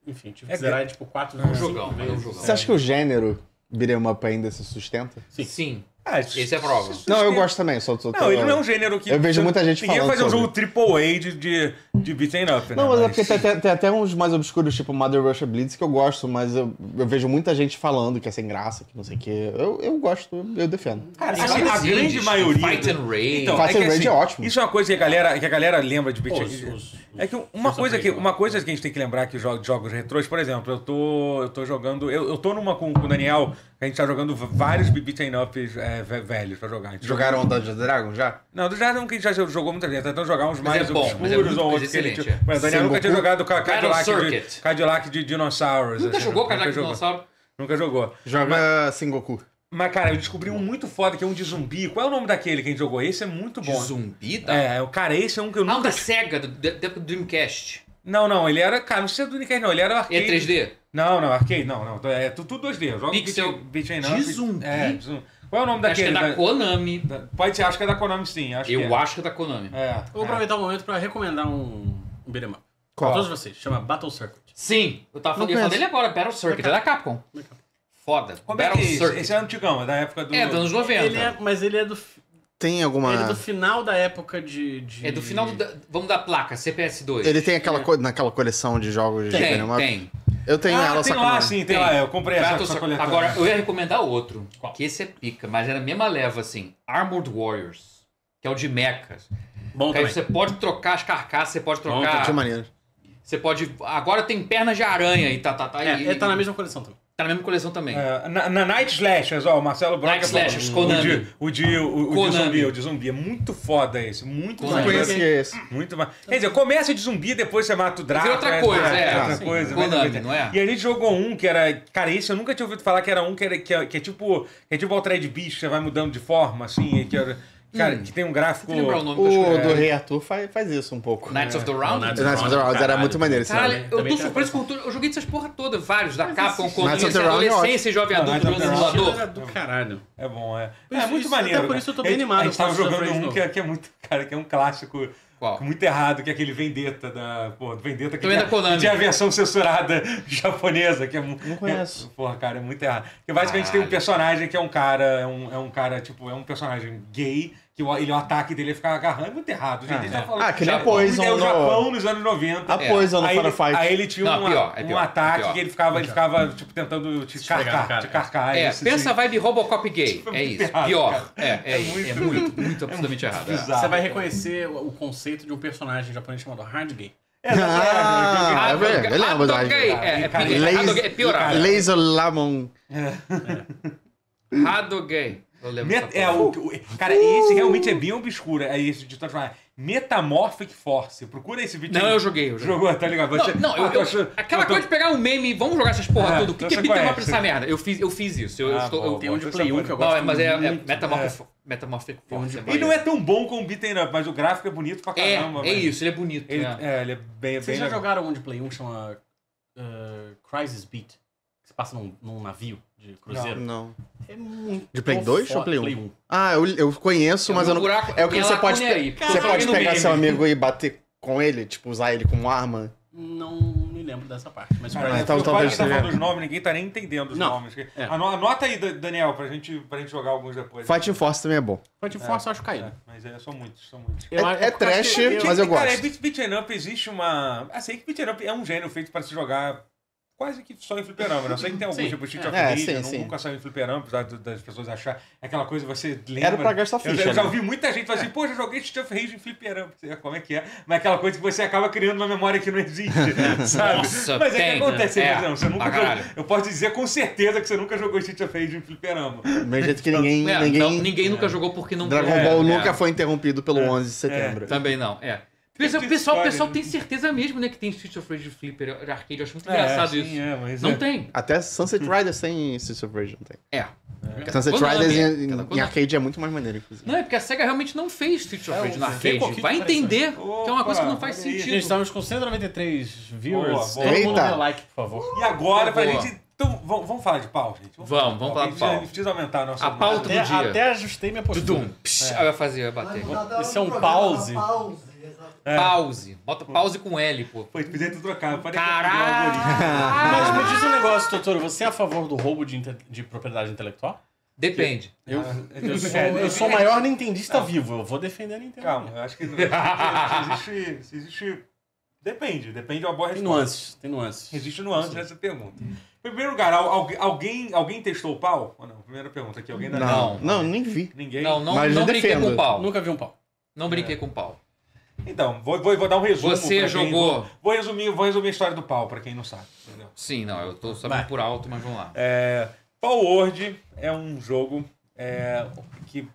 S4: Enfim, tive que
S3: É que-
S4: zerar ele, tipo 4
S1: um jogão, mas é um jogão.
S2: Você acha que o gênero beat'em up ainda se sustenta?
S4: Sim.
S1: Sim.
S3: Ah,
S1: Esse é a prova.
S2: Não, eu gosto também, só tô...
S3: Não, ele não é um gênero que.
S2: Eu vejo muita gente
S3: Ninguém
S2: falando
S3: vai fazer um
S2: sobre.
S3: jogo AAA de, de, de beaten up, né?
S2: Não, mas é porque tem, até- tem até uns mais obscuros, tipo Mother Russia Blitz, que eu gosto, mas eu, eu vejo muita gente falando que é sem graça, que não sei o quê. Eu, eu gosto, eu defendo.
S3: Cara, é
S1: Tem
S3: a, a
S1: vários
S3: grande
S1: indies,
S3: maioria.
S1: Fight and Raid.
S3: Então,
S2: Fight
S3: que
S2: and Raid é ótimo.
S3: Isso é uma coisa que a galera, que a galera lembra de
S4: Pô,
S3: beat
S4: os- os-
S3: É que
S4: os-
S3: uma
S4: os
S3: coisa que,
S4: upgrades,
S3: uma
S4: né?
S3: coisa que a gente tem que lembrar que joga- de jogos retrôs, por exemplo, eu tô, eu tô jogando. Eu, eu tô numa com, com o Daniel, a gente tá jogando v- vários beaten ups é, ve- velhos pra jogar. A gente
S2: Jogaram Dungeons Dragon já?
S3: Não, do Jardim que a gente já jogou muita vezes, tentando jogar uns
S1: Mas
S3: mais
S1: é bom, mas é
S3: obscuros
S1: muito-
S3: ou
S1: mas
S3: outros que ele
S1: excelente,
S3: tinha.
S1: é.
S3: Mas o Daniel nunca tinha
S2: Goku.
S3: jogado ca-
S1: Battle
S3: Cadillac de,
S1: Circuit.
S3: Cadillac de dinossauros.
S1: Nunca
S3: assim,
S1: jogou Caraca
S3: jogou.
S1: Dinossauro?
S3: Nunca jogou.
S2: Joga Sengoku.
S3: Mas, cara, eu descobri um muito foda que é um de zumbi. Qual é o nome daquele que a gente jogou? Esse é muito
S1: De
S3: bom.
S1: zumbi? Tá?
S3: É, o cara, esse é um que eu
S1: Ah, um
S3: nunca.
S1: da SEGA, do, da época do Dreamcast.
S3: Não, não, ele era. Cara, não sei se é do Nikkei, não. Ele era
S1: E
S3: arcade.
S1: é 3D?
S3: Não, não, arcade, não, não. É tu- tudo 2D. Eu jogo
S1: Pixel
S3: beat, beat
S1: de zumbi?
S3: É, de zumbi. Qual é o nome
S1: Acho que
S3: daquele?
S1: é da Konami.
S3: da- Pode ser, acho que é da Konami sim. Acho que
S1: Eu
S3: é.
S1: acho que é da Konami.
S3: É,
S4: Eu vou
S3: é.
S4: aproveitar o momento pra recomendar um, um beat'em up. Pra todos vocês. Chama Battle Circuit.
S1: Sim, eu tava
S2: Não
S1: falando, eu ia falar
S2: conheço.
S1: dele agora, Battle Circuit, é da Capcom. Foda.
S3: Como é que
S1: Battle
S3: é esse?
S1: Circuit.
S3: Esse é antigão, é da época do.
S1: É, dos anos 90.
S4: Ele é, mas ele é do, fi-
S2: Tem alguma.
S4: ele é do final da época de... de-
S1: É do final do. da- Vamos dar placa, CPS2.
S2: Ele tem né? aquela co- naquela coleção de jogos de
S1: É. Tem,
S2: beat'em up?
S1: tem.
S2: Eu tenho
S3: ah,
S2: ela,
S3: tem
S2: só
S3: lá,
S2: que não.
S3: sim, tem, lá. é, Eu comprei essa,
S1: Battle
S3: essa
S1: Circuit.
S3: coletora.
S1: Agora, eu ia recomendar outro, que esse é pica, mas era a mesma leva, assim. Armored Warriors, que é o de mechas.
S4: Bom
S1: Que aí
S4: também.
S1: você pode trocar as carcaças, você pode
S2: Tá,
S1: trocar...
S2: tinha maneiro.
S1: Você pode... Agora tem pernas de aranha e tá, tá, tá.
S4: É,
S1: e,
S4: ele tá na mesma coleção também.
S1: tá Tá na mesma coleção também.
S3: É, na, na Night Slashers, ó, o Marcelo Broca.
S1: Night Slashers,
S3: o
S1: Konami.
S3: de- O de, o, o de
S1: Konami.
S3: zumbi, o de zumbi. É muito foda esse. Muito
S1: Konami.
S2: Não
S3: maneiro. assim,
S2: conheço que é esse.
S3: Muito mais. Quer dizer, começa de zumbi, depois você mata o Drácula.
S1: outra
S3: né?
S1: coisa,
S2: é,
S3: outra
S1: sim.
S3: coisa.
S1: Konami,
S3: mas-
S1: não é?
S3: E a gente jogou um que era. Cara, esse eu nunca tinha ouvido falar que era um que, era, que, é, que é tipo. Que é tipo Altered Beast, você vai mudando de forma, assim. e que era- cara,
S1: Hum.
S3: que tem um gráfico.
S1: Tem que lembrar o nome que eu
S2: O
S1: escolhi. É,
S2: do Rei Arthur faz, faz isso um pouco.
S1: Knights of the
S4: O
S1: Round?
S4: Knights
S2: Knights of the Round, era
S4: caralho.
S2: muito maneiro esse
S1: Caralho,
S4: Também-
S1: eu
S4: também
S1: tô
S4: tá-
S1: surpreso com tudo. Eu joguei essas porra todas, vários, da Capcom, quando
S2: Knights
S1: ia
S2: of the
S1: ser
S2: Round é
S1: adolescência, jovem
S3: Não,
S1: adulto,
S3: Knights of the
S1: no
S3: Round
S4: Esse
S1: emulador.
S4: era do caralho.
S3: É bom, é.
S4: Por isso-
S3: é muito
S4: isso-
S3: maneiro.
S4: até por isso eu tô bem
S3: cara. A gente-
S4: animado
S3: A gente tava
S4: com essa
S3: jogando
S4: vez
S3: um
S4: novo.
S3: que é, que é muito. Cara, que é um clássico.
S1: Qual?
S3: Muito errado, que é aquele Vendetta da. Pô, Vendetta que,
S1: Também
S3: tinha-
S1: da Konami.
S3: que tinha a versão censurada japonesa, que é muito. Não
S2: conheço.
S3: porra, cara, é muito errado. Porque basicamente tem um
S1: Caralho.
S3: personagem que é um cara. É um, é um cara, tipo, é um personagem gay, que o, ele, o ataque dele é ficar agarrando. É muito errado, gente. a gente tá falando.
S2: Ah, que nem a
S1: Japão.
S2: Poison
S3: é o
S2: no...
S3: Japão nos anos 90.
S2: A Poison no
S3: É. Aí
S2: Final
S3: ele,
S2: Fight.
S3: aí ele tinha
S1: Não,
S3: um,
S1: pior, é
S3: um
S1: pior, é
S3: ataque
S1: pior.
S3: que ele ficava, ele ficava tipo, tentando te
S4: Esfregar na
S3: carcar,
S4: cara.
S3: te carcar.
S1: É,
S3: esse-
S1: pensa a vibe Robocop gay.
S3: Tipo, é
S1: é
S3: muito
S1: isso.
S3: errado,
S1: Pior.
S3: cara.
S1: É, é,
S3: É
S1: isso.
S3: muito-
S1: é muito, muito absolutamente errado. é.
S3: bizarro.
S4: Você vai reconhecer o o conceito de um personagem japonês chamado Hard Gay.
S3: É,
S2: Ah, eu lembro, eu lembro do
S1: Hard Gay.
S2: Hard-
S1: É, é,
S3: Cara,
S1: pior-
S2: Laser-
S1: Hard Gay é piorado.
S2: Laser Lamon.
S1: Hard Gay. Eu lembro
S3: Met-
S1: dessa
S3: é,
S1: porra.
S3: o, o- cara, esse realmente é bem obscuro. É esse de transformar. Metamorphic Force. Procura esse vídeo.
S1: Não,
S3: aí.
S1: eu joguei. Eu joguei.
S3: Jogou, tá ligado? Você-
S1: Não, não, eu-
S3: Ah,
S1: eu-
S3: tô achando-
S1: aquela
S3: eu tô-
S1: coisa de pegar um meme e vamos jogar essas porra
S3: É,
S1: tudo. O que,
S3: então
S1: que
S3: você
S1: é beat'em up
S3: conhece.
S1: essa merda? Eu fiz, eu fiz isso. Eu,
S3: Ah,
S1: estou,
S3: bom,
S1: eu-
S4: Tem um de
S3: Essa
S4: Play 1 que eu
S1: Não,
S4: gosto
S1: é, mas é, é
S4: muito.
S1: metamorfo, metamorfo. Force,
S3: E não
S1: maneiro.
S3: é tão bom como o Beaten Up, mas o gráfico é bonito pra
S1: É,
S3: caramba.
S1: é
S3: velho.
S1: isso, ele é bonito.
S3: Ele,
S1: né?
S3: é, ele é bem,
S4: Vocês
S3: bem
S4: já
S3: legal.
S4: jogaram um de Play 1 que chama eh, Crisis Beat? Que se passa num, num navio de cruzeiro. um.
S2: Não.
S4: É muito
S2: De Play 2 ou
S4: foda.
S2: Play 1? Ah, eu, eu conheço, mas
S1: um
S2: eu não...
S1: buraco-
S2: É o que
S1: minha
S2: você pode,
S1: lacuna é aí, porque
S2: você
S1: eu tô
S2: pode
S1: jogando
S2: pegar
S1: meme.
S2: seu amigo e bater com ele, tipo, usar ele como arma.
S4: Não me lembro dessa parte. Mas
S3: Cara,
S2: Ah,
S4: Crisis
S2: então-
S3: eu
S4: Beat-
S2: talvez
S3: quase tá
S2: seja.
S3: falando os nomes, ninguém tá nem entendendo os
S4: Não.
S3: nomes.
S4: É.
S3: Ano- Anota aí, Da- Daniel, pra gente, pra gente jogar alguns depois.
S2: Fighting Force também é bom.
S4: Fighting Force eu acho
S3: É,
S4: caído.
S3: mas é, são muitos, são muitos.
S4: Eu acho-
S2: é
S4: porque eu acho
S2: trash,
S4: que- eu-
S2: mas eu
S3: Cara,
S2: gosto.
S3: é, beat- beat'em up existe uma. Ah, sei que beat'em up é um gênero feito pra se jogar quase que só em fliperama. Não sei que tem algum
S4: Sim.
S3: tipo Street
S4: É.
S3: of
S2: É,
S3: Rage,
S2: sim,
S3: eu não-
S2: sim.
S3: nunca saiu em fliperama, apesar do- das pessoas acharem aquela coisa você lembra.
S2: Era pra gastar
S3: Eu,
S2: ficha,
S3: já- já
S2: né?
S3: ouvi muita gente
S1: É.
S3: falar assim, pô, já joguei Street of Rage em fliperama. Não sei como é que é? Mas aquela coisa que você acaba criando uma memória que não existe, sabe?
S1: Nossa,
S3: Mas é
S1: tem,
S3: que acontece,
S1: né?
S3: mas não, você
S1: É,
S3: nunca
S1: pra
S3: jogou-
S1: caralho.
S3: Eu posso dizer com certeza que você nunca jogou Street of Rage em fliperama.
S2: Do mesmo jeito que ninguém...
S1: É,
S2: ninguém,
S1: não, ninguém nunca jogou porque não
S2: Dragon
S1: É,
S2: Ball
S1: é.
S2: nunca foi interrompido pelo 11 de setembro.
S1: Também não, é.
S3: Tem
S1: Pessoal,
S3: muita
S1: pessoal,
S3: história,
S1: pessoal
S3: né?
S1: tem certeza mesmo, né, que tem Street of Rage de Flipper de arcade. Eu acho muito engraçado
S3: É,
S1: isso.
S3: sim, é, mas
S1: Não
S3: é.
S1: tem.
S2: Até Sunset Riders sem Streets of Rage não tem.
S1: É.
S2: Sunset
S1: Konami,
S2: Riders
S1: é.
S2: em-
S1: Pela
S2: em,
S1: Konami.
S2: arcade é muito mais maneiro, inclusive.
S1: Não, é porque a SEGA realmente não fez Street
S3: É,
S1: of Rage no
S4: tem
S1: arcade.
S4: pouquinho
S1: Vai
S4: diferença.
S1: entender que é uma coisa que não faz
S3: né? Opa, olha aí.
S1: sentido.
S4: Gente,
S2: tá
S4: estamos com 193 viewers.
S3: Boa,
S2: tipo- boa.
S4: Todo mundo
S2: Eita.
S4: dê like, por favor.
S3: E agora, pra
S1: Tá Boa.
S3: gente. Então, vamos, vamos falar de pau, gente.
S1: Vamos, vamos falar de
S3: A
S1: pau.
S3: gente precisa aumentar a nossa.
S1: A pauta-
S4: Até,
S1: Todo dia.
S4: até ajustei minha postura.
S1: Tudum. Psh, Aí vai fazer, vai
S6: Vai
S1: bater.
S6: mudar até o
S4: Isso é um
S6: programa,
S4: pause?
S6: Pause, exato.
S3: É.
S1: Pause. Bota pause com L, pô.
S3: Pô, a gente podia ter trocado. pode
S1: Caralho!
S4: Mas me diz um negócio, doutor. Você é a favor do roubo de, inte- de propriedade intelectual?
S1: Depende.
S4: Eu, eu, sou,
S3: É,
S4: eu sou o maior nintendista vivo. Eu vou defender a Nintendo.
S3: Calma, eu acho que. Se existe, se existe. Depende, depende de uma boa
S4: Tem
S3: resposta.
S4: nuances, tem nuances.
S3: Existe nuances nessa pergunta. Em primeiro lugar, al- algu- alguém, alguém testou o pau? Ou não? Primeira pergunta aqui. Alguém ainda
S1: Não.
S2: Não, nem vi.
S3: Ninguém?
S1: Não, não,
S2: Mas
S1: não
S2: eu
S1: brinquei
S2: defendo.
S1: com pau.
S4: Nunca vi um pau.
S1: Não brinquei com pau.
S3: Então, vou, vou, vou dar um resumo.
S1: Você
S3: É. pra quem-
S1: jogou-
S3: Vou, resumir, vou resumir a história do pau, pra quem não sabe. Entendeu?
S1: Sim, não, eu tô sabendo por alto, mas vamos lá.
S3: É, Power Word é um jogo é, que,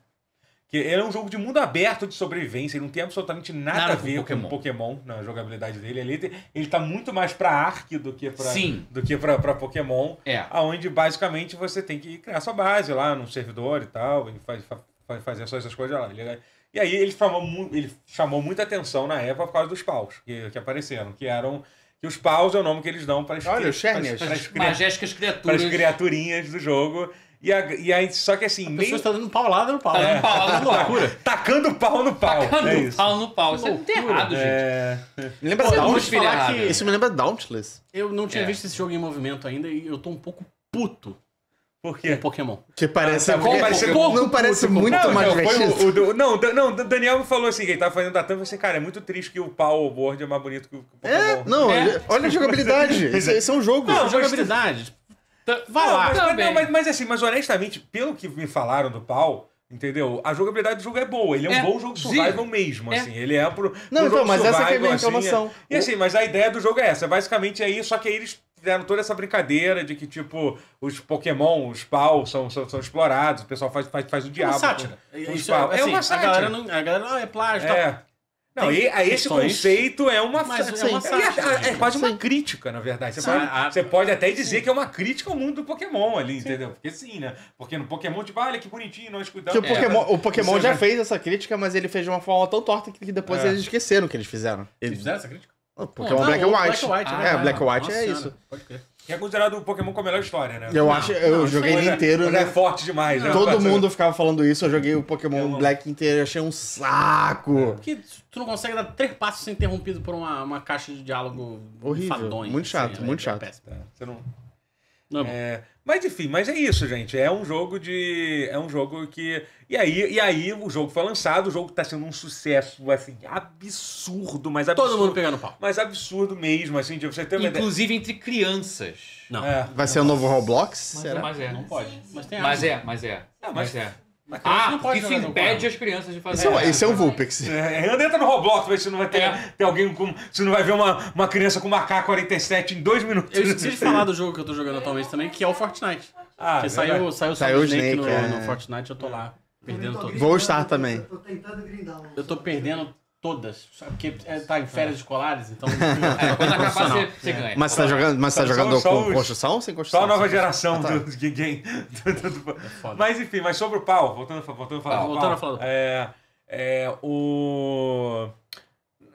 S3: que ele é um jogo de mundo aberto de sobrevivência. Ele não tem absolutamente nada,
S1: Nada
S3: a
S1: com
S3: ver com Pokémon.
S1: Pokémon.
S3: na jogabilidade dele. Ele, tem- ele tá muito mais pra Ark do que pra,
S1: Sim.
S3: do que pra, pra Pokémon.
S1: É.
S3: Onde basicamente você tem que criar sua base lá num servidor e tal, e faz, fa- fa- fazer só essas coisas lá. Ele- é, E aí ele chamou, mu- ele chamou muita atenção na época por causa dos paus que, que apareceram, que eram. Que os paus é o nome que eles dão para
S2: Olha, o Xerneas.
S1: Magéticas
S3: para
S1: criaturas.
S3: as criaturinhas do jogo. E, a, e aí, só que assim,
S4: A
S3: meio
S4: pessoa está dando paulada no pau. né? É
S1: Tá
S3: é.
S1: dando paulada no pau.
S3: tacando pau no pau.
S1: Tacando
S3: é
S1: o
S3: isso.
S1: pau no pau. Isso é muito
S4: Loucura.
S1: errado, gente.
S3: É,
S2: Me lembra
S4: Pô,
S1: Isso é
S4: dá um
S2: Dauntless.
S1: muito
S4: falar
S1: errado.
S4: que-
S2: Isso me lembra Dauntless.
S4: Eu não tinha
S1: É.
S4: visto esse jogo em movimento ainda e eu tô um pouco puto
S3: por
S4: com
S3: quê?
S4: Pokémon.
S2: Que parece...
S3: tá bom,
S2: que-
S3: parece
S2: não parece muito
S3: não,
S2: mais
S3: não, foi
S2: divertido.
S3: o, o, do- não, da- não, o Daniel me falou assim, que ele tava fazendo da tampa, assim, cara, é muito triste que o pau o board é mais bonito que o que o Pokémon.
S2: É, não,
S1: É.
S2: olha- olha a jogabilidade. Esse, esse é um jogo.
S3: Não,
S4: A jogabilidade.
S1: Tá-
S4: Vai
S3: Não,
S4: lá.
S3: mas, mas,
S1: Também.
S3: não, mas- mas assim, mas honestamente, pelo que me falaram do pau, entendeu? A jogabilidade do jogo é boa. Ele é um
S1: É.
S3: bom jogo survival mesmo,
S1: É.
S3: assim. Ele é pro. pro
S2: Não, então,
S3: jogo
S2: mas essa que é a
S3: survival,
S2: minha
S3: assim,
S2: reclamação.
S3: é- E assim, mas a ideia do jogo é essa. Basicamente é isso, só que aí eles fizeram toda essa brincadeira de que, tipo, os Pokémon, os pau, são, são, são explorados, o pessoal faz, faz, faz o diabo.
S4: É uma sátira.
S3: com- com os
S4: Isso,
S3: pau.
S4: é,
S3: É
S4: assim,
S3: uma
S4: A
S3: sátira.
S4: galera, não, a galera, ah, é plágio. tal.
S3: É. Não, e, a- esse
S4: Então, questões.
S3: conceito é uma
S4: Mas
S3: sátira.
S4: é uma
S3: E a-
S4: sátira,
S3: É, é quase uma crítica, na verdade. Você
S4: Sim.
S3: pode,
S4: Ah, ah.
S3: você pode até dizer que é uma crítica ao mundo do Pokémon ali, entendeu? Porque sim, né? Porque no Pokémon, tipo, ah, olha que bonitinho, nós
S2: Que
S3: cuidamos.
S2: o Pokémon, o Pokémon
S3: é, Isso
S2: já
S3: já-
S2: fez essa crítica, mas ele fez de uma forma tão torta que depois
S3: É.
S2: eles esqueceram o que eles fizeram.
S4: Eles
S2: Eles...
S4: fizeram essa crítica?
S2: O Pokémon
S4: Não,
S2: Black and
S4: o
S2: White.
S4: White,
S2: é,
S4: né?
S2: Black and White
S4: Nossa
S2: é
S4: senhora,
S2: isso.
S4: Pode crer.
S3: Que é considerado o Pokémon com a melhor história, né?
S2: Eu acho, eu
S4: não,
S2: joguei
S3: Mas
S2: ele
S3: é-
S2: inteiro,
S3: mas
S2: né?
S3: É forte demais, né?
S2: Todo
S3: Mas-
S2: mundo ficava falando isso, eu joguei o Pokémon
S3: Eu não-
S2: Black inteiro, eu achei um saco.
S3: É.
S4: Porque tu não consegue dar três passos sem interrompido por uma, uma caixa de diálogo
S2: Horrível,
S4: enfadonha,
S2: muito chato,
S4: é-
S2: muito
S4: é
S2: chato.
S4: péssimo.
S3: Tá, Você não...
S4: Não é bom.
S3: É, mas enfim, mas é isso, gente. É um jogo de. É um jogo que. E aí, e aí o jogo foi lançado, o jogo tá sendo um sucesso, assim, absurdo, mas absurdo.
S4: é Todo mundo pegando pau.
S3: Mas absurdo mesmo, assim, de você ter uma ideia.
S1: Inclusive entre crianças.
S4: Não.
S3: É.
S2: Vai ser o novo Roblox?
S6: Mas
S2: será?
S1: Mas é.
S4: Não pode. Mas tem
S1: Mas
S4: arma.
S1: é, mas é.
S3: Não, mas-
S1: mas, é.
S3: mas
S1: Ah,
S4: não pode
S1: isso
S4: jogar no
S1: impede
S4: quadro.
S1: as crianças de
S2: Esse é,
S1: fazer.
S2: o- esse é o
S1: É.
S2: Vulpix.
S3: É, Anda entra no Roblox, vai ver se não vai ter,
S1: É.
S3: ter alguém com. Se não vai ver uma, uma criança com uma K-47 em dois minutos.
S4: Eu esqueci de falar do jogo que eu tô jogando atualmente também, que é o Fortnite.
S3: Ah,
S4: Porque
S3: verdade.
S4: saiu, saiu,
S2: Saiu
S4: o
S2: o
S4: Snake,
S2: Snake,
S4: no,
S2: é.
S4: no Fortnite, eu tô lá perdendo todas.
S2: Vou estar também.
S6: Tô tentando grindar. um.
S4: Eu tô perdendo todas, sabe? Porque é, tá em férias escolares, então...
S1: É, quando acabar você,
S4: Profissional.
S1: você ganha.
S2: Mas você tá jogando, mas você tá
S3: Só-
S2: jogando
S3: só
S2: com
S3: os-
S2: construção ou sem construção?
S3: Só a nova geração
S2: Ah, tá.
S3: do, de game. do- do- do-
S4: é foda.
S3: Mas enfim, mas sobre o pau, voltando, a fa- voltando a falar.
S4: Ah,
S3: do
S4: voltando
S3: pau,
S4: a falar do pau.
S3: É, é, o.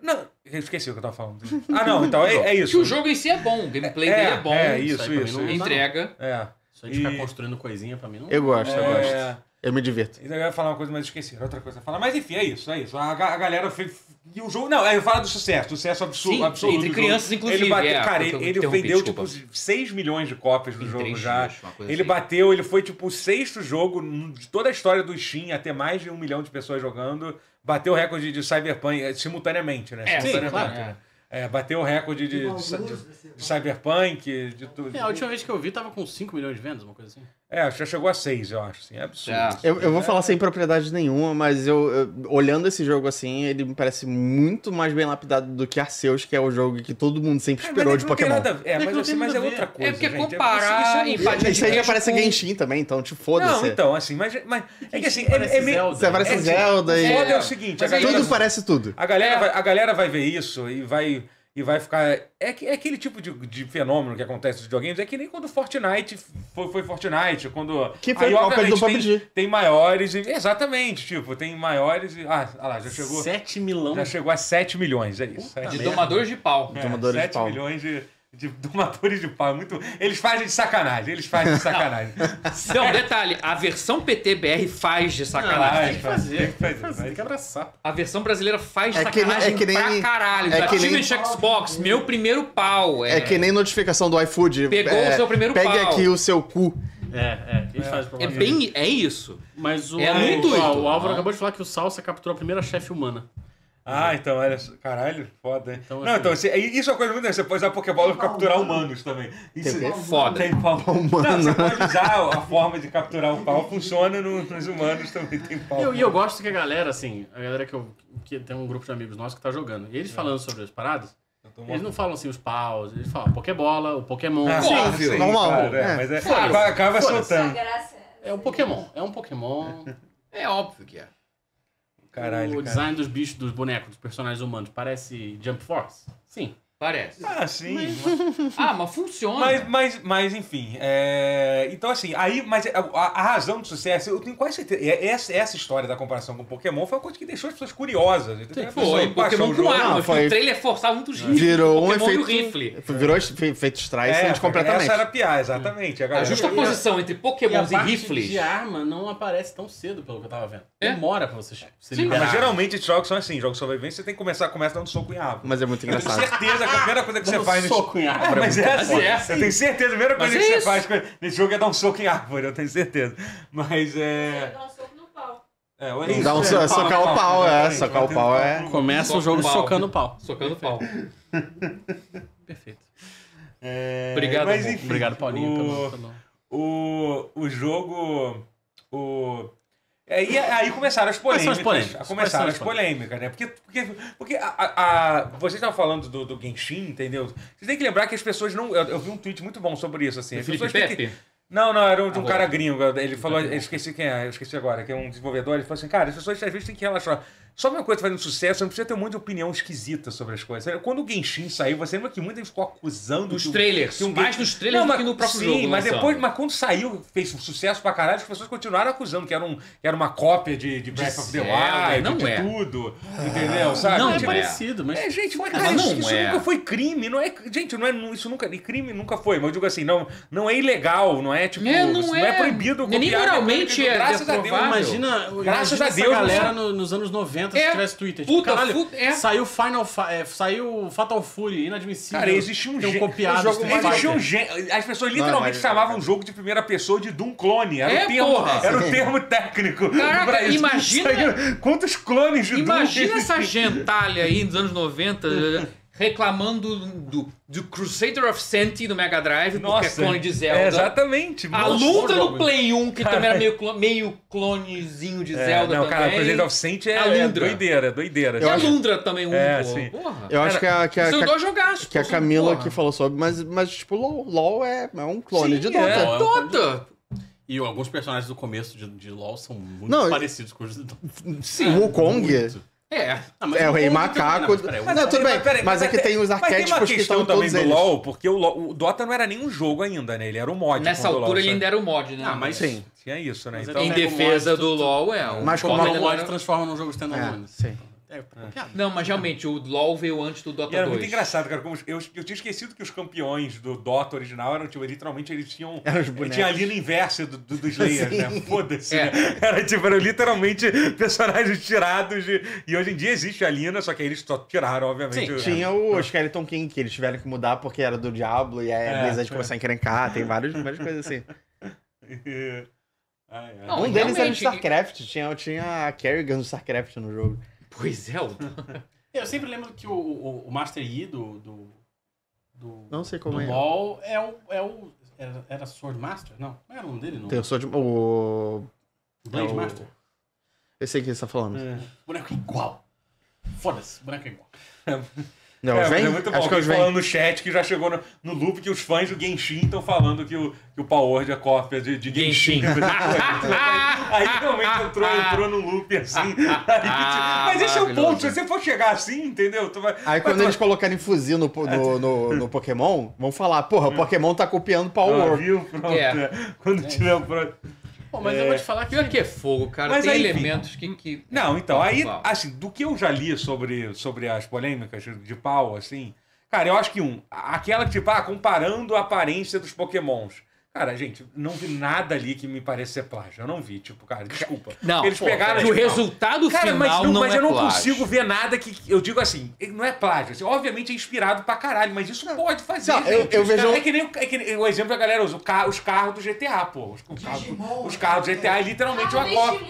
S3: Não, eu esqueci o que eu tava falando. Ah, não, então é, é
S1: Que
S3: isso.
S1: o jogo em si é bom, o gameplay
S3: É,
S1: dele é bom.
S3: é,
S4: isso
S3: isso,
S4: aí pra
S3: isso.
S4: mim não-
S3: isso.
S1: Entrega.
S3: É.
S4: Só de ficar
S3: E-
S4: construindo coisinha pra mim, não...
S2: Eu gosto, eu gosto.
S3: É,
S2: Eu me divirto.
S3: Eu ia falar uma coisa, mas esqueci. Era outra coisa a falar. Mas enfim, é isso, é isso. A, ga- a galera fez. E o jogo. Não, eu falo do sucesso. Sucesso absurdo.
S1: Sim,
S3: absurdo
S1: entre
S3: do
S1: crianças,
S3: jogo.
S1: inclusive,
S3: Ele bateu,
S1: é,
S3: cara,
S1: foi o que eu
S3: ele, ele
S1: interrompi,
S3: vendeu,
S1: desculpa.
S3: tipo, 6 milhões de cópias do
S1: Em
S3: jogo
S1: três
S3: já.
S1: dias, uma coisa
S3: ele
S1: assim.
S3: bateu, ele foi, tipo, o sexto jogo de toda a história do Steam, até mais de um milhão de pessoas jogando. Bateu o recorde de Cyberpunk eh, simultaneamente, né?
S1: É, sim,
S3: simultaneamente.
S1: claro.
S3: É. É, bateu o recorde de,
S6: Tem
S3: de-
S6: alguns
S3: de-
S6: desse-
S3: de Cyberpunk, de tudo.
S4: É, a última vez que eu vi tava com 5 milhões de vendas, uma coisa assim.
S3: É, já chegou a 6, eu acho. Assim, é absurdo.
S1: É.
S2: Eu, eu vou falar sem propriedade nenhuma, mas eu, eu- olhando esse jogo assim, ele me parece muito mais bem lapidado do que Arceus, que é o jogo que todo mundo sempre
S3: É, mas
S2: esperou
S3: é
S2: de
S3: que não tem
S2: Pokémon.
S3: nada a ver. É,
S4: É que
S3: mas,
S4: não
S3: assim,
S4: tem
S3: mas é
S4: nada a ver.
S3: outra coisa.
S1: porque
S3: gente. porque
S1: comparar
S3: isso- isso-
S1: empate
S2: E Isso aí
S1: Tipo,
S2: aparece Genshin também, então, tipo,
S3: Não,
S2: foda-se.
S3: então, assim, mas, mas é que assim, é,
S4: Parece
S3: é meio.
S4: Zelda.
S2: Você aparece
S3: É, tipo,
S2: Zelda e.
S3: Foda é o seguinte, a
S1: Mas é
S3: galera,
S2: Tudo parece tudo.
S3: a,
S4: É.
S3: galera vai, a galera vai ver isso e vai. E vai ficar. É, que- é aquele tipo de, de fenômeno que acontece nos videogames. É que nem quando Fortnite foi, foi Fortnite. Quando.
S2: Que foi uma coisa do
S3: obviamente, tem,
S2: PUBG.
S3: tem maiores. E, exatamente, tipo, tem maiores. E, ah, ah lá,
S4: É,
S3: já chegou.
S4: 7 milão.
S3: Já chegou a 7 milhões, é isso.
S1: De
S3: 7
S2: merda.
S1: domadores de pau.
S2: É. Domadores de
S3: 7
S2: pau.
S3: milhões de, de domadores de pau. é Muito... Eles fazem de sacanagem, eles fazem de sacanagem.
S1: Não, detalhe, a versão PTBR faz de sacanagem.
S4: tem que fazer,
S3: Tem que fazer,
S4: fazer, tem que abraçar.
S1: A versão brasileira faz
S2: É que nem-
S1: sacanagem
S2: é que nem-
S1: pra caralho.
S2: é
S1: É
S2: que nem-
S1: Xbox, meu primeiro pau.
S2: É que nem notificação do iFood.
S1: Pegou
S2: é,
S1: o seu primeiro
S2: Pegue
S1: pau.
S2: aqui o seu cu.
S4: É, é, eles fazem pra
S1: É bem... É isso.
S4: Mas o,
S1: É
S4: o-
S1: muito
S4: o,
S1: isso.
S4: o Álvaro acabou de falar que o Salsa capturou a primeira chefe humana.
S3: Ah, então, olha só. Caralho, foda, hein?
S4: Então,
S3: não,
S4: assim-
S3: então, você- isso é uma coisa muito interessante. Você pode usar Pokébola pra capturar humanos também. Isso
S2: Tem
S1: É foda.
S3: Tem pau.
S2: humano.
S3: Não, você pode usar a forma de capturar o pau, funciona no- nos humanos também, tem pau.
S4: Eu- E eu, gosto que a galera, assim, a galera que eu. que tem um grupo de amigos nossos que tá jogando. E eles falando sobre as paradas,
S3: Eu tô
S4: eles não falam assim os paus, eles falam Pokébola, o Pokémon. assim,
S3: Ah,
S1: Sim,
S3: claro, sim,
S2: normal,
S3: claro, é,
S2: é.
S3: Mas é,
S1: Claro.
S3: acaba
S4: né? Foda-se.
S5: Sua
S3: soltando.
S5: graça.
S4: É um Pokémon, é um Pokémon.
S1: É óbvio que é.
S3: Caralho,
S4: o
S3: cara.
S4: design dos bichos, dos bonecos, dos personagens humanos, parece Jump Force? Sim.
S1: Parece.
S3: Ah, sim.
S1: Ah, mas funciona.
S3: Mas, mas, mas enfim. é, Então, assim, aí, mas a, a- a razão do sucesso, eu tenho quase certeza. é- Essa, essa história da comparação com Pokémon foi uma coisa que deixou as pessoas curiosas. entendeu? A pessoa
S1: Foi,
S3: é, baixou
S1: Pokémon
S3: o
S1: com
S3: um jogo-
S1: arma.
S4: né?
S2: Não, foi-
S1: O trailer forçava muitos rifles.
S2: Virou um
S1: Pokémon e o
S2: efeito.
S1: rifle.
S2: Virou efe-
S3: É,
S2: efeito Strike completamente.
S3: Essa era a piada, exatamente. A
S1: É. A
S3: galera-
S1: justa posição entre pokémons e,
S4: parte
S1: rifles.
S4: de arma não aparece tão cedo, pelo que eu tava vendo.
S1: É?
S4: Demora pra você che- se
S1: Sim,
S3: Ah,
S4: liberar.
S3: Mas geralmente esses jogos são assim, jogos de sobrevivência, você tem que começar, começa dando soco em árvore.
S2: Mas é muito
S3: Eu tenho
S2: engraçado.
S3: certeza que a primeira coisa que
S4: Dando
S3: você faz nesse-
S4: soco em árvore.
S3: É, mas é assim.
S1: É assim.
S3: Eu tenho certeza, a primeira coisa
S1: Mas
S3: que
S1: é
S3: você faz com- nesse jogo é dar um soco em árvore, eu tenho certeza. Mas
S5: Você
S3: é.
S5: dá um soco no pau.
S3: é olha
S2: Dá um
S3: é,
S2: so- socar o pau, é,
S3: exatamente,
S2: socar o
S3: batendo
S2: pau
S3: no
S2: é-
S3: no-
S4: Começa o jogo socando o pau.
S1: Socando pau.
S4: Perfeito.
S3: É,
S1: Obrigado,
S3: mas,
S1: amor.
S3: enfim,
S4: Obrigado, Paulinho,
S3: o-
S4: pelo, pelo-
S3: o, o jogo. O, É, e aí começaram as
S4: Quais são
S3: polêmicas.
S4: as polêmicas?
S3: a- Começaram
S4: Quais
S3: as
S4: são as
S3: polêmicas, né? Porque, porque, porque a, a, a- vocês estavam falando do, do Genshin, entendeu? Vocês têm que lembrar que as pessoas não. Eu, eu vi um tweet muito bom sobre isso, assim. As
S1: Felipe
S3: pessoas têm que-
S1: Pepe?
S3: não, não, era um, de um
S1: Ah,
S3: cara
S1: bom.
S3: gringo. Ele falou, eu esqueci quem é, eu esqueci agora, que é um desenvolvedor. Ele falou assim: cara, as pessoas às vezes têm que relaxar. Só uma coisa fazendo sucesso, você não precisa ter muita opinião esquisita sobre as coisas. Quando o Genshin saiu, você lembra que muita gente ficou acusando
S1: Nos
S3: que o-
S1: trailers.
S3: que um
S1: mais
S3: Genshin-
S1: nos trailers
S3: mas,
S1: do que no próprio
S3: sim,
S1: jogo.
S3: mas
S1: lançando.
S3: depois, mas quando saiu, fez um sucesso pra caralho, as pessoas continuaram acusando que era, um, que era uma cópia de, de Breath of the
S1: Zelda,
S3: Wild,
S1: não
S3: de
S1: é.
S3: tudo, entendeu? Sabe?
S4: Não, é
S3: Tipo,
S4: parecido, mas.
S3: é, gente, mas,
S1: Mas
S3: cara, isso,
S1: não
S3: isso
S1: é.
S3: nunca foi crime, não é. Gente, não é, não- isso nunca. e Crime nunca foi, mas eu digo assim, não, não é ilegal, não é tipo.
S1: É, não
S3: isso
S1: é-
S3: proibido
S1: nem
S3: copiar,
S1: moralmente
S3: não é proibido,
S1: é
S3: graças a Deus.
S1: reprovável.
S3: mas-
S4: Imagina,
S3: Graças
S4: imagina
S3: a
S4: essa
S3: Deus, né?
S4: galera
S3: não
S4: no- nos anos 90
S1: É.
S4: se tivesse Twitter. Tipo,
S1: Puta,
S4: caralho,
S1: fu- é.
S4: saiu Final Fa- é, saiu Fatal Fury, inadmissível.
S3: Cara, existe um
S4: Tem
S3: gê-
S4: copiado
S3: um jogo
S4: Street
S3: mais- existia um
S4: Fighter.
S3: gê- As pessoas literalmente
S2: mas-
S3: chamavam um jogo de primeira pessoa de Doom clone. Era,
S1: É,
S3: o, termo,
S1: porra.
S3: era o termo técnico.
S1: Caraca,
S3: pra isso.
S1: imagina-
S3: Saiu- Quantos clones de
S1: Imagina
S3: Doom
S1: essa gentalha aí dos anos 90 eh, reclamando do, do Crusader of Senti do Mega Drive, porque é
S3: Nossa,
S1: clone de Zelda.
S3: É, exatamente.
S1: A
S3: Nossa,
S1: luta
S3: jogo.
S1: no Play 1, que também era meio, clo- meio clonezinho de
S3: É,
S1: Zelda
S3: Não,
S1: também.
S3: cara, Crusader of Saint é,
S1: A
S3: é
S1: Lundra.
S3: doideira, doideira.
S1: E a
S3: assim.
S1: Lundra também, um,
S3: É,
S1: pô.
S3: sim.
S1: Porra.
S2: Eu acho que a, que a,
S1: São
S2: que a-
S1: dois jogaços.
S2: que a
S1: pô,
S2: Camila
S1: porra.
S2: que falou sobre, mas, mas tipo, LOL, LOL é, é um clone
S3: Sim,
S2: de
S3: é.
S2: Dota.
S1: É,
S4: Não, é um
S1: Dota.
S4: E alguns personagens do começo de, de LoL são muito
S2: Não,
S4: parecidos com os do
S2: Sim, o Wukong
S1: É.
S4: Ah, mas
S2: é o
S4: Wukong
S2: rei
S4: também,
S2: macaco.
S4: mas peraí, o
S2: Não, tudo bem,
S3: peraí,
S2: mas é que
S3: até-
S2: tem os
S3: mas tem uma
S2: arquétipos que
S3: questão
S2: estão em
S3: também
S2: todos
S3: do
S2: eles.
S3: LoL, porque o, LoL- o Dota não era nenhum jogo ainda, né? Ele era um mod.
S1: Nessa
S3: quando o LoL
S1: altura ele
S3: saiu.
S1: ainda era o mod, né?
S4: Ah, mas
S2: Sim.
S3: Tinha isso, né?
S4: Mas
S3: Então,
S1: em
S4: Pega o
S1: defesa
S4: mod,
S1: do
S4: tu-
S1: LoL, é. o Dota
S2: Mas como-
S4: Como
S1: era-
S4: o mod transforma num jogo standalone.
S2: É, sim.
S4: É, copiado.
S1: Não, mas realmente, o LoL veio antes do Dota
S3: e era
S1: 2.
S3: muito engraçado, cara. Como eu, eu tinha esquecido que os campeões do Dota original eram, tipo, literalmente eles tinham.
S2: Eram os
S3: Ele tinha a
S2: bonecos.
S3: linha inversa do, do- dos layers, né? Foda-se.
S1: É.
S3: né? Era tipo, eram literalmente personagens tirados. de- E hoje em dia existe a Lina, só que aí eles só tiraram, obviamente.
S4: Sim,
S3: o-
S2: Tinha o Skeleton King, que eles tiveram que mudar porque era do Diablo, e aí
S3: É,
S2: a Blizzard
S3: é.
S2: começou a encrencar, tem várias, várias coisas assim.
S3: Ai, ai.
S1: Não,
S2: um deles era de
S1: realmente,
S2: StarCraft, tinha, tinha a Kerrigan do StarCraft no jogo.
S1: Pois é, o
S4: Eu sempre lembro que o, o, o Master Yi do. do, do
S2: Não sei como
S4: do
S2: é.
S4: LoL é o. É o era, era Sword Master? Não, não era o nome dele, não.
S2: Tem o Sword... O...
S4: Blade
S2: é o-
S4: Master.
S2: Eu sei o que você tá falando.
S4: É. Boneco igual. Foda-se, boneco é igual.
S2: Não,
S3: É, mas
S2: vem?
S3: é muito bom.
S2: Acho que é o
S3: Alguém
S2: Sven.
S3: falando no chat que já chegou no, no loop que os fãs do Genshin estão falando que o, que o Power Word é cópia de, de Genshin. aí realmente entrou, entrou no loop assim. Aí que
S1: Ah,
S3: te- Mas esse é o ponto.
S1: maravilhoso. Ah,
S3: Se você for chegar assim, entendeu? Tu vai,
S2: Aí quando eles colocarem fuzil no, po- no, no, no Pokémon, vão falar, porra,
S4: É.
S2: o Pokémon tá copiando Power
S3: Ah,
S2: World.
S3: viu? Pronto.
S1: É.
S3: é. Quando tiver o pro-
S4: Pô, mas eu vou te falar que.
S1: Pior que é fogo, cara.
S3: Mas
S1: Tem
S3: aí,
S1: elementos que, que.
S3: Não, então, aí,
S1: Uau.
S3: assim, do que eu já li sobre, sobre as polêmicas de pau, assim, cara, eu acho que um, aquela que, tipo, ah, comparando a aparência dos pokémons. Cara, gente, não vi nada ali que me parece ser plágio. Eu não vi, tipo, cara, desculpa.
S1: Não,
S3: eles
S1: pô,
S3: pegaram.
S1: que o
S3: tipo, não.
S1: resultado
S3: Cara,
S1: final
S3: mas, não,
S1: não
S3: mas
S1: é
S3: eu não
S1: plágio.
S3: consigo ver nada que. Eu digo assim, não é plágio. assim, obviamente é inspirado pra caralho, mas isso pode fazer.
S2: Não, eu-
S3: gente.
S2: eu
S3: Os caras-
S2: vejo-
S3: É que nem o- é que nem o exemplo que a galera usa, o ca- os carros do GTA, pô. Os, o carro do-
S6: Digimon.
S3: os carros do GTA é
S5: Ah,
S3: literalmente uma cópia.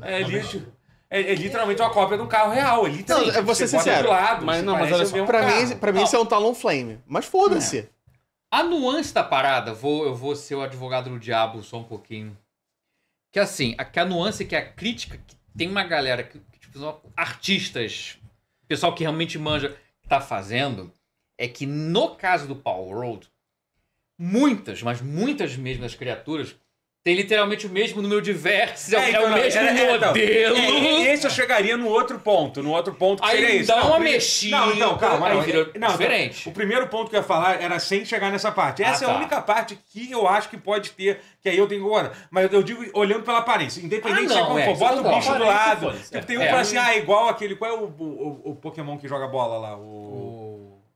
S3: É, li- é, é literalmente uma cópia de um carro real. É literalmente.
S2: Não, eu vou ser
S3: você bota
S2: sincero,
S3: do lado,
S4: mas
S3: você
S4: não, mas
S3: parece
S4: olha
S3: o
S4: só, Ah,
S3: mesmo
S2: Pra
S3: carro.
S2: mim, pra mim
S1: Não.
S2: isso é um Talon Flame. Mas foda-se.
S1: A nuance da parada, vou, eu vou ser o advogado do diabo só um pouquinho. Que assim, a, que a nuance que a crítica, que tem uma galera, que, que, tipo, são artistas, pessoal que realmente manja, tá fazendo, é que no caso do Power World, muitas, mas muitas mesmo das criaturas, tem literalmente o mesmo número de versos, é, o-
S3: É,
S1: é
S3: então,
S1: o
S3: não,
S1: mesmo
S3: era- era- então,
S1: modelo.
S3: é, esse eu chegaria no outro ponto, no outro ponto que
S1: Aí
S3: seria isso.
S1: dá uma
S3: prime-
S1: mexida,
S3: Não, então, calma.
S1: aí
S3: não,
S1: vira
S3: não,
S1: diferente.
S3: o primeiro ponto que eu ia falar era sem chegar nessa parte. Essa
S1: Ah,
S3: é a
S1: tá.
S3: única parte que eu acho que pode ter, que aí eu tenho agora. Mas eu digo olhando pela aparência, independente
S1: Ah,
S3: se é
S1: não,
S3: como
S1: é,
S3: for,
S1: isso eu
S3: bota o
S1: concordo.
S3: bicho do
S4: Aparência,
S3: lado.
S4: foda-se,
S3: Tipo,
S4: é.
S3: tem um que
S1: É.
S3: fala assim, ah, igual aquele, qual é o, o- o- o Pokémon que joga bola lá? O...
S4: O-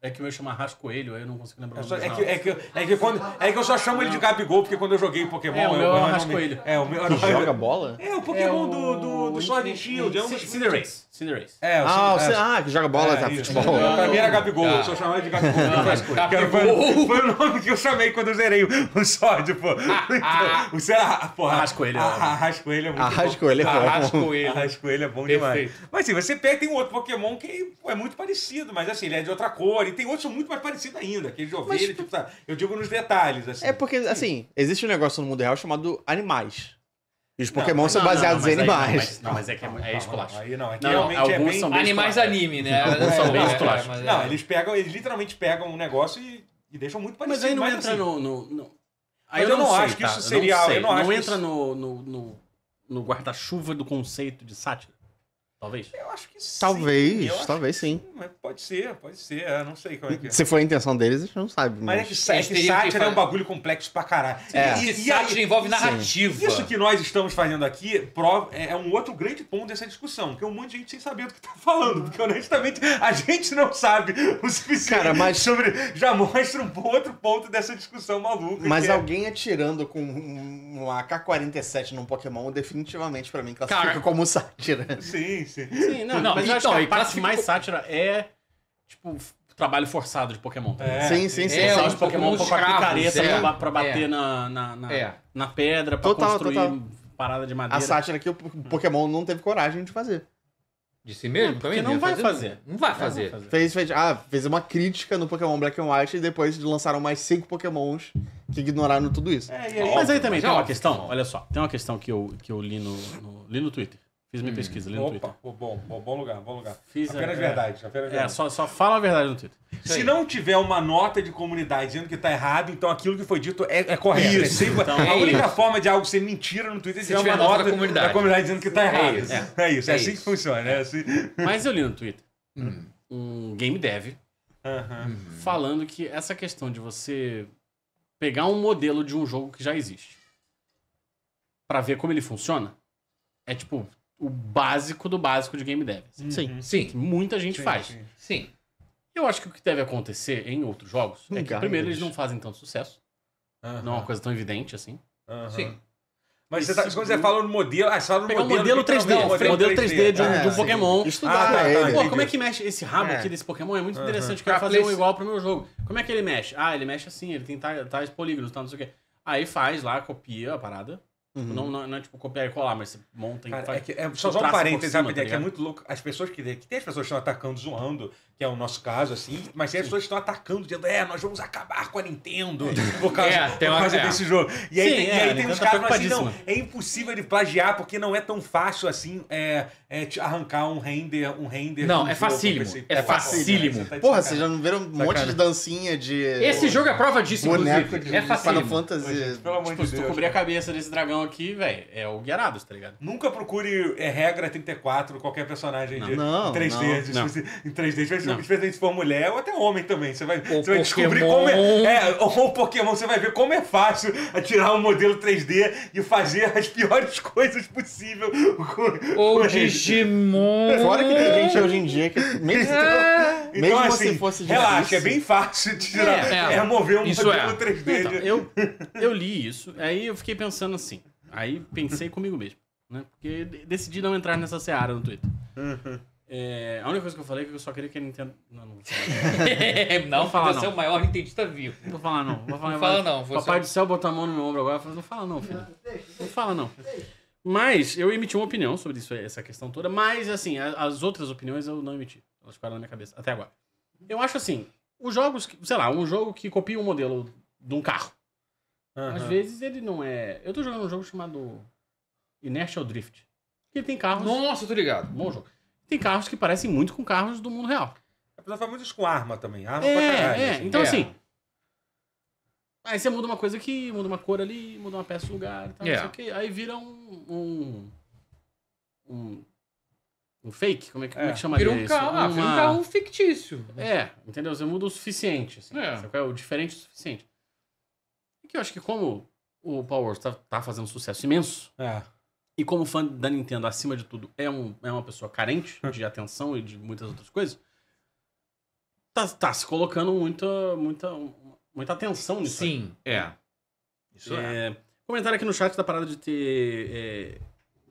S4: É que o meu chama Rasco Coelho, aí eu não consigo lembrar
S3: Eu
S4: o
S3: só-
S4: nome.
S3: é,
S4: dele,
S3: que,
S4: não.
S3: é, que, é, que quando, é que eu só chamo ele de Gabigol, porque quando eu joguei Pokémon...
S4: É, o
S3: eu-
S4: meu
S3: eu
S4: é o
S3: não-
S4: Rascoelho.
S3: É, o meu...
S2: Que joga bola?
S3: É, o
S4: É
S3: Pokémon do, do, do Sword and Shield. É um dos...
S4: Cinderace. Cinderace.
S3: É, o
S2: Ah,
S3: Cinderace.
S2: você- ah, que joga bola, tá?
S3: É, isso.
S2: Futebol.
S3: Pra mim era Gabigol,
S2: Ah.
S1: Tá.
S3: eu só chamava de Gabigol.
S1: tá.
S3: Que era- foi, foi o nome que eu chamei quando eu zerei o Sword, pô.
S2: Ah,
S3: Então, o Será, porra.
S4: Arrasco ele,
S3: a-
S4: ó.
S3: Arrasco ele é muito bom.
S2: Arrasco, ele é bom.
S1: Arrasco ele.
S3: Arrasco ele é bom
S1: Perfeito.
S3: demais. Mas assim, você pega, tem um outro Pokémon que pô, é muito parecido, mas assim, ele é de outra cor. E tem outros que são muito mais parecidos ainda. Aquele de ovelha, tipo, sabe? Eu digo nos detalhes, assim.
S2: É porque, assim, existe um negócio no mundo real chamado animais. E os Pokémon são
S4: Não, não,
S2: baseados
S4: não,
S2: em
S4: mas aí-
S2: animais.
S4: mas- Não, mas é que é, é esculacho.
S3: Aí não, é que
S4: Não, não,
S3: realmente é
S4: alguns
S3: bem...
S4: são bem-
S1: Animais
S4: esculacho.
S1: anime, né?
S4: são bem
S1: é,
S4: esculachos.
S1: mas é.
S3: Não, eles pegam, eles literalmente pegam um negócio e, e deixam muito parecido.
S4: Mas aí não
S3: mas
S4: entra
S3: assim,
S4: no. no- no-
S3: Mas
S4: Aí
S3: eu não
S4: sei,
S3: acho que
S4: tá?
S3: isso
S4: Eu
S3: seria-
S4: Não,
S3: eu
S4: sei.
S3: não acho que
S4: entra
S3: isso-
S4: no, no, no, no guarda-chuva do conceito de sátira. Talvez.
S3: Eu acho que sim.
S2: Talvez,
S3: Eu acho
S2: talvez
S3: que
S2: sim.
S3: Mas pode ser, pode ser. Eu não sei como é que é.
S2: Se for a intenção deles, a gente não sabe.
S3: Mas é
S2: Mas...
S3: que, sa- é
S1: Eles
S3: que
S1: teriam que
S3: sátira é um
S1: fazer-
S3: bagulho complexo pra caralho.
S2: É.
S1: E sátira envolve narrativa.
S3: Isso que nós estamos fazendo aqui prova- é é um outro grande ponto dessa discussão, que é um monte de gente sem saber do que tá falando, porque honestamente a gente não sabe o suficiente
S2: Cara, mas-
S3: sobre. Já mostra um outro ponto dessa discussão maluca.
S2: Mas
S3: que é-
S2: alguém atirando com um um AK-47 num Pokémon, definitivamente pra mim, classifica
S1: Cara.
S2: como sátira.
S3: Sim, sim.
S4: Sim, não,
S1: Não,
S4: mas eu acho
S1: então, e
S4: que a parte
S1: classifica-
S4: mais sátira é, tipo, f- trabalho forçado de Pokémon. tá ligado?
S3: É,
S2: sim, sim, sim.
S1: É,
S2: sim.
S4: Usar
S1: um
S4: os Pokémon com
S1: Pokémon
S4: a
S1: escravos,
S4: picareta
S2: é.
S4: pra, pra bater
S1: É.
S4: na, na, na,
S1: É.
S4: na pedra, pra
S2: Total,
S4: construir
S2: total.
S4: parada de
S2: A
S4: madeira.
S2: sátira que o Pokémon não teve coragem de fazer.
S1: De si mesmo?
S4: Não,
S1: também
S4: porque não
S1: devia
S4: vai fazer. É,
S1: Não vai
S4: Não,
S1: fazer.
S4: fazer.
S2: Fez, fez, ah, fez uma crítica no Pokémon Black and White e depois lançaram mais cinco Pokémons que ignoraram tudo isso.
S3: É, e aí-
S4: Mas aí também
S1: mas é
S4: tem uma
S1: óbvio.
S4: questão, olha só, tem uma questão que eu, que eu li no, no- li no Twitter. Fiz minha pesquisa, li no Twitter.
S3: Opa, pô, bom, bom, bom lugar, bom lugar.
S4: Fiz
S3: apenas
S4: a-
S3: verdade, apenas
S4: É,
S3: verdade.
S4: só, só fala a verdade no Twitter.
S3: Se não tiver uma nota de comunidade dizendo que tá errado, então aquilo que foi dito é, é correto.
S4: Isso,
S3: É sempre-
S4: então,
S3: a
S1: é
S3: única forma de algo ser mentira no Twitter é se
S1: Se
S3: tiver uma
S1: tiver nota
S3: nota
S1: da comunidade.
S3: da comunidade dizendo que tá errado.
S1: isso, é.
S3: É isso, é
S1: É
S3: assim que
S1: isso.
S3: funciona. É assim.
S4: Mas eu li no Twitter
S1: Hum.
S4: um game dev
S3: Hum. Aham.
S4: falando que essa questão de você pegar um modelo de um jogo que já existe pra ver como ele funciona é tipo o básico do básico de game dev. assim,
S2: Sim.
S1: Sim,
S4: que muita gente
S3: Hum. Sim,
S4: faz.
S3: Uhum. sim.
S1: sim.
S4: Eu acho que o que deve acontecer em outros jogos é que
S3: Hum,
S2: Lugares.
S4: primeiro eles não fazem tanto sucesso,
S3: Aham,
S4: não é uma coisa tão evidente assim.
S3: aham.
S1: Sim.
S3: Mas você tá, quando você fala no modelo. Ah, você fala no
S4: Pegar um
S3: modelo.
S4: modelo 3D,
S3: literalmente,
S4: modelo 3D de um-
S3: tá?
S4: de um Pokémon.
S2: Estudar
S3: Ah, tá, tá,
S2: ele.
S4: Pô,
S3: entendi.
S4: como é que mexe esse rabo
S2: É.
S4: aqui desse Pokémon? É muito
S3: Aham.
S4: interessante, eu quero
S1: Pra
S4: fazer um
S1: place-
S4: igual pro meu jogo. Como é que ele mexe? Ah, ele mexe assim, ele tem tais, tais polígonos, tal, não sei o quê. Aí faz lá, copia a parada.
S2: Uhum.
S4: Não, não, não é tipo copiar e colar, mas você monta e
S3: Cara,
S4: faz.
S3: é que- é só só um
S4: traça por
S3: parênteses
S4: cima,
S3: rapidinho,
S4: tá
S3: que é
S4: ligado?
S3: muito louco. As pessoas que. que tem as pessoas que estão atacando, zoando, que é o nosso caso, assim, mas tem as pessoas que estão atacando, dizendo, é, nós vamos acabar com a Nintendo por causa,
S1: É, tem
S3: por
S1: uma-
S3: causa
S1: é.
S3: desse jogo. E aí,
S4: Sim,
S3: tem,
S4: é,
S3: e
S4: a
S3: aí tem
S4: Nintendo
S3: uns
S4: tá
S3: caras que falam assim, não,
S4: preocupadíssima.
S3: é impossível de plagiar, porque não é tão fácil assim é, é, te arrancar um render, um render. de
S1: Não,
S3: um
S1: é
S3: jogo,
S1: facílimo,
S3: pra esse-
S1: é
S3: pra esse-
S1: facílimo.
S3: tá de
S2: Porra,
S3: sacanagem.
S2: vocês já não viram um monte de dancinha de.
S1: Esse jogo é prova disso,
S2: boneco
S1: inclusive.
S2: de
S1: É
S2: Final
S1: facílimo.
S3: Pô, gente,
S2: Fantasy.
S3: Pelo amor
S4: Tipo,
S3: de
S4: se tu
S3: Deus.
S4: cobrir a cabeça desse dragão aqui, velho, é o Gyarados, tá ligado?
S3: Nunca procure é, regra 34, qualquer personagem de
S2: Não,
S3: 3D.
S2: não,
S3: de-
S4: não.
S3: se- Em 3D, se-
S4: Não.
S3: se se for mulher ou até homem também. Você vai,
S1: Ou
S3: você vai descobrir
S1: Pokémon.
S3: como é, é. Ou o Pokémon, você vai ver como é fácil tirar um modelo 3D e fazer as piores coisas possível. com- com
S1: Ou
S3: ele.
S1: Digimon.
S2: Fora que tem gente hoje em dia que. Mesmo,
S3: Então,
S2: mesmo
S3: assim,
S2: se fosse difícil.
S3: relaxa, é bem fácil de tirar, é,
S1: É, é.
S3: mover um
S1: Isso
S3: modelo
S1: é.
S3: 3D.
S4: Então,
S3: de-
S4: eu, eu li isso, aí eu fiquei pensando assim. Aí pensei comigo mesmo, né? Porque de- decidi não entrar nessa seara no Twitter.
S1: Uhum.
S4: É, a única coisa que eu falei é que eu só queria que a Nintendo. Não, não vou falar.
S1: não,
S4: Vou falar
S1: você é
S4: não.
S1: o maior nintendista vivo.
S4: Não vou falar, não. Vou falar,
S1: Não fala não, você- é um
S4: Papai do céu botou a mão no meu ombro agora e falou: não fala, não, filho.
S6: Deixa,
S4: Não
S6: deixa,
S4: fala, não.
S6: deixa.
S4: Mas eu emiti uma opinião sobre isso, essa questão toda, mas assim, a- as outras opiniões eu não emiti. Elas ficaram na minha cabeça, até agora. Eu acho assim, os jogos, que- sei lá, um jogo que copia um modelo de um carro. Às
S3: Aham.
S4: vezes ele não é. Eu tô jogando um jogo chamado Inertial Drift. Que tem carros.
S1: Nossa, eu tô ligado.
S4: Bom jogo. Tem carros que parecem muito com carros do mundo real.
S3: Apesar de falar muito isso com arma também. Arma pra caralho.
S4: É, é.
S3: assim.
S4: Então
S1: É.
S4: assim. Aí você muda uma coisa aqui, muda uma cor ali, muda uma peça do lugar e tal,
S1: É.
S4: não sei o quê. Aí vira um. um. um, um fake? Como é que, como é que chamaria
S1: Vira um
S4: isso?
S1: carro, ah, vira um
S4: Uma-
S1: carro fictício.
S4: É, entendeu? Você muda o suficiente. Assim,
S1: É.
S4: Sabe qual é o diferente o suficiente. E que eu acho que como o Power tá, tá fazendo um sucesso imenso,
S3: É.
S4: e como fã da Nintendo, acima de tudo, é, um, é uma pessoa carente de atenção e de muitas outras coisas, tá, tá se colocando muita, muita, muita atenção nisso. aí.
S1: Sim, é. Isso é.
S4: É, Comentário aqui no chat da parada de ter é,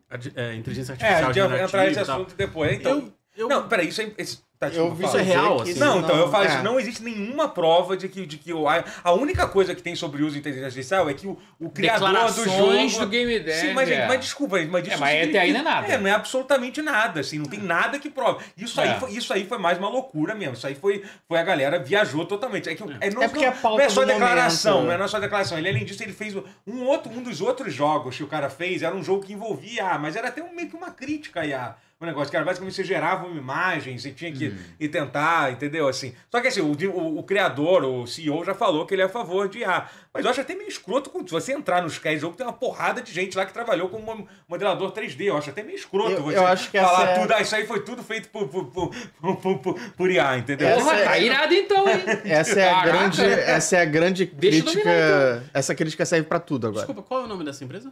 S4: a di- é,
S3: É,
S4: inteligência
S3: a É,
S4: artificial
S3: gente vai
S4: generativa
S3: entrar nesse
S4: e tal.
S3: assunto depois. Então,
S4: Eu, eu,
S3: Não, peraí, isso é, esse- Tá,
S2: Eu vi
S4: Isso é
S3: fala.
S4: real,
S2: que-
S4: assim?
S3: Não, então, eu falo
S2: é.
S3: isso. Não existe nenhuma prova de que, de que o, a a única coisa que tem sobre o uso de inteligência artificial é que o, o criador do
S1: Declarações
S3: jogo...
S1: do Game Dev.
S3: Sim, mas, gente,
S1: é.
S3: mas desculpa, gente, mas isso
S1: É, mas
S3: não
S1: até aí não é
S3: significa-
S1: nada.
S3: É, não é absolutamente nada, assim, não tem nada que prove. Isso,
S1: É.
S3: aí, foi, isso aí foi mais uma loucura mesmo. Isso aí foi, foi a galera viajou totalmente. É, que, é, não,
S2: É porque é
S3: não
S2: pauta
S3: é só
S2: do
S3: declaração,
S2: momento.
S3: não é só declaração. Ele, além disso, ele fez um outro, um dos outros jogos que o cara fez, era um jogo que envolvia IA, mas era até um- meio que uma crítica a IA. O negócio, que era basicamente você gerava uma imagem, você tinha
S2: Uhum.
S3: que e tentar, entendeu? Assim. Só que assim, o, de- o- o criador, o CEO, já falou que ele é a favor de IA. Mas eu acho até meio escroto quando se você entrar nos caras jogo, tem uma porrada de gente lá que trabalhou como mo- modelador 3D. Eu acho até meio escroto
S2: Eu-
S3: você
S2: eu acho que essa
S3: falar
S2: é-
S3: tudo. Ah, isso aí foi tudo feito por, por, por, por, por- por- por IA, entendeu?
S2: Essa
S1: Porra,
S2: é-
S1: tá irado então, hein?
S2: Essa é a
S1: Caraca.
S2: grande, essa é a grande
S1: Deixa eu
S2: crítica.
S4: então.
S2: Essa crítica serve pra tudo agora.
S4: Desculpa, qual é o nome dessa empresa?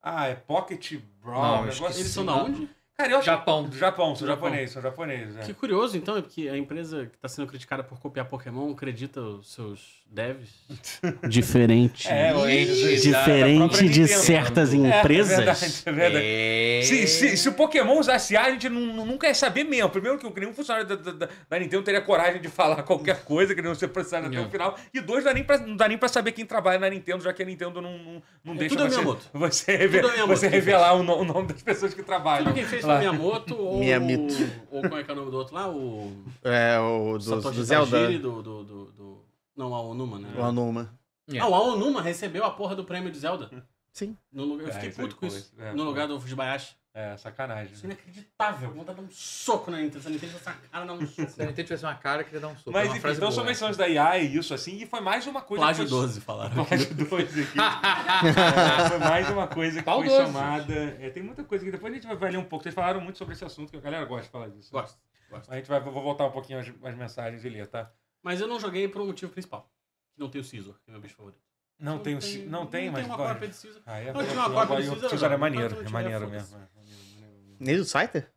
S3: Ah, é Pocket Brawl.
S1: Não,
S3: um negócio
S1: esqueci.
S4: Eles
S3: assim.
S4: são da onde?
S3: Cara, eu acho
S1: Japão.
S3: Do Japão, são
S4: Japão.
S3: japoneses, são japoneses. é.
S4: Que curioso, então, é porque a empresa que está sendo criticada por copiar Pokémon acredita os seus devs. Diferente.
S3: É, eles- da própria Nintendo. É, é verdade, é verdade.
S1: É.
S3: Se, se- se o Pokémon usasse A, a gente nu- nu- nunca ia saber mesmo. Primeiro que nenhum funcionário da, da- da- da Nintendo teria coragem de falar qualquer coisa que não ser processado até o
S1: Yeah.
S3: final. E dois, dá nem pra, não dá nem pra saber quem trabalha na Nintendo, já que a Nintendo não, não, não
S4: É
S3: deixa
S4: tudo a
S3: você,
S4: Miyamoto.
S3: você, reve-
S4: Tudo a Miyamoto
S3: você
S4: que
S3: revelar o, no- o nome das pessoas que
S4: Tudo
S3: trabalham.
S4: quem fez foi
S3: Lá.
S4: Miyamoto ou.
S2: Miyamoto.
S4: Ou como é que é o nome do outro lá? O.
S2: É, o do,
S4: Satoshi
S2: do Zelda.
S4: Tajiri, do, do, do, do- Não, a Onuma, né?
S2: O Anuma.
S4: Ah, o Onuma recebeu a porra do prêmio de Zelda.
S2: Sim.
S4: No lugar... Eu
S3: É,
S4: fiquei
S3: isso
S4: puto
S3: aí
S4: com
S3: foi.
S4: isso.
S3: É,
S4: no
S3: foi.
S4: lugar do Fujibayashi.
S3: É, sacanagem.
S4: Isso é inacreditável. Vontade de dar um soco na Nintendo. Se a Nintendo tivesse a cara, dá um soco.
S1: Se a Nintendo tivesse uma cara, eu queria dar um soco.
S3: Mas
S1: É uma
S3: enfim,
S1: frase
S3: então
S1: boa.
S3: são menções da IA e isso assim, e foi mais uma coisa.
S4: Plágio
S3: que foi...
S4: 12, falaram.
S3: Plágio 12 aqui. É, foi mais uma coisa que
S1: Pau
S3: foi
S1: 12.
S3: chamada. É, tem muita coisa que depois a gente vai valer um pouco. Vocês falaram muito sobre esse assunto, que a galera gosta de falar disso.
S4: Gosto.
S3: A gente vai vou voltar um pouquinho às, às mensagens e ler, tá?
S4: Mas eu não joguei por um motivo principal. Que não tem o Caesar, que é meu bicho favorito.
S3: Não, tem, o ci- não tem, mas
S4: Não tem uma
S3: vai.
S4: cópia de Caesar.
S3: Ah, é,
S4: Não, tinha uma
S3: agora-
S4: cópia do
S3: agora eu-
S4: Caesar,
S3: Caesar é
S4: não.
S3: maneiro,
S4: Quando
S3: é
S4: tiver,
S3: maneiro
S4: foda-se.
S3: mesmo. é.
S2: Nem do Scyther?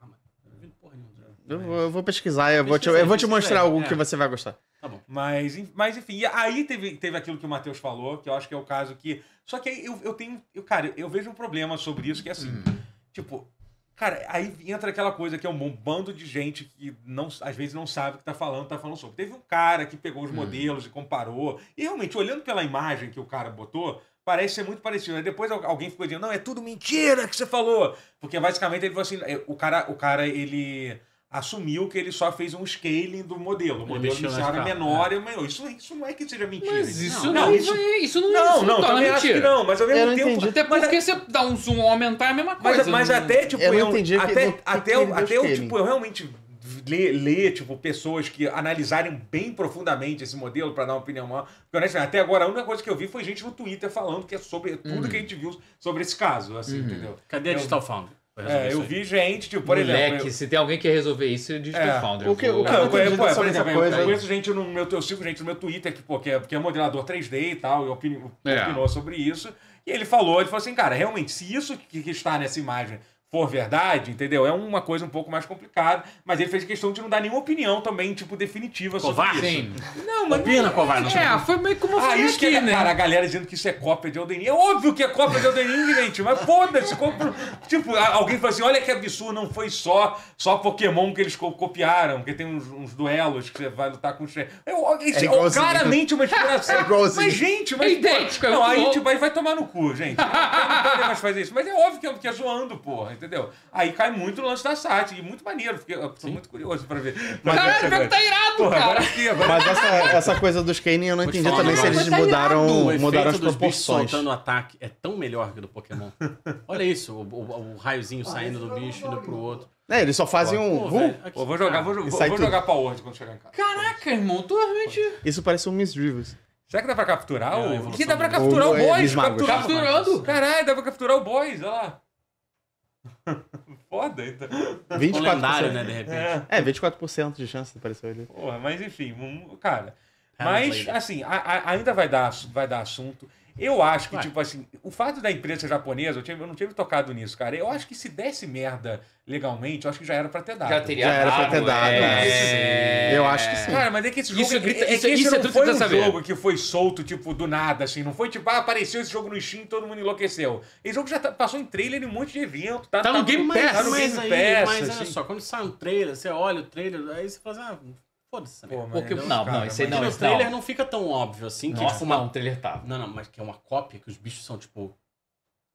S4: Ah, mas não duvido porra nenhuma.
S2: Eu, vou- eu vou pesquisar, eu vou te,
S4: Pesquisa aí,
S2: eu vou te
S4: pesquisa
S2: mostrar
S4: aí.
S2: algo
S4: É.
S2: que você vai gostar.
S4: Tá bom.
S3: Mas, en- mas enfim, e aí teve, teve aquilo que o Matheus falou, que eu acho que é o caso que. Só que aí eu, eu tenho. Eu, cara, eu vejo um problema sobre isso, que é assim.
S1: Hum.
S3: Tipo, cara, aí entra aquela coisa que é um bando de gente que não, às vezes não sabe o que tá falando, tá falando sobre. Teve um cara que pegou os
S1: Hum.
S3: modelos e comparou. E realmente, olhando pela imagem que o cara botou, parece ser muito parecido. Aí depois al- alguém ficou dizendo, não, é tudo mentira que você falou. Porque basicamente ele falou assim, é, o cara, o cara ele assumiu que ele só fez um scaling do modelo. O modelo
S4: mexeu nas
S3: inicial era
S4: capas,
S3: menor e maior. Isso, isso não é que seja mentira.
S1: Mas isso
S4: Não,
S1: não,
S3: isso-
S1: é- isso não,
S3: Não,
S1: isso
S3: não,
S1: torna
S3: também acho que
S1: mentira.
S3: não, mas ao mesmo
S2: Eu não
S3: tempo.
S2: entendi.
S1: Até
S3: mas- é-
S1: porque você dá um zoom ou aumentar é a mesma
S3: Mas,
S1: coisa.
S3: mas
S1: não-
S3: até, tipo,
S2: Eu
S3: eu,
S2: não entendi que-
S3: até,
S2: no que
S3: até,
S2: que
S3: eu,
S2: ele deu
S3: até eu,
S2: scaling.
S3: tipo, eu realmente ler, ler, tipo, pessoas que analisarem bem profundamente esse modelo pra dar uma opinião maior. Porque, honestamente, até agora a única coisa que eu vi foi gente no Twitter falando que é sobre tudo
S1: Uhum.
S3: que a gente viu sobre esse caso, assim, entendeu?
S4: Cadê a
S3: Eu-
S4: Digital Foundry? pra resolver
S3: É,
S4: isso
S3: eu
S4: aí?
S3: vi gente, tipo, por
S1: Um Moleque,
S3: exemplo. eu-
S1: se tem alguém que resolver isso, é Digital
S3: É.
S1: Foundry.
S2: O que- o
S1: Vou-
S2: que-
S3: Não, eu,
S2: entendi
S3: conheço- pô,
S2: dessa
S3: por exemplo, eu-
S2: coisa
S3: eu
S2: aí.
S3: conheço gente no meu eu sigo gente no meu Twitter que, pô, que, é, que é modelador 3D e tal, e opini,
S1: É.
S3: opinou sobre isso. E ele falou, ele falou assim, cara, realmente, se isso que, que está nessa imagem for verdade, entendeu? É uma coisa um pouco mais complicada, mas ele fez questão de não dar nenhuma opinião também, tipo, definitiva sobre
S4: Covarde.
S3: isso.
S1: Sim.
S3: Não, mas
S4: Opina, covarde.
S1: É, foi meio como eu
S3: ah,
S1: falei
S3: isso
S1: aqui,
S3: que,
S1: né?
S3: Cara, a galera dizendo que isso é cópia de Elden Ring. É óbvio que é cópia de Elden Ring, gente. Mas foda-se. compra- Tipo, a- alguém fala assim, olha que absurdo, não foi só, só Pokémon que eles co- copiaram, porque tem uns, uns duelos que você vai lutar com o chefe. É, ó, isso
S2: É
S3: é, ó,
S2: igualzinho.
S3: claramente uma inspiração.
S2: É igualzinho.
S3: mas, gente, mas...
S1: É idêntico, é
S3: Não,
S1: muito
S3: aí
S1: bom.
S3: tipo, aí vai tomar no cu, gente. Não, não pode mais fazer isso. Mas é óbvio que é, que é zoando, porra, entendeu? Aí cai muito no lance da sátira. E muito maneiro, porque eu tô muito curioso pra ver. Mas
S1: Caralho, pior que tá irado,
S3: Porra, agora
S1: cara.
S3: aqui, agora...
S2: Mas essa, essa coisa dos Kane eu não
S4: Vou te
S2: entendi
S4: falar um
S2: também se
S4: negócio.
S2: eles
S1: Mas tá irado,
S2: mudaram,
S4: o
S2: mudaram as
S4: efeito dos bichos
S2: proporções.
S4: soltando o ataque é tão melhor que o do Pokémon. Olha isso, o, o- o raiozinho saindo do bicho, indo pro outro.
S2: É, eles só fazem um.
S4: Pô,
S2: vu.
S4: velho, aqui- tá
S3: Pô, vou jogar, vou, jo-
S2: Ah, E
S3: vou,
S2: sai
S3: vou
S2: tudo.
S3: jogar Power quando chegar em casa.
S1: Caraca, irmão, tu é realmente
S2: Isso parece um Miss Rivers.
S3: Será que dá pra capturar
S4: É, a
S3: o.
S4: evolução
S3: Que dá pra
S4: do-
S3: capturar o,
S2: Ou é
S3: boys?
S2: bismago.
S1: Tá
S3: capturar-
S1: capturando.
S3: Caralho, dá pra capturar o boys, olha lá. Foda, então.
S4: Um
S2: 24%.
S4: lendário, né, de repente.
S3: É,
S2: É, 24% de chance de aparecer ele.
S3: porra, mas enfim, um- cara.
S4: É,
S3: Mas,
S4: mas-
S3: assim, a- a- ainda vai dar, assu- vai dar assunto. Eu acho que,
S4: Vai.
S3: tipo assim, o fato da imprensa japonesa, eu, tinha- eu não tinha me tocado nisso, cara. Eu acho que se desse merda legalmente, eu acho que já era pra ter dado.
S1: Já teria
S2: Já era pra ter dado,
S1: é.
S2: Eu acho que sim.
S3: Cara, mas é que esse jogo.
S1: Isso é
S3: é,
S1: grita-
S3: é que
S1: isso-
S3: esse
S1: isso é
S3: não
S1: tudo que
S3: foi
S1: você
S3: um
S1: saber.
S3: jogo que foi solto, tipo, do nada, assim. Não foi tipo, ah, apareceu esse jogo no Steam e todo mundo enlouqueceu. Esse jogo já tá- passou em trailer em um monte de evento. Tá,
S1: Tá no Game
S3: Tá
S1: Pass,
S3: no
S4: mas
S3: Game
S4: aí,
S3: Pass,
S4: mas olha
S3: assim.
S4: só, quando sai um trailer, você olha o trailer, aí você fala assim, ah, foda-se. essa merda.
S3: Pô, mas
S1: Porque,
S3: Deus,
S1: não,
S3: cara,
S1: não, isso aí
S3: mas-
S1: não, é
S4: Porque no
S1: isso
S4: trailer
S1: não.
S4: não. fica tão óbvio assim, que é
S1: Nossa,
S4: tipo uma...
S1: não, o um trailer tá. tava.
S4: Não, não, mas que é uma cópia, que os bichos são tipo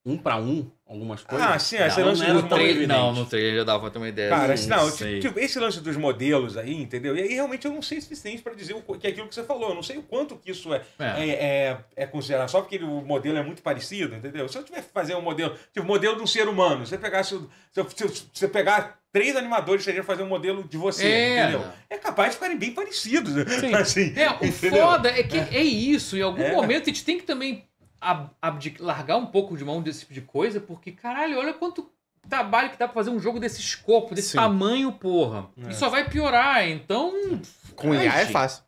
S4: um pra um, algumas coisas.
S3: Ah, sim, esse
S4: Não,
S3: lance
S4: não
S3: dos
S4: era tão
S1: Trailer-
S3: modelos.
S4: evidente.
S1: não, no trailer já dava pra ter uma ideia.
S3: Cara,
S1: Sim. É.
S3: assim, não,
S4: sei.
S3: tipo, esse lance dos modelos aí, entendeu? E aí realmente eu não sei o suficiente pra dizer o co- que é aquilo que você falou. Eu não sei o quanto que isso é,
S1: É.
S3: é. é- é considerado. Só porque ele- o modelo é muito parecido, entendeu? Se eu tiver que fazer um modelo, tipo, modelo de um ser humano, se você pegasse. o- Se eu- se eu- se você pegar três animadores, seria fazer um modelo de você,
S1: É.
S3: entendeu? É capaz de ficarem bem parecidos. Assim,
S1: É, o
S3: entendeu?
S1: foda é que é isso. Em algum
S3: É.
S1: momento a gente tem que também ab- abdi- largar um pouco de mão desse tipo de coisa, porque, caralho, olha quanto trabalho que dá pra fazer um jogo desse escopo, desse
S2: Sim.
S1: tamanho, porra.
S3: É.
S1: E só vai piorar, então...
S2: Com IA é
S1: Ai, gente,
S2: fácil.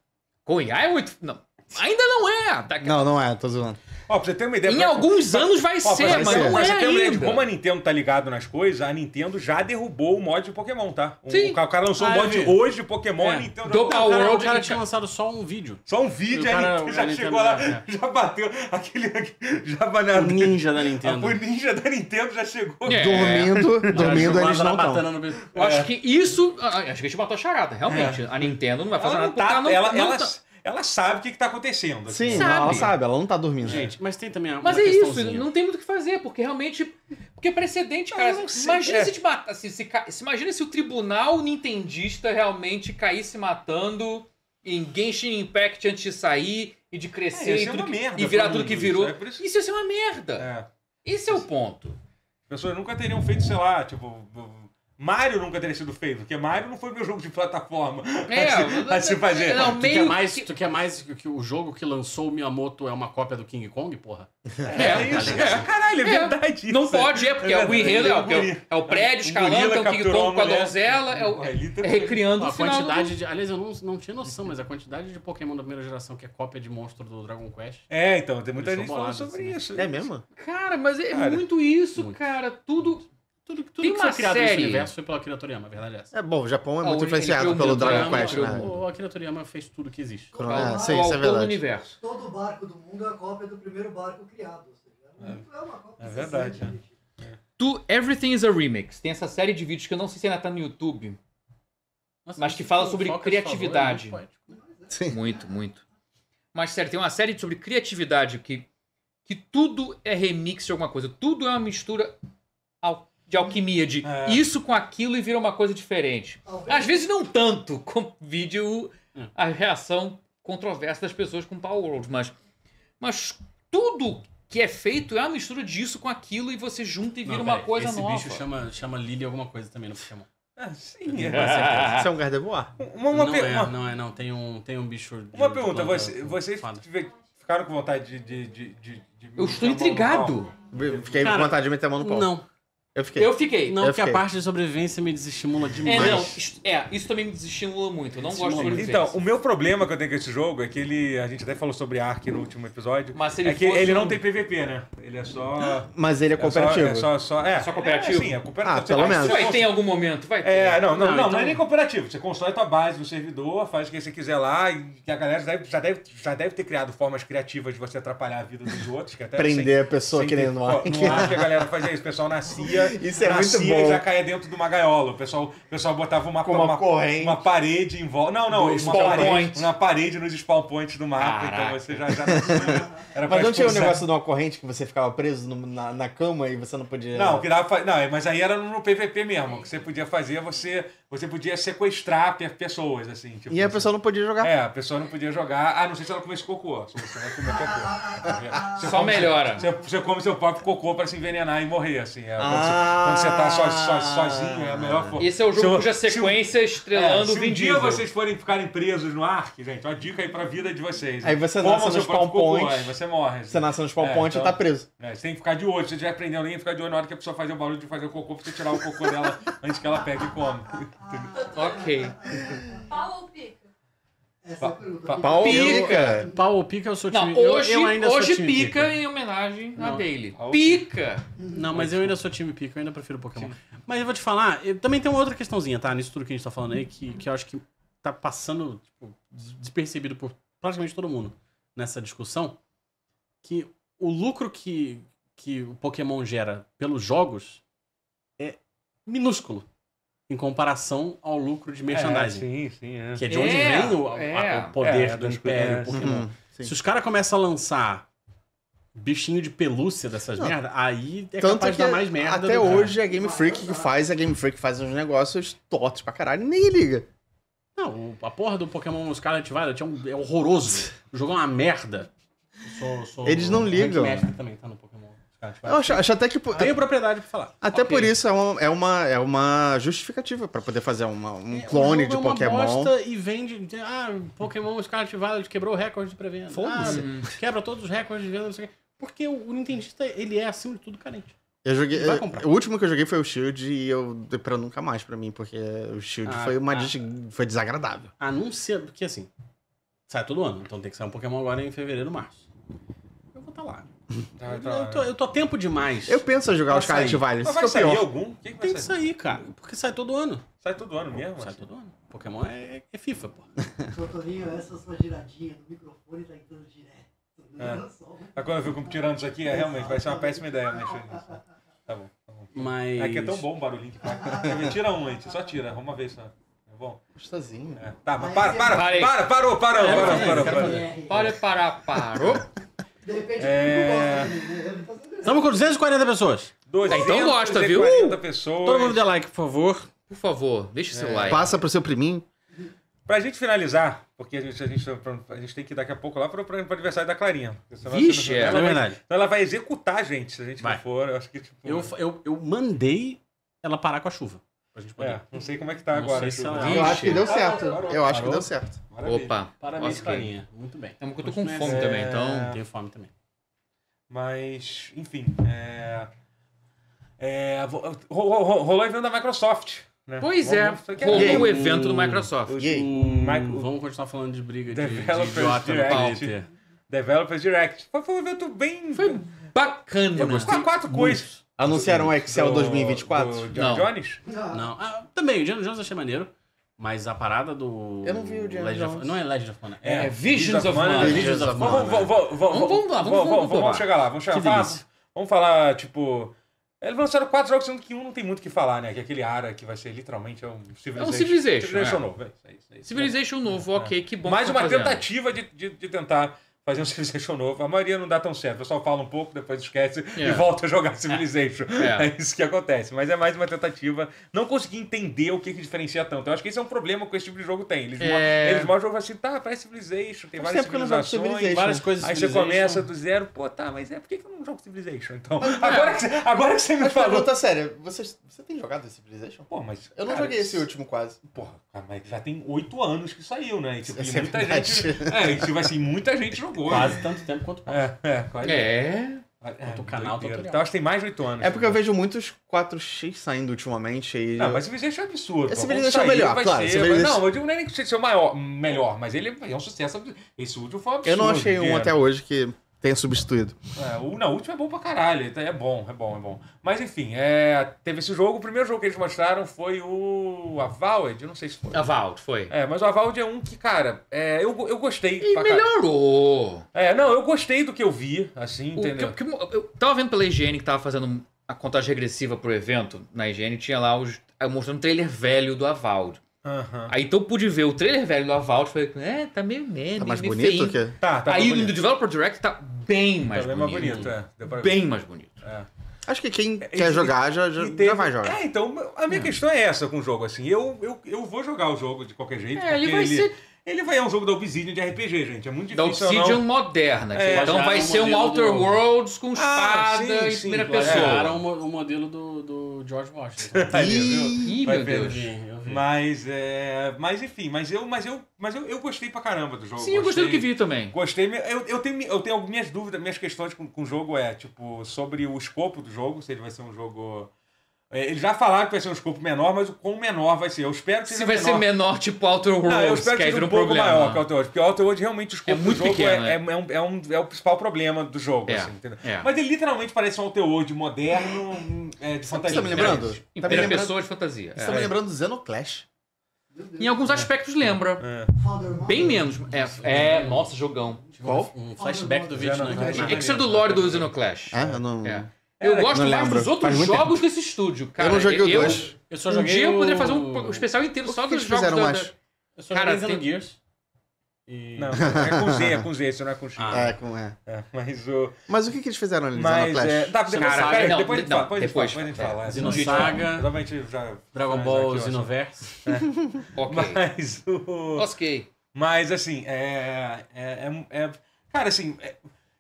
S1: Com IA é muito... Não, ainda não é. Tá-
S2: Não, não é, tô zoando.
S3: Ó, pra você ter uma ideia.
S1: Em
S3: é pra-
S1: alguns
S3: pra-
S1: anos vai
S3: Ó,
S1: ser,
S3: pra
S1: mas
S3: você, ter-
S1: não
S3: pra
S1: é
S3: você um ter uma ideia de
S1: ainda.
S3: como a Nintendo tá ligado nas coisas, a Nintendo já derrubou o mod de Pokémon, tá? O,
S1: Sim.
S3: o ca- o cara lançou
S4: Ah,
S3: um
S4: eu
S3: mod
S4: vi.
S3: hoje de Pokémon,
S4: É.
S3: a Nintendo
S1: Do
S3: já...
S4: O cara, o
S1: World,
S4: cara
S1: ele
S4: tinha lançado só um vídeo.
S3: Só um vídeo,
S4: E o cara-
S3: a
S1: é
S3: Nintendo já
S4: a Nintendo
S3: chegou lá,
S1: né?
S4: já-
S3: já bateu aquele... já
S4: O
S3: banana.
S4: ninja da
S3: O
S4: Nintendo.
S3: ninja da Nintendo já chegou.
S1: É.
S2: Dormindo, dormindo
S4: Jogada
S2: eles não
S4: na
S2: estão.
S4: batana no bicho. É.
S1: Eu acho que isso... ah, Acho que a gente matou a charada, realmente. A Nintendo não vai fazer
S3: É. Ela
S1: nada
S3: não
S1: porque ela
S3: tá...
S1: não,
S3: Ela,
S1: não
S3: ela,
S1: tá-
S3: ela sabe o que, que tá acontecendo. assim.
S2: Sim,
S1: Sabe.
S2: não, ela sabe, ela não tá dormindo.
S4: Gente, mas tem também uma
S1: Mas é isso,
S4: questãozinha.
S1: não tem muito o que fazer, porque realmente. Porque é precedente,
S3: Não,
S1: cara.
S3: eu não sei,
S1: imagina
S3: é.
S1: se te mata, assim, se, se ca- se- Imagina se o tribunal nintendista realmente caísse matando em Genshin Impact antes de sair e de
S3: É,
S1: crescer
S3: ia
S1: e,
S3: ser
S1: tudo
S3: uma
S1: que-
S3: merda
S1: e virar
S3: pro
S1: tudo que
S3: mundo
S1: virou.
S3: Isso, é por isso
S1: Isso,
S3: que-
S1: ia ser uma merda.
S3: É.
S1: Esse é o ponto.
S3: As pessoas nunca teriam feito, sei lá, tipo. Mario nunca teria sido feito, porque Mario não foi meu jogo de plataforma.
S1: É,
S3: Vai se- vai se fazer.
S1: Não,
S4: Tu
S1: meio.
S4: quer, mais,
S1: que-
S4: tu quer mais que, que o jogo que lançou o Miyamoto é uma cópia do King Kong, porra?
S1: É, é.
S3: Caralho, é
S1: É.
S3: verdade.
S1: Não
S3: isso.
S1: pode, é, porque é, o
S3: verdade,
S1: enredo, é,
S3: ele Tá
S1: o-
S3: é um guri.
S1: é o prédio
S3: O
S1: escalando,
S3: gorila
S1: é o King
S3: capturou
S1: Kong com
S3: a
S1: a
S3: mulher.
S1: donzela, é, o-
S3: É,
S1: é
S3: literalmente.
S1: recriando
S4: a
S1: o final. do-
S4: quantidade de. Aliás, eu não, não tinha noção, mas a quantidade de Pokémon da primeira geração que é cópia de monstro do Dragon Quest.
S3: É, então, tem muita
S4: Eles
S3: gente
S4: são
S3: falando
S4: bolados,
S3: sobre
S4: assim.
S3: isso.
S2: É mesmo?
S1: Cara, mas é
S3: Cara,
S1: muito isso,
S4: muito.
S1: cara. Tudo,
S4: Tudo, tudo
S1: Tem
S4: que
S1: uma
S4: foi criado nesse
S1: série-
S4: universo foi pela Akira Toriyama, a verdade é essa.
S2: É bom, o Japão é
S1: Ah,
S2: muito
S1: ele- ele
S2: influenciado
S1: criou
S2: pelo
S1: um
S2: Dragon
S1: drama,
S2: Quest,
S1: criou
S2: né?
S1: um-
S4: O, o Akira Toriyama fez tudo que existe.
S2: É,
S1: o
S2: sim, isso é
S1: autor do
S2: verdade.
S1: universo.
S6: Todo barco do mundo é a cópia do primeiro barco criado. Ou seja, é, muito- é uma cópia.
S3: É verdade,
S6: incessante,
S4: né?
S6: gente.
S1: Do Everything is a Remix. Tem essa série de vídeos que eu não sei se ainda tá no YouTube.
S4: Nossa,
S1: Mas que
S4: isso
S1: fala
S4: que o
S1: sobre
S4: Sócrates
S1: criatividade.
S4: falou é muito poético.
S2: Sim.
S1: Muito, muito. Mas sério, tem uma série sobre criatividade que, que tudo é remix de alguma coisa. Tudo é uma mistura al- de alquimia, de
S3: É.
S1: isso com aquilo e vira uma coisa diferente.
S4: Ah,
S6: Talvez-
S1: Às vezes não tanto, com vídeo
S4: Hum.
S1: a reação controversa das pessoas com Power World, mas, mas tudo que é feito é uma mistura disso com aquilo e você junta e vira
S4: Não,
S1: uma
S4: peraí,
S1: coisa
S4: esse
S1: nova.
S4: bicho chama, chama Lily alguma coisa também no Pokémon.
S3: Ah, sim, é.
S2: Isso é um Gardevoir?
S3: Uma, uma,
S4: não,
S3: per-
S4: é,
S3: uma-
S4: não é, não. Tem um, tem um bicho. de-
S3: uma
S4: de
S3: pergunta,
S4: planta
S3: você-
S4: com
S3: vocês
S4: fada.
S3: tiver- ficaram com vontade de. de, de, de, de me
S1: Eu
S3: chamar
S1: estou
S3: no
S1: intrigado.
S3: pau?
S2: Fiquei com
S4: Cara,
S2: vontade de meter a mão no pau.
S4: Não,
S2: Eu fiquei.
S1: Eu fiquei.
S4: não,
S2: Eu
S4: porque a
S2: fiquei.
S4: parte de sobrevivência me desestimula demais.
S1: É, não, isto- é, isso também me desestimula muito. Eu não gosto de
S4: Desestimula.
S1: sobrevivência.
S3: Então, o meu problema que eu tenho com esse jogo é que ele. A gente até falou sobre Ark no último episódio.
S1: Mas se ele
S3: é que
S1: fosse
S3: ele não
S1: um-
S3: tem PVP, né? Ele é só.
S2: Mas ele é cooperativo.
S3: É só, é só, só, é,
S1: Só cooperativo?
S3: É, sim, é cooperativo.
S2: Ah, pelo
S3: Você-
S2: menos.
S3: você
S1: Vai
S3: cons-
S1: ter em algum momento, vai ter.
S3: É, não, não,
S4: Não,
S3: não,
S4: então-
S3: não é nem cooperativo. Você constrói tua base no servidor, faz o que você quiser lá, e que a galera já deve, já deve, já deve ter criado formas criativas de você atrapalhar a vida dos outros. Que até
S2: Prender a pessoa que nem no
S3: ar.
S2: Ark.
S3: No ar que a galera fazia isso. O pessoal nascia,
S2: Isso é muito
S3: nascia
S2: bom.
S3: e já caía dentro de uma gaiola. O pessoal, o pessoal botava uma,
S2: Com uma corrente.
S3: uma parede em volta. Não, não,
S1: Do
S3: uma
S1: spawn
S3: parede,
S1: point.
S3: uma parede nos spawn points do mapa.
S1: Caraca.
S3: Então você já, já nascia. Era pra
S2: Mas não tinha o
S3: expulsar.
S2: negócio de uma corrente que você ficava preso no- na, na cama e você não podia.
S3: Não, o que dava pra- não, é, mas aí era no PVP mesmo. O que você podia fazer, você, você podia sequestrar pe- pessoas, assim. Tipo,
S2: E a
S3: assim.
S2: pessoa não podia jogar.
S3: É, a pessoa não podia jogar, a não ser se ela comesse cocô. Se você vai comer cocô. entendeu? Você
S1: Só
S3: come-
S1: melhora.
S3: Você, você come seu próprio cocô pra se envenenar e morrer, assim. É, quando,
S2: Ah.
S3: você, quando você tá so, so- sozinho, é a melhor forma.
S1: Esse é o jogo
S3: Se-
S1: cuja
S3: se-
S1: sequência
S3: é,
S1: estrelando
S3: se
S1: o Vin
S3: um dia
S1: Diesel.
S3: vocês forem ficarem presos no Ark, gente, uma dica aí pra vida de vocês. né?
S2: Aí você
S3: Comam
S2: nasce
S3: seu
S2: nos
S3: próprio
S2: spawn
S3: cocô,
S2: points.
S3: Aí você morre. assim.
S2: Você nasce no spawn
S3: É,
S2: point
S3: então-
S2: e tá preso.
S3: É, você tem que ficar de olho. Se você estiver prendendo alguém, ficar de olho na hora que a pessoa fazer o barulho de fazer o cocô, pra você tirar o cocô dela antes que ela pegue e come.
S1: Ok.
S5: Pau um ou pica?
S6: É, Essa é a pergunta.
S3: pa-
S6: Pica-
S2: Pau
S1: Pica.
S4: Pau ou pica, eu sou
S1: Não,
S4: time... eu-
S1: hoje,
S4: eu, ainda
S1: hoje
S4: sou time
S1: pica, em homenagem a
S4: Não.
S1: dele.
S3: Ao-
S1: Pica!
S4: Não, mas eu ainda sou time pica, eu ainda prefiro Pokémon. Mas eu vou te falar, eu- também tem uma outra questãozinha, tá? Nisso tudo que a gente tá falando aí, que, que eu acho que tá passando tipo, des- despercebido por praticamente todo mundo nessa discussão, que o lucro que, que o Pokémon gera pelos jogos é minúsculo em comparação ao lucro de merchandising.
S3: É, sim, sim, é.
S4: que é de onde
S1: É,
S4: vem o, a-
S1: é.
S4: o poder
S3: É,
S4: do
S3: das
S4: Império
S3: coisas,
S4: Pokémon.
S2: Uhum, sim.
S4: Se os caras começam a lançar bichinho de pelúcia dessas
S2: Não.
S4: merda, aí é
S2: Tanto
S4: capaz
S2: que
S4: de dar mais merda.
S2: até
S4: do que-
S2: hoje é a Game Freak que faz, a Game Freak faz uns negócios tortos pra caralho e ninguém liga.
S4: Não, o- a porra do Pokémon Scarlet Violet é, um- é horroroso. O jogo é uma merda. Eu Sou, sou
S2: Eles não ligam.
S4: Rank Mestre também tá no Pokémon Scarlet
S2: Eu
S4: Violet.
S2: acho, acho até que...
S4: Eu Tenho propriedade pra falar.
S2: Até
S4: Ok.
S2: por isso é uma, é uma, é uma justificativa pra poder fazer uma- um
S4: É, o
S2: clone de
S4: jogo é uma
S2: Pokémon.
S4: bosta e vende. Ah, Pokémon Scarlet Violet quebrou o recorde de pré-venda.
S2: Foda-se.
S4: Ah, quebra todos os recordes de venda, não sei o quê. Porque o, o Nintendista, ele é, acima de tudo, carente.
S2: Eu joguei,
S4: Vai comprar.
S2: o último que eu joguei foi o Shield e eu dei pra nunca mais pra mim, porque o Shield
S4: Ah,
S2: foi uma
S4: ah.
S2: des- foi desagradável.
S4: anuncia, porque assim, sai todo ano, então tem que sair um Pokémon agora em fevereiro, março. Eu vou estar lá.
S3: Tá, tá.
S4: Eu tô, eu tô a tempo demais.
S2: Eu penso em jogar
S4: Vai
S2: os Scarlet
S4: sair.
S2: Violet,
S3: Mas
S2: isso
S3: vai
S2: que é
S3: sair
S2: o pior.
S3: algum? O que, que vai
S4: Tem que
S3: sair?
S4: sair, cara, porque sai todo ano.
S3: Sai todo ano mesmo?
S4: sai
S3: assim.
S4: todo ano. Pokémon é, é FIFA, pô.
S6: Seu Toninho, essa é sua giradinha do microfone tá entrando direto. né?
S3: É.
S6: Só- um
S3: Mas quando eu fico tirando isso aqui, é, realmente vai ser uma péssima ideia mexer nisso. Tá bom, tá bom.
S4: Mas.
S3: É que é tão bom o barulhinho que faz. tira um antes, só tira, uma vez só. É bom?
S4: né?
S2: Gostosinho.
S3: É. Tá, mas
S6: Mas
S3: para,
S6: é-
S3: para,
S1: Parei.
S3: para, parou, parou,
S4: É,
S3: parou,
S4: é,
S3: parou.
S4: quero
S3: parou.
S4: fazer.
S1: Olha para Oh, parou.
S6: De repente
S3: É.
S6: o público gosta também, né?
S4: Estamos com 240 pessoas.
S3: Dois,
S1: Então gosta, viu?
S3: 240 pessoas.
S4: Todo mundo dê like, por favor.
S1: Por favor, deixa o
S3: É.
S1: seu like.
S2: Passa pro seu priminho.
S3: Pra gente finalizar, porque a gente, a gente, a gente tem que ir daqui a pouco lá pro, pro aniversário da Clarinha. Porque senão
S1: Vixe,
S3: ela,
S4: É,
S1: É,
S3: vai-
S4: verdade.
S3: Então ela vai executar a gente, se a gente
S4: Vai.
S3: não for. Eu acho que, tipo.
S4: Eu, eu, eu mandei ela parar com a chuva. Pra gente poder.
S3: é, não sei como é que tá
S4: Não
S3: agora.
S4: sei se
S3: tipo,
S4: ela-
S3: Vixe,
S2: Eu acho que deu certo.
S3: Parou,
S2: Eu acho que
S3: parou.
S2: deu certo.
S3: Maravilha.
S1: Opa,
S4: Parabéns,
S1: Oscar.
S4: Clarinha. Muito bem.
S1: É porque eu tô com
S4: Continue
S1: fome
S4: assim.
S1: também,
S3: É.
S1: então.
S4: Tenho fome também.
S3: Mas, enfim. É... É... vo- ro- ro- ro- Rolou o evento da Microsoft. Né?
S1: Pois é,
S3: Vamos- você quer-
S1: rolou o
S4: Yay.
S1: evento do Microsoft.
S2: E aí?
S4: Hum,
S3: Michael-
S4: Vamos continuar falando de briga de, de
S3: Developers
S4: idiota no
S3: Direct.
S4: Twitter.
S3: Developers Direct. Foi, foi um evento bem.
S1: Foi né? bacana.
S4: Eu gostei.
S3: Qu- quatro coisas.
S2: Anunciaram
S4: um
S2: o Excel
S3: Do-
S2: 2024?
S3: Do John
S1: Não.
S3: Jones?
S6: Não.
S4: Não, ah, também, o Indiana Jones eu achei maneiro. Mas a parada do.
S2: Eu não vi o Indiana
S4: Legend of-
S2: Jones.
S4: Não é Legend of Mana.
S1: É, Visions of Mana.
S4: Visions of Mana.
S3: Vamos, vamos, vamos, vamos,
S1: Vamos lá, vamos-
S3: vamos,
S1: vamos provar.
S3: chegar lá, vamos chegar
S4: Que
S3: lá.
S4: delícia.
S3: Vamos falar, tipo. Eles lançaram quatro jogos, sendo que um não tem muito o que falar, né? Que aquele Ara que vai ser literalmente é um Civilization.
S1: Civilization, é.
S3: novo. É isso, é isso, é isso.
S1: Civilization novo, ok, que bom.
S3: Mais
S1: que
S3: uma
S1: tá fazendo.
S3: tentativa de, de, de tentar fazer um Civilization novo. A maioria não dá tão certo. O pessoal fala um pouco, depois esquece e
S1: É.
S3: volta a jogar Civilization. É.
S1: É.
S3: isso que acontece. Mas é mais uma tentativa. Não consegui entender o que, que diferencia tanto. Eu acho que esse é um problema que esse tipo de jogo tem. Eles,
S1: É.
S3: mo- eles mostram assim, tá, parece Civilization, tem
S2: Faz
S3: várias
S2: tempo que eu não jogo
S3: civilizações.
S2: Civilization.
S4: Várias coisas
S3: Aí você
S4: Civilization.
S3: começa do zero, pô, tá, mas é por que, que eu não jogo Civilization? Então, agora que você, agora que você me
S2: Mas
S3: falou.
S2: pergunta séria, você, tá você tem jogado esse Civilization?
S3: Pô, mas,
S2: Eu não
S3: cara,
S2: joguei esse último quase.
S3: Porra, cara, mas já tem oito anos que saiu, né? E, tipo,
S2: Isso é
S3: e muita
S2: verdade.
S3: gente. É, e, tipo assim, muita gente jogou. né?
S4: Quase tanto tempo quanto.
S3: É, é, quase.
S1: É.
S3: É,
S4: Outro canal,
S3: doideira.
S4: tutorial.
S3: Então acho que tem mais de 8 anos.
S2: É porque eu vejo muitos 4X saindo ultimamente e...
S3: Ah, mas Civilization é um absurdo.
S2: Esse
S3: pô.
S2: Civilization é
S3: Quando
S2: o melhor,
S3: vai
S2: claro,
S3: ser,
S2: Civilization-
S3: mas- Não, eu digo não é nem que seja o maior, melhor, mas ele é um sucesso. absurdo. Esse último foi um absurdo.
S2: Eu não achei um
S3: inteiro.
S2: até hoje que tenha substituído.
S3: É, o, não, o último é bom pra caralho. então É bom, é bom, é bom. Mas enfim, é, teve esse jogo. O primeiro jogo que eles mostraram foi o Avowed. Eu não sei se foi.
S1: Avald, Ah, foi.
S3: É, mas o Avowed é um que, cara, é, eu, eu gostei.
S1: E
S3: pra caralho.
S1: melhorou.
S3: É, não, eu gostei do que eu vi, assim,
S1: O que,
S3: entendeu?
S1: o que, eu tava vendo pela higiene que tava fazendo a contagem regressiva pro evento. Na higiene tinha lá os, mostrando o trailer velho do Avald.
S3: Aham.
S1: Aí então eu pude ver o trailer velho do Avald. Falei, é, tá meio meme.
S2: Tá mais
S1: meio
S2: bonito
S1: feinho.
S2: que...
S3: Tá, tá.
S1: Aí
S3: tá
S1: no Developer Direct tá bem mais
S3: Tá bem mais
S1: bonito.
S3: bonito, é. Deu pra ver.
S1: Bem mais bonito.
S3: É.
S2: Acho que quem
S3: É,
S2: quer
S3: e-
S2: jogar já, já,
S3: E teve-
S2: já vai jogar.
S3: É, então, a minha questão é essa com o jogo, assim. Eu, eu, eu vou jogar o jogo de qualquer jeito.
S1: É, ele
S3: porque
S1: vai ser-
S3: Ele vai é um jogo da Obsidian de RPG, gente. É muito difícil.
S1: Da Obsidian
S3: não...
S1: moderna. que
S3: É,
S1: então
S4: já
S1: vai
S4: é um
S1: ser um
S4: modelo
S1: Outer
S4: novo.
S1: Worlds com espada
S3: Ah, sim,
S1: e
S3: sim,
S1: primeira
S3: claro. um
S1: pessoa.
S4: Era o, mo- o modelo do, do George Washington.
S3: Vai ver, viu?
S1: Ih,
S3: Vai
S1: meu
S3: ver.
S4: eu
S1: Deus.
S4: vi, eu vi.
S3: Mas, é... mas, enfim, mas eu, mas eu, mas eu, eu gostei pra caramba do jogo.
S1: Sim, eu gostei do que vi também.
S3: Gostei, eu, eu, tenho, eu tenho algumas dúvidas, minhas questões com, com o jogo é, tipo, sobre o escopo do jogo, se ele vai ser um jogo É, eles já falaram que vai ser um escopo menor, mas o quão menor vai ser? Eu espero que
S1: Se
S3: seja
S1: vai ser menor, tipo Outer Worlds,
S3: Não, eu espero
S1: que
S3: que
S1: aí
S3: seja
S1: vira
S3: um
S1: um
S3: pouco
S1: problema.
S3: maior que o Outer Worlds, porque o Outer Worlds realmente o escopo
S1: muito
S3: do jogo
S1: pequeno,
S3: é,
S1: é.
S3: é, é um, é, um- é o principal problema do jogo,
S1: É,
S3: assim, entendeu?
S1: é.
S3: Mas ele literalmente parece um Outer World moderno, hum, é, de
S7: Sabe o que
S3: fantasia.
S7: você tá me lembrando? Tá
S1: Em
S7: me
S1: primeira
S7: lembrando,
S1: pessoa de fantasia.
S7: você tá me
S1: É.
S7: lembrando do Xenoclash.
S6: Meu Deus.
S1: Em alguns aspectos lembra.
S3: É.
S6: Father Mother.
S1: Bem menos. É, é, nossa, jogão.
S7: Qual?
S4: Um flashback
S3: Já
S4: do vídeo,
S3: não-
S4: né?
S3: já não-
S1: É que isso é do lore do Xenoclash.
S2: Ah, eu não.
S1: É. Eu
S3: Era-
S1: gosto
S2: não
S1: mais
S2: lembro.
S1: dos
S2: Faz
S1: outros
S2: muito
S1: jogos desse estúdio, cara.
S2: eu não joguei o 2.
S4: Eu só
S1: Um
S4: joguei
S1: dia eu
S4: o-
S1: poderia fazer um um especial inteiro
S2: O
S1: só
S2: que que
S1: dos
S2: eles
S1: jogos
S2: fizeram
S1: da-
S2: mais?
S1: da-
S4: Eu só joguei
S1: Cara,
S4: Zeno
S1: tem-
S4: Gears. E...
S3: Não, é com Z, é com Z, isso não é com X.
S4: Ah.
S2: É, como é.
S3: É, mas o.
S2: Mas o que, que eles fizeram ali no
S3: Mas
S2: Xenoclash?
S3: é. Dá, depois,
S4: Cara,
S3: peraí,
S1: não,
S3: depois a gente
S1: não,
S3: fala, depois a gente fala, depois
S1: depois.
S3: a gente
S1: É,
S3: fala. é.
S4: Xenosaga,
S3: Provavelmente já.
S4: Dragon
S3: finalizar
S4: Ball
S3: aqui, assim. eu acho.
S4: Xenoverse.
S1: Ok.
S3: Mas o.
S1: Ok.
S3: Mas assim, é. é, é, é- cara, assim. é-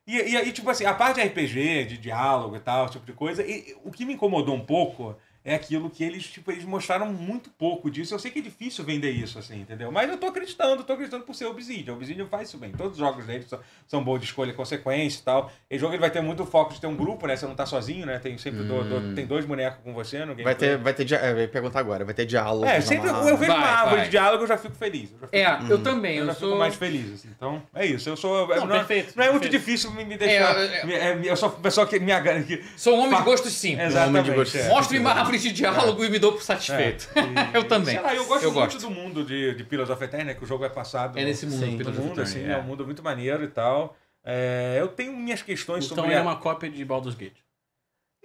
S3: e, e, e, tipo assim, a parte de RPG, de diálogo e tal, esse tipo de coisa, e, e o que me incomodou um pouco é aquilo que eles, tipo, eles mostraram muito pouco disso. Eu sei que é difícil vender isso, assim, entendeu? Mas eu tô acreditando, tô acreditando por ser Obsidian. Obsidian faz isso bem. Todos os jogos deles são, são boa de escolha e consequência e tal. E jogo ele vai ter muito foco de ter um grupo, né? Você não tá sozinho, né? Tem sempre do- do- tem dois bonecos com você no game.
S2: Hum. Vai ter, vai ter dia- é, eu ia perguntar agora, vai ter diálogo.
S3: É, sempre eu, eu vejo
S1: Vai,
S3: uma árvore
S1: vai.
S3: de diálogo, eu já fico feliz. Eu já fico
S1: É, eu também.
S3: eu
S1: Eu
S3: já
S1: sou.
S3: fico mais feliz. assim. Então, é isso. Eu sou. Não,
S4: perfeito,
S3: não é muito
S4: perfeito.
S3: difícil me, me deixar.
S1: É, é,
S3: me- é, me- eu sou uma pessoa que me agarra. Que,
S1: Sou um homem de
S3: Fa-
S1: gostos simples.
S3: exatamente.
S2: gosto.
S3: é.
S1: Mostre-me uma árvore de diálogo e me dou por satisfeito.
S3: É.
S1: Eu também.
S3: Sei lá, eu gosto
S1: Eu
S3: muito
S1: gosto.
S3: do mundo de, de Pillars of Eternity, que o jogo é passado.
S1: É nesse mundo.
S3: no
S1: pelo
S3: mundo,
S1: jeito.
S3: assim, é. um mundo muito maneiro e tal. É, eu tenho minhas questões
S4: Então
S3: sobre.
S4: é
S3: a-
S4: uma cópia de Baldur's Gate.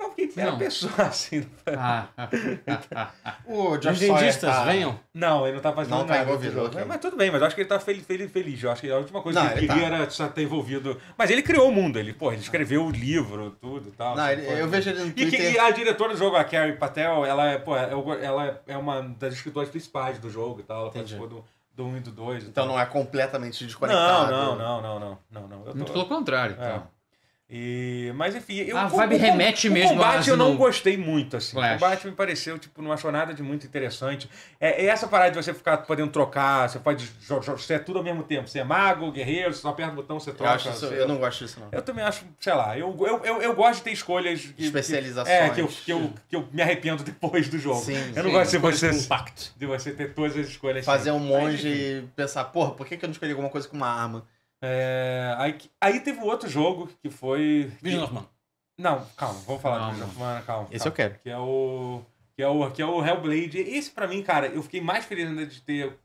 S3: Não, porque era
S1: Não.
S3: pessoa assim.
S1: Ah, ah, ah, ah, ah.
S2: O
S4: Os
S3: é
S4: lindistas, venham.
S3: Não, ele não tá fazendo
S2: Não tá
S3: nada. do
S2: envolvido,
S3: jogo.
S2: ok.
S3: Mas tudo bem, mas eu acho que ele tá feliz, feliz, feliz. Eu acho que a última coisa
S2: Não,
S3: que ele
S2: ele tá.
S3: queria era só ter envolvido. Mas ele criou o mundo, ele, pô, ele escreveu o livro, tudo e tal.
S2: Não,
S3: assim,
S2: ele-
S3: pô.
S2: eu vejo ele no
S3: E, que-
S2: Twitter.
S3: e a diretora do jogo, a Carrie Patel, ela é, pô, eu go- ela é uma das escritoras principais do jogo e tal. Ela
S2: Entendi.
S3: participou do, do 1 e do 2. e
S2: Então
S3: tal.
S2: não é completamente desconectado.
S3: não, não, não, não, não, não, não. Eu tô-
S1: Muito pelo contrário,
S2: É,
S1: então.
S3: E, mas enfim, eu,
S1: A
S3: o-
S1: vibe
S3: o-
S1: remete
S3: o
S1: mesmo às
S3: combate eu não
S1: no-
S3: gostei muito, assim. O
S1: Flash.
S3: combate me pareceu, tipo, não achou nada de muito interessante. É, é essa parada de você ficar podendo trocar, você pode jo- jo- você é tudo ao mesmo tempo. Você é mago, guerreiro, você só aperta o botão, você
S2: Eu,
S3: troca.
S2: acho isso-
S3: você-
S2: eu não gosto disso, não.
S3: Eu também acho, sei lá, eu, eu, eu, eu gosto de ter escolhas. que- que-
S2: Especializações.
S3: é, que eu, que, eu, que eu me arrependo depois do jogo.
S2: Sim,
S3: eu não
S1: sim,
S3: gosto de
S4: é.
S3: você,
S4: Compacto.
S3: de você ter todas as escolhas.
S2: Fazer um
S3: assim.
S2: monge e pensar, porra, por que, que eu não escolhi alguma coisa com uma arma?
S3: É, aí, aí teve o outro jogo que foi.
S4: Vision of Man.
S3: Assim, Não, calma, vamos falar do
S1: Calma.
S3: Vision of Man, calma.
S2: Esse
S3: calma.
S2: eu quero.
S3: que é o que é o que é o Hellblade. Esse pra mim, cara, eu fiquei mais feliz ainda de ter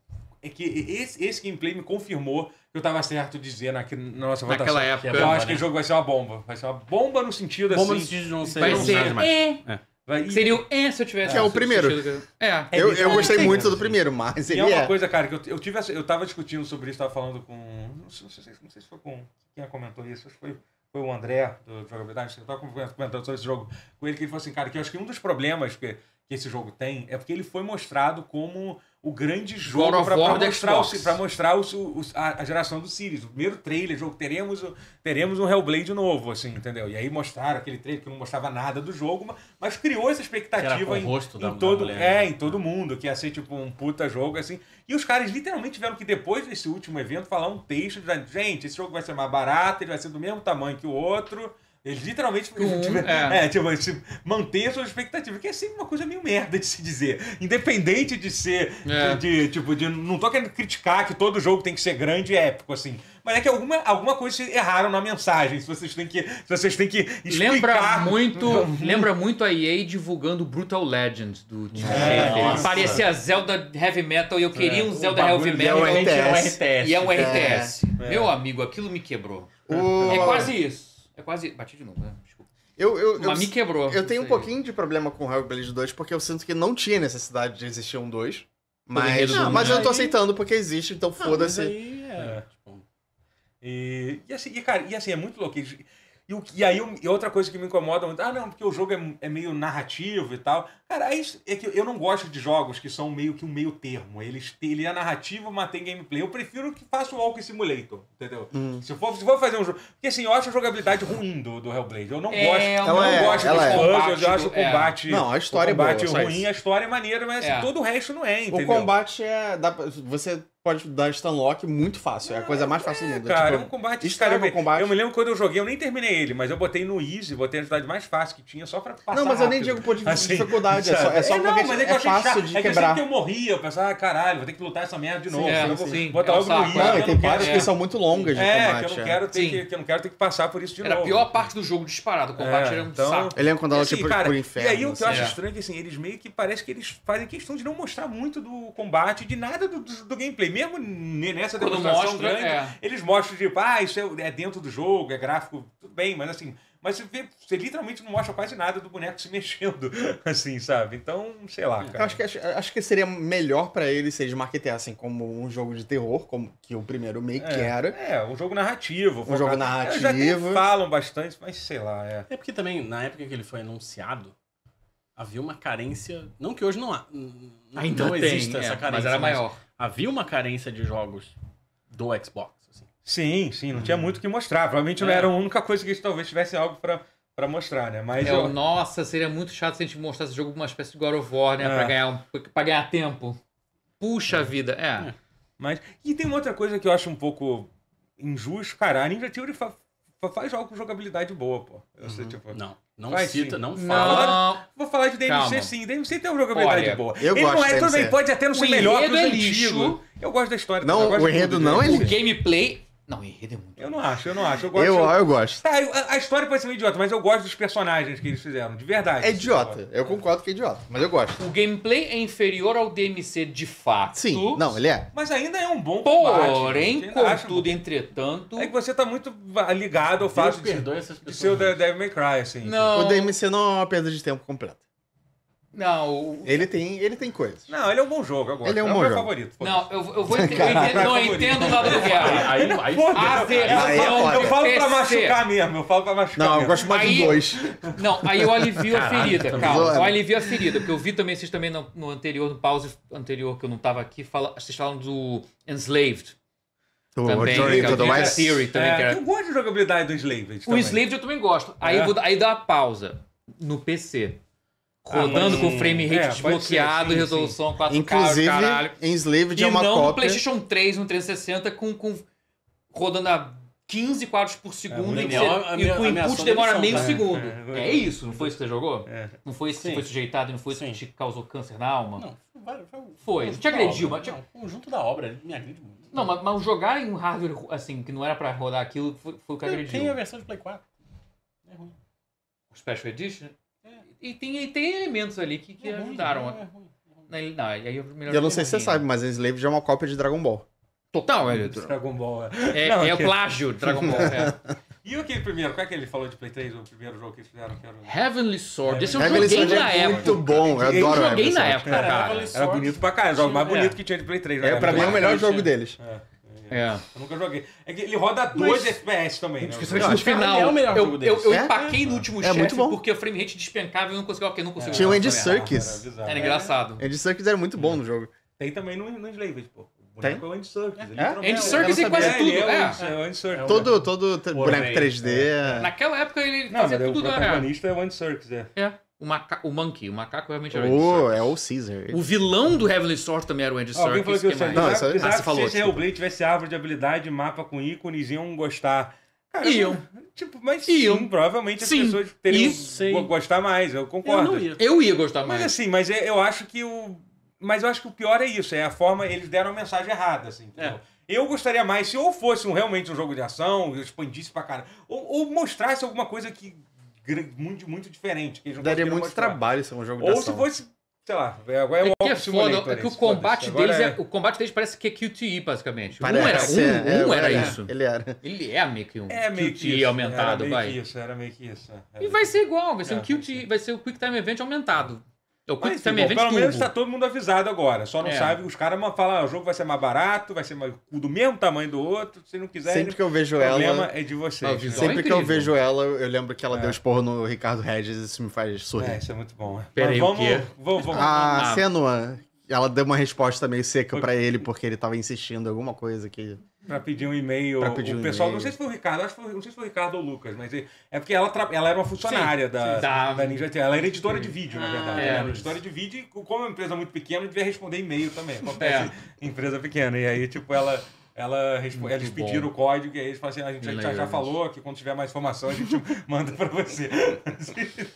S3: é que esse, esse gameplay me confirmou que eu tava certo de dizer na, na nossa votação.
S1: Naquela
S4: que
S3: Eu
S4: é
S1: época.
S4: bom.
S3: acho que
S4: né?
S3: o jogo vai ser uma bomba. Vai ser uma bomba no sentido
S4: Bomba no
S3: assim.
S4: sentido de não ser
S1: Vai
S4: não nada
S1: ser.
S4: demais.
S1: É.
S3: vai- e-
S1: Seria o é se eu tivesse.
S2: Que é o
S1: assistido-
S2: primeiro.
S1: É.
S3: É
S2: eu
S3: bem-
S2: eu
S3: é,
S2: gostei
S3: tem
S2: muito
S3: mesmo,
S2: do
S3: sim.
S2: primeiro, mas
S3: E
S2: ele
S3: é uma
S2: é.
S3: coisa, cara, que eu, eu tive essa- eu tava discutindo sobre isso, tava falando com. Não sei, não sei- não sei se foi com. Quem comentou isso? Acho que foi, foi o André do Jogabilidade. Eu tava comentando sobre esse jogo com ele, que ele falou assim, cara, que eu acho que um dos problemas que, que esse jogo tem é porque ele foi mostrado como o grande
S1: God
S3: jogo
S1: of
S3: pra, pra
S1: War do
S3: mostrar, o,
S1: Xbox.
S3: pra mostrar o, o- a, a geração do Series. O primeiro trailer, jogo, teremos, o- teremos um Hellblade novo, assim, entendeu? E aí mostraram aquele trailer que não mostrava nada do jogo, mas, mas criou essa expectativa
S4: com o
S3: em,
S4: rosto
S3: em
S4: da- da
S3: todo.
S4: mulher,
S3: é,
S4: né?
S3: em todo mundo, que ia ser tipo um puta jogo, assim. E os caras literalmente tiveram que, depois desse último evento, falar um texto dizendo, gente, esse jogo vai ser mais barato, ele vai ser do mesmo tamanho que o outro. Eles literalmente
S1: Um,
S3: tiveram-
S1: é.
S3: é, tipo, se manter suas expectativas, que é sempre uma coisa meio merda de se dizer. Independente de ser.
S1: É.
S3: De, de, tipo, de, não tô querendo criticar que todo jogo tem que ser grande e épico, assim. Mas é que alguma, alguma coisa vocês erraram na mensagem. Se vocês têm que. Se vocês têm que explicar.
S1: Lembra muito, lembra muito a EA divulgando Brutal Legend do Tim Schafer.
S2: É, nossa.
S1: Parecia Zelda Heavy Metal e eu queria um Zelda
S4: O
S1: Heavy
S4: bagulho
S2: é
S1: Metal
S2: um
S4: realmente é um
S2: RTS.
S4: RTS.
S1: e é um RTS. Meu amigo, aquilo me quebrou.
S2: O-
S1: É quase isso. É quase. Bati de novo, né? Desculpa.
S2: Eu, eu, eu,
S1: Mas me quebrou.
S2: eu tenho um
S1: Isso aí.
S2: pouquinho de problema com o Hellblade 2, porque eu sinto que não tinha necessidade de existir um 2. Mas,
S1: enredo do
S2: Não,
S1: um,
S2: mas
S4: né?
S2: eu tô aceitando porque existe, então
S4: Ah, mas
S2: foda-se.
S4: aí é,
S3: É.
S4: tipo,
S3: E, e assim, e, cara, e assim, é muito louco. E, e o que- e aí, um- e outra coisa que me incomoda muito, ah, não, porque o jogo é, é meio narrativo e tal. Cara, é isso é que eu não gosto de jogos que são meio que um meio termo. Eles, te- ele é narrativo, mas tem gameplay. Eu prefiro que faça o Walking Simulator, entendeu?
S2: Hum.
S3: Se eu for, se eu for fazer um jogo. Porque assim, eu acho a jogabilidade ruim do, do Hellblade. Eu não
S1: É,
S3: gosto.
S1: eu
S3: eu não
S2: ela é,
S3: gosto
S2: ela
S3: dos
S2: é.
S3: puzzles, eu
S1: Combate
S3: acho o
S1: do- é.
S3: combate.
S2: Não, a história
S3: o combate
S2: é boa, só
S3: ruim,
S2: isso.
S3: a história é maneira, mas assim,
S1: É.
S3: todo o resto não é, entendeu?
S2: O combate é. dá pra- você pode dar stunlock muito fácil. É a coisa mais fácil do mundo.
S3: Cara, é um
S2: tipo,
S3: combate
S2: isso era
S3: caramba,
S2: um combate.
S3: Eu me lembro quando eu joguei, eu nem terminei ele, mas eu botei no easy, botei a dificuldade mais fácil que tinha, só pra passar
S2: não, mas eu nem
S3: rápido.
S2: digo pô, de
S3: Assim,
S2: dificuldade. É só,
S3: sabe?
S2: é só
S3: não,
S2: porque
S3: mas
S2: é,
S3: que eu achei
S2: fácil
S3: chato.
S2: de
S3: é que
S2: quebrar.
S3: sempre que eu morria, eu pensava, ah, caralho, vou ter que lutar essa merda de novo.
S1: Sim,
S3: eu não vou
S1: sim.
S3: botar
S1: É um
S3: logo no
S1: saco.
S3: easy,
S2: Não,
S3: eu
S2: e tem
S3: quero-
S2: partes
S1: é.
S2: que são muito longas de
S3: É,
S2: combate.
S3: que eu não
S2: é.
S3: quero ter
S1: Sim.
S3: que, que eu não quero ter que passar por isso de
S1: Era a
S3: novo.
S1: pior parte do jogo disparado. O combate
S3: É,
S1: era um
S3: então-
S1: saco.
S2: Ele é quando
S3: E,
S2: ela
S3: assim,
S2: tipo
S3: cara,
S2: pro inferno.
S3: e aí o que eu
S2: assim.
S3: acho
S1: é.
S3: estranho é que assim, eles meio que parece que eles fazem questão de não mostrar muito do combate, de nada do, do- do gameplay. Mesmo n- nessa
S1: Quando
S3: demonstração
S1: mostra,
S3: grande,
S1: é.
S3: eles mostram tipo, ah, isso é, é dentro do jogo, é gráfico, tudo bem, mas assim, mas você, vê- você literalmente não mostra quase nada do boneco se mexendo, assim, sabe? Então, sei lá,
S2: Eu
S3: cara.
S2: acho que, é- acho, acho que seria melhor pra eles se eles marketeassem como um jogo de terror, como que o primeiro meio que era.
S3: É, um jogo narrativo. focado-
S2: jogo
S3: Eles já até
S2: narrativo.
S3: falam bastante, mas sei lá, é.
S4: É porque também, na época em que ele foi anunciado, havia uma carência. Não que hoje não há. n-
S1: Ainda
S4: não
S1: tem,
S4: exista
S1: é,
S4: essa carência. né?
S1: mas era maior.
S4: havia uma carência de jogos do Xbox. assim.
S3: Sim, sim, não tinha muito o que mostrar. Provavelmente não
S1: É.
S3: era a única coisa que eles talvez tivessem algo pra, pra mostrar, né? Mas
S1: É,
S3: eu-
S1: o- Nossa, seria muito chato se a gente mostrasse esse jogo como uma espécie de God of War, né?
S3: É.
S1: Pra, ganhar, um- pra ganhar tempo. Puxa vida, é.
S3: Mas. E tem uma outra coisa que eu acho um pouco injusto, cara. A Ninja Theory fa- fa- faz algo com jogabilidade boa, pô. Eu sei, tipo.
S4: Não. Não
S3: Faz
S4: cita,
S3: sim.
S4: não
S1: É.
S4: fala.
S1: Não,
S3: Vou falar de DMC
S1: Calma.
S3: sim. DMC tem uma jogabilidade
S1: Olha,
S3: boa.
S2: eu
S3: Ele não
S2: gosto
S3: é,
S2: de
S3: tudo bem,
S2: DMC.
S3: pode até não ser
S1: O
S3: melhor que os
S1: enredo é
S3: antigos.
S1: lixo.
S3: Eu gosto da história.
S2: Não,
S3: eu gosto de
S2: o
S3: tudo
S2: enredo
S3: do
S2: não é
S1: o
S3: DMC.
S1: gameplay. Não, enredo é muito.
S3: Eu não acho, eu não acho. Eu gosto.
S2: Eu,
S3: eu-
S2: eu gosto.
S3: Tá, eu- a a história pode ser meio idiota, mas eu gosto dos personagens que eles fizeram, de verdade. assim,
S2: É idiota. Eu concordo que é idiota, mas eu gosto.
S1: O gameplay é inferior ao DMC de fato.
S2: Sim, não, ele é.
S3: Mas ainda é um bom combate. gente.
S1: Porém,
S3: Ainda acho
S1: contudo, entretanto.
S3: bom. É que você tá muito ligado ao
S4: Deus
S3: fato de,
S4: perdoe essas
S3: de
S4: pessoas.
S3: ser o De- Devil May Cry, assim.
S1: Não.
S2: O DMC não é uma perda de tempo completa.
S1: Não, o-
S2: Ele tem, ele tem coisas.
S3: Não, ele é um bom jogo, eu gosto.
S2: Ele é um
S3: o
S2: bom
S3: meu
S2: jogo.
S3: favorito. pô.
S1: não, eu, eu vou ente- eu
S2: Caraca,
S1: entendo. Não,
S2: é
S1: eu
S3: favorito.
S1: entendo o lado do guerra.
S4: Aí, aí,
S3: Foda-se.
S1: Ah,
S3: eu,
S1: zero.
S2: Aí é
S3: falo,
S2: foda.
S3: eu falo pra
S1: PC.
S3: machucar mesmo, eu falo pra machucar
S2: Não, eu
S3: mesmo.
S2: gosto mais
S1: Aí-
S2: de dois.
S1: Não, aí eu alivio a ferida, calma.
S2: tá zoando.
S1: Eu alivio a ferida, porque eu vi também, vocês também no, no anterior, no pause anterior que eu não tava aqui, fala, vocês falam do Enslaved. também, que
S2: Johnny
S1: é o
S2: tudo
S1: Ninja
S2: mais.
S1: Theory também,
S3: É,
S1: que era-
S3: eu gosto da jogabilidade do Slave.
S1: O Enslaved eu também gosto. Aí,
S3: É?
S1: eu vou, aí dá uma pausa no PC.
S3: Ah, mas-
S1: Rodando com frame rate
S3: é, pode ser,
S1: desbloqueado,
S3: sim,
S1: resolução 4K,
S2: Inclusive,
S1: caralho.
S2: Enslaved
S1: E
S2: é uma
S1: não no
S2: cópia.
S1: PlayStation 3, no 360, com, com rodando a 15 quadros por segundo
S3: É,
S1: e,
S3: a
S1: que
S4: minha-
S1: você-
S4: a
S1: e
S4: minha-
S1: com
S4: a
S1: o
S4: minha
S1: input
S4: ação
S1: demora
S4: deve
S1: meio
S4: ser, um
S1: segundo.
S3: é, é.
S1: É isso, não foi isso que você jogou?
S3: É.
S1: Não foi isso
S4: Sim.
S1: que foi sujeitado, não foi isso
S4: Sim.
S1: que te causou câncer na alma?
S4: Não, vai- vai-
S1: Foi,
S4: conjunto
S1: te agrediu,
S4: da
S1: mas te-
S4: obra. Não, O conjunto da obra ele me agride muito.
S1: Não, mas, mas jogar em um hardware assim, que não era pra rodar aquilo, foi, foi o que
S4: Tem- Tem a
S1: agrediu.
S4: versão de Play 4. É ruim.
S1: O Special Edition? É. E tem, e tem elementos ali que, que
S4: É ruim,
S1: ajudaram.
S4: não, é ruim.
S1: Não, ele- não, aí eu, melhor
S2: Eu não sei se você
S1: terminar.
S2: sabe, mas Enslaved é uma cópia de Dragon Ball.
S1: Total, é,
S3: Dragon Ball. é.
S1: é,
S3: Não,
S1: é o
S3: que-
S1: plágio de Dragon Ball. é.
S3: E aquele primeiro, qual é que ele falou de Play 3, o primeiro jogo que eles fizeram? Que era... o-
S1: Heavenly Sword, esse eu
S2: Heavenly
S1: joguei
S2: Sword
S1: na
S2: é
S1: época.
S2: muito bom, eu
S1: Eu
S2: é adoro
S1: joguei
S2: Heavenly
S1: na
S2: Sword.
S1: época, cara.
S3: Era bonito pra caralho, o jogo mais bonito que tinha de Play 3.
S2: É,
S3: né?
S2: pra mim é o melhor jogo deles.
S3: É, é, é.
S1: É.
S3: Eu nunca joguei. É que ele roda 2 FPS também, né?
S1: Mas no
S4: acho que
S1: final,
S4: é o melhor
S1: eu,
S4: jogo
S1: eu,
S4: deles.
S1: eu
S2: É?
S1: empaquei no último
S2: É
S1: chefe
S2: muito bom.
S1: porque o frame rate despencava e eu não conseguia, ok, eu não conseguia.
S2: Tinha o
S1: jogar
S2: Andy
S1: essa merda.
S2: Serkis.
S3: Era "Ah, é bizarro.
S1: Era engraçado.
S2: Andy Serkis era muito bom no jogo.
S3: Tem também no, no Slaved, pô. O
S2: Tem?
S3: boneco é o Andy Serkis. ele
S2: É?
S3: literalmente-
S1: Andy
S2: não
S1: Serkis em
S2: sabia.
S1: quase
S3: É,
S1: tudo.
S3: ele é o
S1: É.
S3: Andy- é o Andy Serkis.
S2: Todo, todo t-
S4: Porém,
S2: boneco 3D. é-
S1: Naquela época ele
S3: Não, mas
S1: fazia
S3: é o
S1: tudo. né?
S3: protagonista é o Andy Serkis, é.
S1: É. O, maca o Monkey, o macaco realmente era o Andy
S2: Oh,
S1: Serkis.
S2: é o Caesar.
S1: O vilão do Heavenly Sword também era o Andy
S3: Alguém falou
S1: Serkis.
S3: que
S1: que
S3: o
S1: mais?
S2: Não,
S3: Sérgio
S2: isso aí-
S3: apesar
S1: Ah,
S3: de
S1: você falou,
S3: se Hellblade tivesse árvore de habilidade, mapa com ícones, iam gostar. Cara,
S1: Iam.
S3: Tipo, mas
S1: Iam.
S3: sim, provavelmente as
S1: Sim.
S3: pessoas teriam
S1: Isso,
S4: sim.
S3: go- gostar mais, eu
S4: Eu
S3: concordo.
S4: não ia.
S1: Eu ia gostar
S3: Mas
S1: mais.
S3: assim, mas é- eu acho que o. Mas eu acho que o pior é isso, é a forma. Eles deram a mensagem errada, assim.
S1: É.
S3: entendeu? Eu gostaria mais se ou fosse um- realmente um jogo de ação, eu expandisse pra cara. Ou, ou mostrasse alguma coisa que. gr- Muito, muito diferente. Que eles não
S2: Daria
S3: conseguiram
S2: muito
S3: mostrar.
S2: trabalho ser um jogo de
S3: Ou se
S2: ação.
S3: fosse. Sei lá, agora é,
S1: É
S3: o
S1: que é
S3: Walk Simulator
S1: foda, é que o
S3: esse, foda-se.
S1: combate
S3: Agora
S1: deles
S3: é-
S1: é... O combate deles parece que é QTE, basicamente. um era, um,
S2: Parece, é,
S1: um
S2: é,
S1: era
S2: é,
S1: isso.
S2: Ele era.
S1: Ele é meio que um
S3: É meio que
S1: QTE
S3: isso. era
S1: aumentado,
S3: meio
S1: vai.
S3: Que isso, era meio que isso. é. Era
S1: E vai
S3: meio que
S1: ser igual, vai ser
S3: É,
S1: um QT, vai ser o Quick Time Event aumentado. É o Quick
S3: Mas, enfim,
S1: Time
S3: bom,
S1: Event
S3: pelo menos
S1: turbo.
S2: tá
S3: está todo mundo avisado agora. Só não
S1: É.
S3: sabe, os caras falam, ah, o jogo vai ser mais barato, vai ser mais- do mesmo tamanho do outro, se não quiser,
S2: Sempre
S3: o
S2: que eu vejo
S3: problema
S2: ela.
S3: é de vocês.
S1: Ah, o visual.
S2: Sempre que
S1: incrível.
S2: eu vejo ela, eu lembro que ela
S3: É.
S2: deu esporro no Ricardo Regis e isso me faz
S3: É,
S2: sorrir.
S3: isso é muito bom. é.
S1: Pera aí,
S3: Mas
S1: o quê?
S3: vamos, vamos, vamos.
S2: A
S1: Ah.
S2: Senua, ela deu uma resposta meio seca
S3: Foi-
S2: pra ele porque ele tava insistindo em alguma coisa que
S3: Pra pedir um e-mail.
S2: Pra pedir
S3: o
S2: um
S3: pessoal,
S2: e-mail.
S3: não sei se foi o Ricardo, acho que foi- não sei se foi o Ricardo ou o Lucas, mas é é porque ela, tra- ela era uma funcionária da,
S1: sim. Da-
S3: da Ninja Theory. Ela era editora de vídeo, na
S1: Ah,
S3: verdade. né?
S1: é,
S3: ela era
S1: mas-
S3: editora de vídeo e, como é uma empresa muito pequena, devia responder e-mail também. Acontece em empresa pequena. E aí, tipo, ela. Ela respo-
S4: Muito
S3: Eles
S4: bom.
S3: pediram o código e aí eles falaram assim: a gente já- já,
S4: Legal,
S3: já
S4: gente.
S3: falou que quando tiver mais informação a gente manda pra você.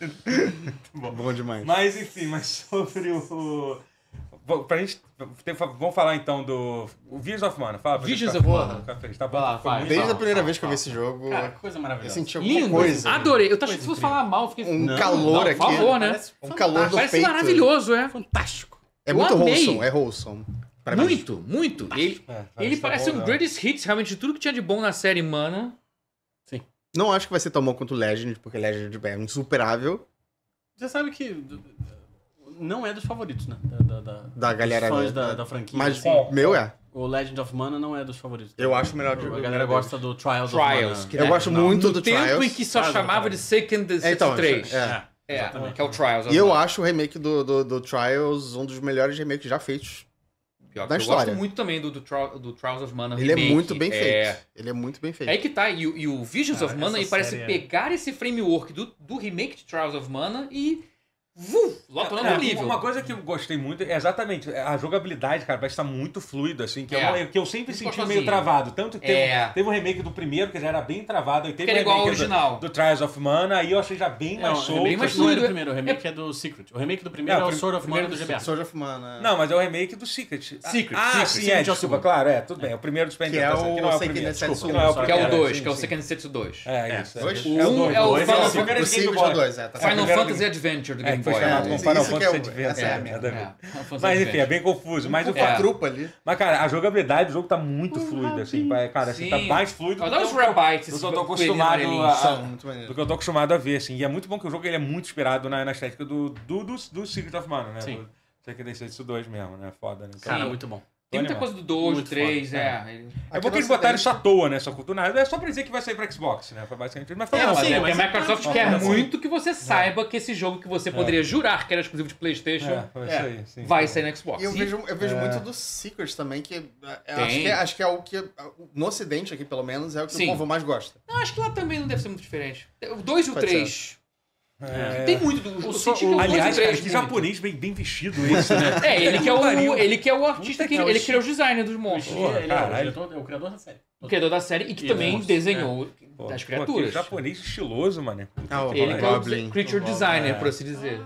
S2: Bom demais.
S3: Mas enfim, mas sobre o. Bom, Pra gente. tem- Vamos falar então do. O Visions of Mana. Fala pra
S4: Visions
S3: gente.
S4: of
S3: Porra,
S4: Mana.
S3: Fica feliz, Tá bom.
S1: Vai lá,
S3: Foi
S1: vai.
S3: muito
S2: Desde
S3: bom.
S2: a primeira vez que eu vi esse jogo,
S4: Cara, que coisa
S2: eu
S4: maravilhosa.
S2: senti alguma
S1: Lindo.
S2: coisa.
S1: Adorei. Eu tô achando que você fosse falar mal. Fiquei... assim,
S2: Um
S1: Não,
S2: calor
S1: não,
S2: aqui.
S1: Por favor, né?
S4: Parece
S2: Um calor no
S1: Parece
S2: peito.
S1: maravilhoso, é.
S4: fantástico.
S2: É
S1: Eu
S2: muito
S1: amei.
S2: wholesome, é wholesome. Pra mim.
S1: Muito, muito. Ele,
S3: É, tá,
S1: ele
S3: isso tá
S1: parece
S3: bom,
S1: um
S3: né?
S1: greatest hits, realmente, de tudo que tinha de bom na série, mano.
S2: Não acho que vai ser tão bom quanto Legend, porque Legend é insuperável
S4: Você sabe que do- não é dos favoritos, né? Da, da, da,
S2: da galera.
S4: dos fãs
S2: da-
S4: da, da franquia.
S2: Mas
S4: assim.
S2: o meu é.
S4: o Legend of Mana não é dos favoritos.
S2: Eu acho melhor de.
S4: A galera gosta É, do Trials,
S1: Trials,
S4: of Mana.
S1: que
S2: Eu
S1: né,
S2: gosto
S1: não,
S2: muito
S1: no
S2: do
S1: tempo
S2: Trials.
S1: em que só
S4: Trials do
S1: chamava de
S4: Trials.
S1: Second
S2: É,
S1: Desist
S2: então,
S1: 3.
S2: é.
S1: É, que é o Trials.
S2: E eu acho o remake do, do, do Trials um dos melhores remakes já feitos.
S1: Pior que
S2: da
S1: eu
S2: história.
S1: gosto muito também do, do, Trou- do Trials of Mana
S2: Ele é
S1: remake.
S2: muito bem
S1: É,
S2: feito. Ele é muito bem feito.
S1: É aí que tá, e, o- e o Visions
S3: Cara,
S1: of Mana
S3: essa
S1: ele parece
S3: série é-
S1: pegar esse framework do, do remake de Trials of Mana e. Vu! Lá
S3: É,
S1: no nível.
S3: Uma coisa que eu gostei muito é exatamente a jogabilidade, cara, parece estar muito fluido, assim, que, eu
S1: É.
S3: não- eu, que eu sempre
S1: Muito
S3: senti meio
S1: gostosinho.
S3: travado. Tanto que teve,
S1: É.
S3: teve um remake do primeiro, que já era bem travado, e teve
S1: Que era
S3: um
S1: igual ao
S3: remake
S1: original.
S3: Do, do Trials of Mana, aí eu achei já bem mais
S4: Não,
S3: solto.
S4: o remake
S1: mais
S4: não é do
S1: fluido, é-
S4: primeiro, o remake é do Secret. O remake do primeiro
S3: É,
S4: é,
S3: o
S4: o
S3: prim-
S4: Sword of Mana
S1: primeiro
S4: do
S1: do
S4: GBA.
S2: Sword of Mana.
S3: Não, mas é o remake do Secret. Ah,
S1: Secret,
S3: Ah,
S1: Secret,
S3: sim,
S4: Secret é
S3: é,
S4: o
S3: desculpa,
S4: segundo.
S3: claro, é, tudo bem. É o primeiro do Super
S2: Que
S3: Nintendo,
S2: é o
S3: que não é o
S2: Seiken
S3: primeiro.
S2: Densetsu
S3: desculpa,
S2: um,
S3: não é o
S4: só
S1: Que é
S3: primeiro,
S1: o 2,
S3: sim,
S1: que é o
S3: sim.
S1: Second Setsu 2.
S3: É,
S4: É,
S3: isso.
S2: dois?
S3: isso.
S2: O
S1: um
S3: dois,
S1: é o
S3: dois,
S1: Final
S3: o primeiro
S2: Fantasy-
S3: de Game
S2: o
S3: Boy.
S2: Secret é o dois, é, tá
S3: É,
S2: certo.
S1: Final
S3: primeiro
S1: Fantasy
S3: Game-
S1: Adventure do
S3: É,
S1: Game
S3: que foi
S1: Boy.
S3: chamado
S1: é.
S3: como
S2: isso
S3: Final
S2: que é o-
S3: Fantasy Adventure.
S2: essa é a
S3: É, nada
S2: merda.
S3: a ver.
S1: Final Fantasy
S3: Mas enfim,
S1: Adventure.
S3: é bem confuso. Mas o
S2: Com a
S1: É.
S2: trupa ali.
S3: Mas, cara, a jogabilidade do jogo tá muito fluida, assim. vai- Cara, assim,
S1: Sim.
S3: tá mais fluido
S1: Olha
S3: do que
S1: os
S3: eu-
S1: rebites,
S3: do que
S1: esses
S3: eu tô acostumado
S1: coelhinhos
S3: a-
S1: amarelinhos.
S2: São, muito maneiro.
S3: do que eu tô acostumado a ver, assim. E é muito bom que o jogo ele é muito inspirado na, na estética do, do, do, do Secret of Mana, né?
S4: Sim.
S3: Do Secret Densetsu 2 mesmo, né? Foda, né?
S4: Cara,
S1: Sim.
S4: É muito bom.
S1: Tem muita
S3: animado.
S1: coisa do 2,
S4: Muito
S1: do 3,
S4: foda,
S1: é. Ele-
S3: É bom que eles
S2: Aqui no
S3: botaram
S2: Ocidente-
S3: isso à toa, né? Só cultura. É só pra dizer que vai sair pra Xbox, né? Foi basicamente. Mas foi
S4: É,
S3: não,
S1: Mas
S4: sim,
S1: é,
S3: né?
S1: porque a
S4: mas é
S1: Microsoft
S4: claro,
S1: quer
S4: é.
S1: muito que você saiba que esse jogo que você poderia jurar que era exclusivo de PlayStation
S3: É, foi isso aí, sim.
S1: vai sair no Xbox.
S2: E eu
S1: E-
S2: vejo, eu vejo
S3: É.
S2: muito do Secret também, que é, eu
S1: Tem.
S2: acho que, é, acho que é o que, no ocidente aqui pelo menos, é o que
S1: Sim.
S2: o povo mais gosta.
S1: Não, acho que lá também não deve ser muito diferente. O 2 e o
S2: Pode
S1: 3.
S3: É.
S1: Tem um muito do. Eu
S4: só-
S1: senti que o 2 e o
S3: Aliás, cara,
S1: 3.
S3: que
S1: muito.
S3: japonês bem, bem vestido esse, né?
S1: É, ele que é o,
S3: Pariu.
S1: ele que é o artista
S4: Puta
S1: que.
S4: que é o
S1: Ele criou os designs dos
S4: O
S1: monstros.
S4: Ishii, ele é o,
S3: caralho.
S4: diretor, é o criador da série.
S1: O criador da série e que
S4: E
S1: também
S4: dos monstros,
S1: desenhou
S3: né? Pô,
S1: as
S3: pô, aquele
S1: criaturas.
S3: japonês estiloso, mano.
S2: Ah, o
S1: Ele que é
S2: Goblin.
S1: o creature
S3: O
S1: designer,
S3: Goblin,
S1: por assim dizer.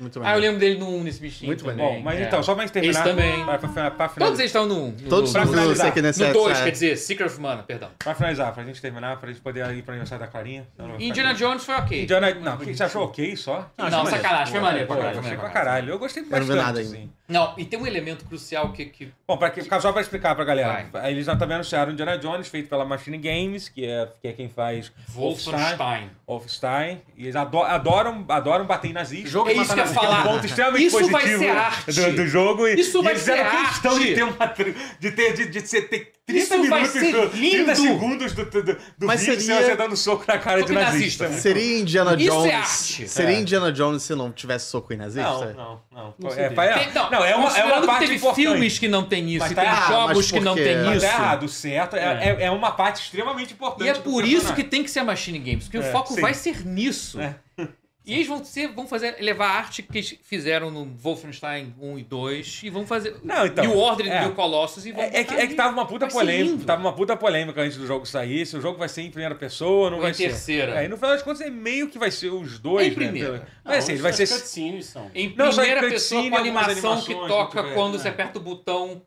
S2: Muito
S1: Ah, eu
S2: maneiro.
S1: lembro dele no 1 nesse bichinho.
S2: Muito
S1: também.
S3: Bom, mas
S1: É.
S3: então, só pra gente terminar.
S1: Esse também.
S3: Pra, pra, pra, pra
S1: Todos
S3: finalizar,
S1: eles estão no. no
S2: Todos
S1: no,
S3: pra
S2: do
S3: finalizar.
S2: Second
S1: no
S2: Assassin.
S1: 2,
S3: é.
S1: quer dizer, Secret of Mana, perdão.
S3: pra finalizar, pra gente terminar, pra gente poder ir pro aniversário da Clarinha.
S1: Indiana Jones foi ok.
S3: Indiana, não, você achou ok só?
S1: Não, sacanagem, foi maneiro.
S3: Pô,
S1: foi
S3: eu
S1: maneiro,
S3: achei
S1: foi
S3: pra
S1: maneiro.
S3: caralho. Eu gostei
S2: não vi
S3: bastante.
S2: nada ainda.
S3: assim.
S1: Não, e tem um elemento crucial que. que
S3: Bom, pra que, só pra explicar pra galera.
S1: Vai.
S3: Eles já também anunciaram Indiana Jones, feito pela Machine Games, que é, que é quem faz Wolfenstein.
S1: Wolfenstein.
S3: Wolfenstein. E eles ado- adoram, adoram bater em nazista.
S4: Jogo
S1: É
S4: que
S1: isso
S4: mata
S1: que eu ia
S4: na-
S1: falar.
S3: É um ponto extremamente
S1: Isso vai
S3: positivo
S1: ser arte.
S3: Do, do jogo. E,
S1: Isso
S3: e
S1: vai
S3: eles
S1: ser
S3: fizeram questão de
S1: arte.
S3: ter uma. tri- De ter, de, de ser- ter 30
S1: Isso vai
S3: minutos.
S1: ser
S3: do-
S1: lindo.
S3: 30 segundos do, do, do
S2: Mas
S3: vídeo
S2: seria-
S3: você dando soco na cara de
S1: Soco em
S3: nazista. né?
S1: nazista.
S2: Seria Indiana
S1: Isso é
S2: Jones.
S1: arte.
S2: Seria
S3: É.
S2: Indiana Jones se não tivesse soco em nazista?
S3: Não, não, não.
S4: sei
S3: É,
S4: disso.
S3: é,
S1: Tem- não,
S3: não, é uma, é
S1: considerando
S3: uma
S1: que
S3: parte
S1: teve
S3: importante.
S1: filmes que não tem isso,
S3: Mas
S1: e
S3: tá
S1: tem
S3: errado,
S1: jogos
S2: mas
S1: que não
S2: porque-
S1: tem
S2: mas
S1: isso.
S3: Tá errado, certo. É, é, é uma parte extremamente importante.
S1: E é
S3: do
S1: por isso que
S3: personagem.
S1: tem que ser a Machine Games, porque
S3: É,
S1: o foco
S3: sim.
S1: vai ser nisso.
S3: É.
S1: E eles vão, ser, vão fazer, levar a arte que eles fizeram no Wolfenstein 1 e 2 e vão fazer
S3: Não, então,
S1: New Order
S3: é.
S1: e New Colossus e vão
S3: É, é que,
S1: botar
S3: é que
S1: ali.
S3: tava uma puta
S1: Vai ser
S3: polêmica.
S1: lindo.
S3: Tava uma puta polêmica antes do jogo sair. Se o jogo vai ser em primeira pessoa, não
S1: Ou
S3: vai
S1: em
S3: ser.
S1: terceira.
S3: É, e no final das contas é meio que vai ser os dois.
S1: Em
S3: né,
S1: primeira.
S3: pelo- Mas assim, ele vai
S4: As
S3: ser.
S4: cutscenes são.
S1: Em
S3: Não, só em
S1: primeira
S3: cutscene,
S1: pessoa com a
S3: algumas
S1: animação que
S3: animações,
S1: toca
S3: muito bem,
S1: quando
S3: é.
S1: você aperta o botão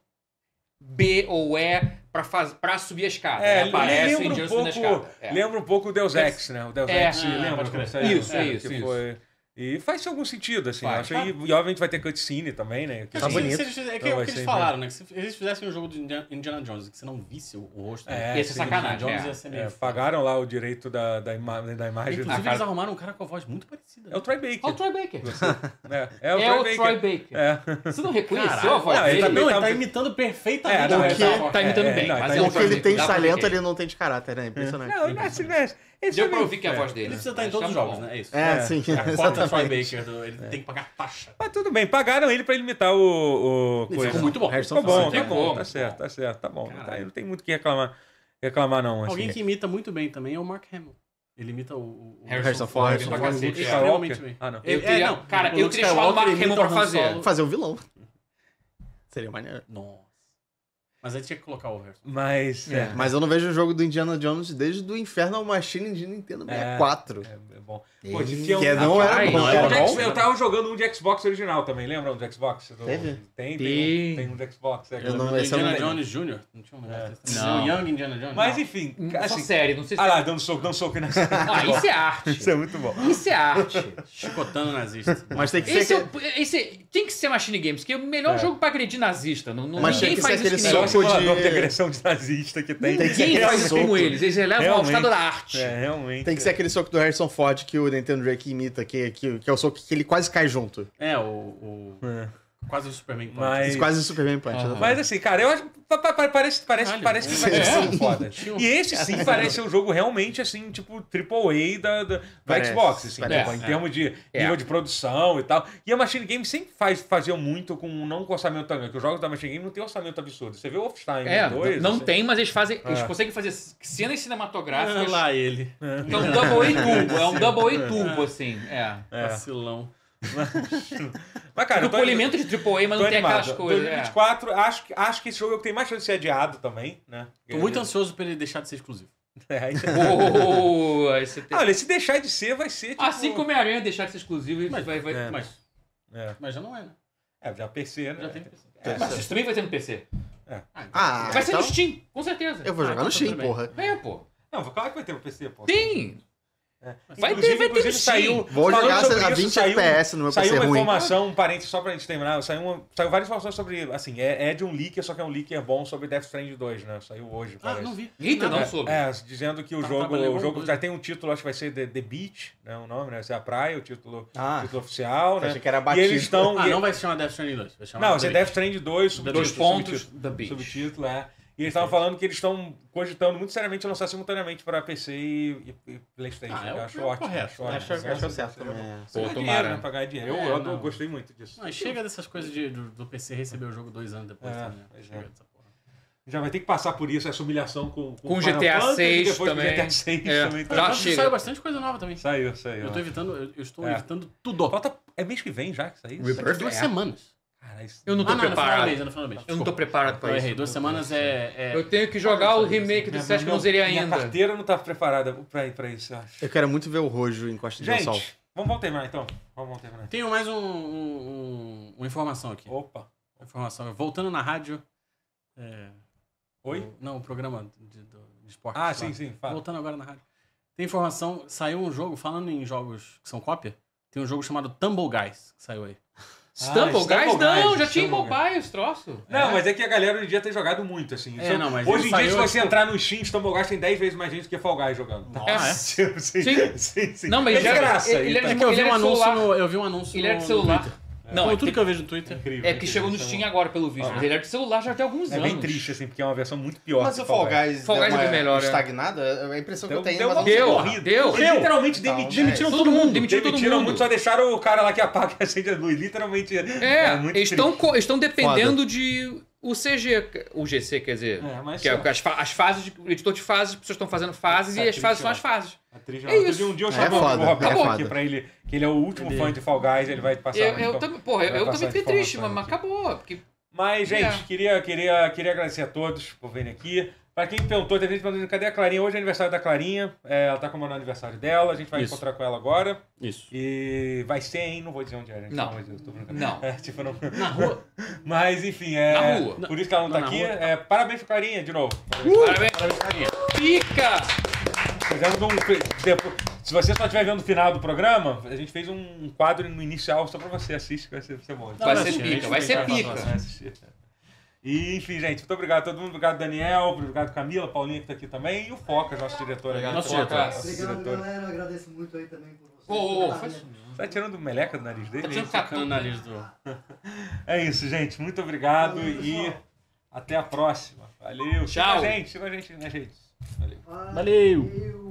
S1: B ou E pra, faz, pra subir a escada.
S3: É,
S1: Aí aparece o
S3: lembra um
S1: Indiana Jones na
S3: pouco,
S1: escada. É.
S3: lembra um pouco o Deus Ex, né? O Deus
S1: É.
S3: Ex,
S1: Ah,
S3: lembra?
S4: pode crer.
S3: como saiu? É,
S1: Isso, isso,
S3: que
S1: isso.
S3: foi- E faz algum sentido, assim.
S1: Faz.
S3: eu acho. E, e obviamente vai ter cutscene também, né?
S4: Porque
S2: Tá
S4: se-
S2: bonito.
S4: se eles- é que,
S3: Então
S4: é o
S3: vai
S4: que
S3: ser
S4: eles falaram, né? Que se eles fizessem um jogo de Indiana- Indiana Jones que você não visse o, o rosto
S3: É,
S4: do
S1: Ia ser
S3: sim,
S4: Indiana
S1: sacanagem.
S4: Jones,
S1: é.
S4: ia ser meio
S3: É,
S4: foda.
S3: pagaram lá o direito da, da, ima- da imagem.
S4: Inclusive,
S3: Ah,
S4: eles
S3: cara,
S4: arrumaram um cara com a voz muito parecida.
S3: É o Troy Baker.
S1: Olha o Troy Baker.
S3: É, é
S1: É
S3: o Troy Baker.
S1: Baker.
S3: É.
S1: Você não reconheceu
S4: Caralho.
S1: a voz
S3: Não, ele
S1: dele?
S3: tá bem-
S4: Não, ele
S3: tá-
S4: tá imitando
S3: É,
S4: perfeitamente.
S3: não,
S4: a
S3: ele
S4: voz da
S1: tá,
S4: avó.
S1: tá imitando
S3: é,
S1: bem,
S3: não,
S1: mas
S3: tá
S1: é um
S2: O que ele
S1: Troy
S2: tem de
S1: Baker, dá pra
S2: talento,
S1: ver.
S2: ele não tem de caráter, né? É Impressionante.
S3: Não, não é assim, não é assim. Esse
S1: Deu
S3: é
S1: pra
S3: meio
S1: ouvir que é a
S3: fé.
S1: voz dele.
S4: Ele precisa estar em
S1: Mas
S4: todos os
S1: tá
S4: jogos,
S1: bom.
S4: né? É isso.
S2: É, sim,
S4: A cota do Troy
S2: exatamente.
S4: Baker, do- ele tem que pagar taxa.
S3: Mas tudo bem, pagaram ele pra ele imitar o. o
S4: Ele
S3: coisa.
S4: ficou muito bom.
S2: Harrison
S3: Tá bom,
S2: Ford.
S3: tá
S1: Tem
S3: bom,
S1: como.
S3: tá certo, tá certo, tá bom. Não, tá,
S4: Caralho.
S3: não tem muito o que reclamar, reclamar não. Assim.
S4: Alguém que imita muito bem também é o Mark Hamill. Ele imita o... o
S2: Harrison Ford.
S1: pra
S4: Ford
S1: cacete,
S3: é.
S4: extremamente bem.
S3: Ah, não.
S1: Eu
S4: É,
S1: teria-
S4: não,
S1: cara,
S4: o
S1: eu
S4: Luke
S1: teria chamado o Mark
S4: Skywalker imita
S1: Hamill pra
S4: o Han
S1: fazer.
S4: Solo.
S2: Fazer o vilão. Seria maneiro.
S4: Nossa. Mas aí tinha que colocar o Harrison.
S3: Mas. É.
S2: Mas eu não vejo o jogo do Indiana Jones desde do Infernal Machine de Nintendo 64.
S3: é, é bom.
S2: Ele-
S3: Pô, tinha um-
S2: que não era
S1: Rapaz,
S2: bom.
S1: não
S2: era
S3: Eu
S1: era
S2: bom?
S3: já- Eu tava jogando um de Xbox original também, lembra um de Xbox? Do-
S2: Teve?
S3: Tem, tem,
S1: Tem.
S3: um- tem um de Xbox. é,
S2: Eu não-
S4: Do
S2: esse eu não
S4: Indiana
S2: lembro.
S4: Jones Jr. Não tinha um negócio
S3: É.
S4: desse?
S1: Não.
S4: O Young Indiana Jones.
S3: Mas
S4: não.
S3: enfim,
S1: Hum, Só
S3: assim.
S1: série, é não sei se.
S3: Ah lá, dando soco, dando soco na
S1: Ah, isso é arte.
S3: Isso é muito bom.
S1: Isso é arte.
S4: Chicotando nazista.
S2: Mas tem que ser.
S1: Esse, é
S2: aquele-
S1: o- esse tem que ser Machine Games, que é o melhor
S3: É.
S1: jogo pra agredir nazista. Não, não,
S2: Mas tem
S1: ninguém
S2: que
S1: faz
S2: ser
S1: isso que
S2: aquele
S1: nem
S3: Só
S1: eles.
S2: soco
S3: o
S2: de-
S3: de agressão de nazista que tem.
S2: Tem que-
S1: Ninguém
S2: é
S1: faz isso como
S2: soco.
S1: eles. Eles levam ao
S3: Realmente.
S1: estado da arte.
S3: É, realmente.
S2: Tem que ser aquele soco do Harrison Ford que o Nintendo Drake imita, que, que, que é o soco que ele quase cai junto.
S4: É, o... o-
S3: É.
S4: Quase o Superman. Punch.
S3: Mas-
S2: Ele quase Superman Punch.
S1: Aham.
S2: né?
S3: Mas assim, cara, eu acho. pa- pa- pa- Parece, parece,
S4: Caralho.
S3: parece que vai
S2: É.
S3: ser um foda.
S4: Tinha um-
S3: E esse sim parece ser um jogo realmente assim, tipo, AAA da, da, da
S2: Parece,
S3: Xbox, assim,
S2: parece.
S3: tipo, em
S4: É.
S3: termos de
S1: É.
S3: nível de produção e tal. E a Machine Game sempre faz, fazia muito com não com orçamento tão grande, que os jogos da Machine Game não tem orçamento absurdo. Você vê o Wolfenstein
S1: É,
S3: 2.
S1: não
S3: assim.
S1: tem, mas eles fazem. Eles
S3: É.
S1: conseguem fazer cenas
S4: Ah,
S1: cinematográficas.
S4: lá ele.
S1: É um double A turbo, é um double A turbo, assim. É.
S3: É.
S4: Vacilão.
S3: Mas, cara,
S1: Do
S3: eu tô-
S1: polimento de AAA, mas
S3: tô
S1: não tem
S3: animado.
S1: aquelas coisas. é.
S3: 2024, acho, que- acho que esse jogo é o que tem mais chance de ser adiado também, né?
S4: Tô muito ansioso pra ele deixar de ser exclusivo.
S3: É, então-
S1: Oh, esse tem-
S3: Ah, Olha, se deixar de ser, vai ser tipo...
S1: Assim como a Aranha deixar de ser exclusivo, ele vai. vai...
S3: É.
S4: Mas,
S3: É,
S4: mas já não é, né?
S3: é já PC, né?
S4: Já tem PC.
S1: Mas isso também vai ter no PC.
S2: Ah,
S1: Vai ser
S2: então
S1: no Steam, com certeza.
S2: eu vou
S4: Ah,
S2: jogar
S4: então
S2: no
S4: tá
S2: Steam,
S4: tudo bem.
S2: porra.
S1: É, pô.
S3: Não, claro que vai ter um PC, pô.
S1: Tem. Vai
S3: Inclusive-
S1: ter, vai ter
S3: inclusive
S1: sim.
S3: saiu.
S2: Vou
S3: falando
S2: jogar
S3: sobre
S2: a
S3: isso,
S2: 20
S3: saiu-
S2: FPS no meu
S3: Saiu
S2: PC
S3: uma
S2: ruim.
S3: informação, um parênteses só pra gente terminar, saiu, uma- saiu várias informações sobre, assim, é, é de um leaker, só que é um leaker bom sobre Death Stranding 2, né? Saiu hoje,
S4: Ah,
S3: parece.
S4: não vi.
S1: Eita,
S4: Nada.
S1: não soube.
S3: É, dizendo que o
S4: Tá
S3: jogo,
S4: trabalhando
S3: o jogo
S4: alguma
S3: já tem um título, acho que vai ser The, The Beach, né? O nome, né? Vai ser a praia, o título,
S2: Ah.
S3: título oficial, né?
S2: Achei que era
S3: E
S2: batido.
S3: eles estão...
S4: Ah,
S3: e-
S4: não vai se chamar Death Stranding 2. Vai chamar
S3: Não,
S4: The
S3: vai ser Death Stranding 2, subtítulo.
S1: Dois pontos
S3: subtítulo.
S1: da Beach.
S3: Subtítulo, é. E eles estavam falando que eles estão cogitando muito seriamente lançar simultaneamente para PC e, e- e Playstation.
S4: Ah, é
S3: eu
S4: o-
S3: acho
S4: é o
S3: ótimo.
S4: correto.
S3: Acho
S2: Acho
S3: ótimo.
S2: acho certo também. é.
S1: Pô,
S3: Pagar dinheiro,
S1: tomara.
S3: né? Pagar dinheiro. Eu,
S4: É,
S3: eu
S4: não.
S3: gostei muito disso.
S4: Não, e chega dessas coisas de, do, do PC receber o jogo dois anos depois.
S3: É,
S4: também, né?
S3: pois
S4: Chega
S3: é.
S4: dessa porra.
S3: Já vai ter que passar por isso, essa humilhação com,
S1: Com
S3: Final
S1: GTA
S3: Fantasy,
S1: VI
S3: depois com
S1: também.
S3: GTA 6
S1: É.
S3: também.
S1: Já
S3: Tá.
S4: Mas
S1: chega.
S4: Saiu bastante coisa nova também.
S3: Saiu, saiu.
S4: Eu tô evitando, eu, eu estou
S3: É.
S4: evitando tudo.
S3: Falta... É mês que vem já que sai isso?
S4: Daqui duas
S1: É.
S4: semanas.
S3: Cara, isso...
S1: Eu não tô
S4: Ah, não, é no final do
S1: preparado.
S4: mês, é no final do mês.
S1: Eu não tô preparado pra
S4: Eu errei.
S1: isso.
S4: Duas semanas é. é-
S1: Eu tenho que jogar o remake do 7 que eu não zerei
S3: minha
S1: ainda.
S3: carteira não tá preparada pra, pra isso, eu acho.
S2: Eu quero muito ver o Rojo em Costa do
S3: Gente,
S2: Sol.
S3: vamos, vamos terminar então. Vamos, vamos terminar.
S4: Tenho mais um, um- um- uma informação aqui.
S3: Opa.
S4: Uma Informação. Voltando na rádio. é,
S3: Oi?
S4: o- não, o programa de, do, de esporte.
S3: Ah, sim, sim. Fala.
S4: Voltando agora na rádio. Tem informação, saiu um jogo, falando em jogos que são cópia, tem um jogo chamado Tumble Guys, que saiu aí.
S1: Ah, Stumble
S3: Stumble
S1: Guys? Não,
S3: Guys,
S1: já tinha em
S3: Stumble Guys.
S1: mobile os troços.
S3: Não, mas é que a galera hoje em dia tem jogado muito, assim.
S4: É,
S3: Então,
S4: não, mas
S3: hoje
S4: ele
S3: em dia, se
S4: saiu,
S3: você
S4: tipo-
S3: entrar no Steam, Stumble Guys tem 10 vezes mais gente que Fall Guys jogando.
S4: Nossa. Ah, é?
S3: sim, sim,
S1: Sim.
S3: sim, sim.
S1: Não, mas
S3: é
S1: já-
S3: de graça.
S1: ele- ele
S3: então.
S1: era
S4: É que eu vi
S1: Ele
S4: um
S1: era de
S4: anúncio
S1: celular.
S4: no. Eu vi um anúncio
S1: Ele era
S4: no-
S1: de
S4: no
S1: celular.
S4: Twitter.
S1: Não,
S4: Foi
S1: é
S4: tudo que eu vejo no Twitter.
S3: Incrível, um
S1: É que chegou no Steam agora, pelo visto. Mas ele era de celular já tem alguns
S3: É
S1: anos.
S3: bem triste, assim, porque é uma versão muito pior.
S2: Mas
S3: que
S2: o Fall Guys,
S1: Fall Guys
S2: deu
S1: é bem
S2: uma
S1: melhor, é.
S2: estagnada, a impressão que eu
S3: né?
S2: tenho...
S3: deu
S2: mas
S3: uma
S2: não sei
S1: deu,
S2: porra.
S3: corrida.
S1: deu.
S3: Eles literalmente
S2: Então,
S3: demitiram,
S2: é.
S3: demitiram
S1: Todo
S3: todo
S1: mundo,
S3: mundo.
S1: demitiu todo
S3: demitiram
S1: mundo.
S3: muito, só deixaram o cara lá que apaga e acende a luz. Literalmente.
S1: É,
S3: muito
S1: eles estão
S3: triste.
S1: co- estão dependendo de o CG, o GC, quer dizer,
S3: É, mas
S1: que é
S3: só.
S1: o que as, fa- as fases, de- o editor de fases, as pessoas estão fazendo fases
S3: Tá
S1: e as
S3: triste,
S1: fases são as
S3: ó.
S1: fases.
S3: A atriz
S1: É
S3: lá. Outro
S1: isso.
S3: dia, Um dia eu
S2: É
S3: chamo
S2: foda,
S3: o Roberto
S2: é foda.
S3: aqui pra ele, que ele é o último fã de Fall Guys, ele vai passar.
S1: eu eu
S3: então.
S1: também- porra, eu,
S3: vai
S1: eu
S3: passar
S1: também fiquei
S3: informações
S1: triste, mas, mas
S3: aqui.
S1: acabou. Porque,
S3: Mas, gente,
S1: É.
S3: queria, queria, queria agradecer a todos por virem aqui. Pra quem perguntou, teve gente perguntando, cadê a Clarinha? Hoje é aniversário da Clarinha. É, ela tá comemorando o aniversário dela. A gente vai
S4: Isso.
S3: encontrar com ela agora.
S4: Isso.
S3: E vai ser, hein? Não vou dizer onde é, gente.
S1: Não.
S3: Pelo amor de Deus, tô brincando.
S1: Não.
S3: É, tipo, não...
S4: Na rua.
S3: Mas, enfim, é...
S1: Na rua.
S3: Por isso que ela não, tá
S4: Não, na
S3: aqui.
S4: rua.
S3: É, parabéns pra Clarinha, de novo.
S1: parabéns, Pica!
S3: Fizemos um... depois- Se você só estiver vendo o final do programa, a gente fez um quadro no inicial só pra você. Assiste, que vai ser, vai ser bom.
S1: Vai
S4: não,
S1: ser
S4: gente,
S1: pica, vai ser
S4: vai
S1: pica.
S4: passar.
S3: E, enfim, gente, muito obrigado a todo mundo. Obrigado, Daniel. Obrigado, Camila, Paulinha, que tá aqui também. E o Focas, nosso diretor.
S1: Obrigado,
S3: Nosso
S4: Focas.
S3: diretor. nosso
S6: Obrigado,
S3: diretor.
S6: galera. Agradeço muito aí também por vocês.
S1: Ô, ô, ô,
S6: Pela
S1: faz-
S6: minha-
S3: Tá tirando meleca do nariz dele?
S1: Tá tirando
S4: Sacando o nariz do.
S3: É isso, gente. Muito obrigado
S6: Valeu,
S3: e
S6: pessoal.
S3: até a próxima. Valeu.
S1: Tchau.
S3: Siga a gente, siga a gente nas redes. Valeu.
S6: Valeu.
S4: Valeu.
S6: Valeu.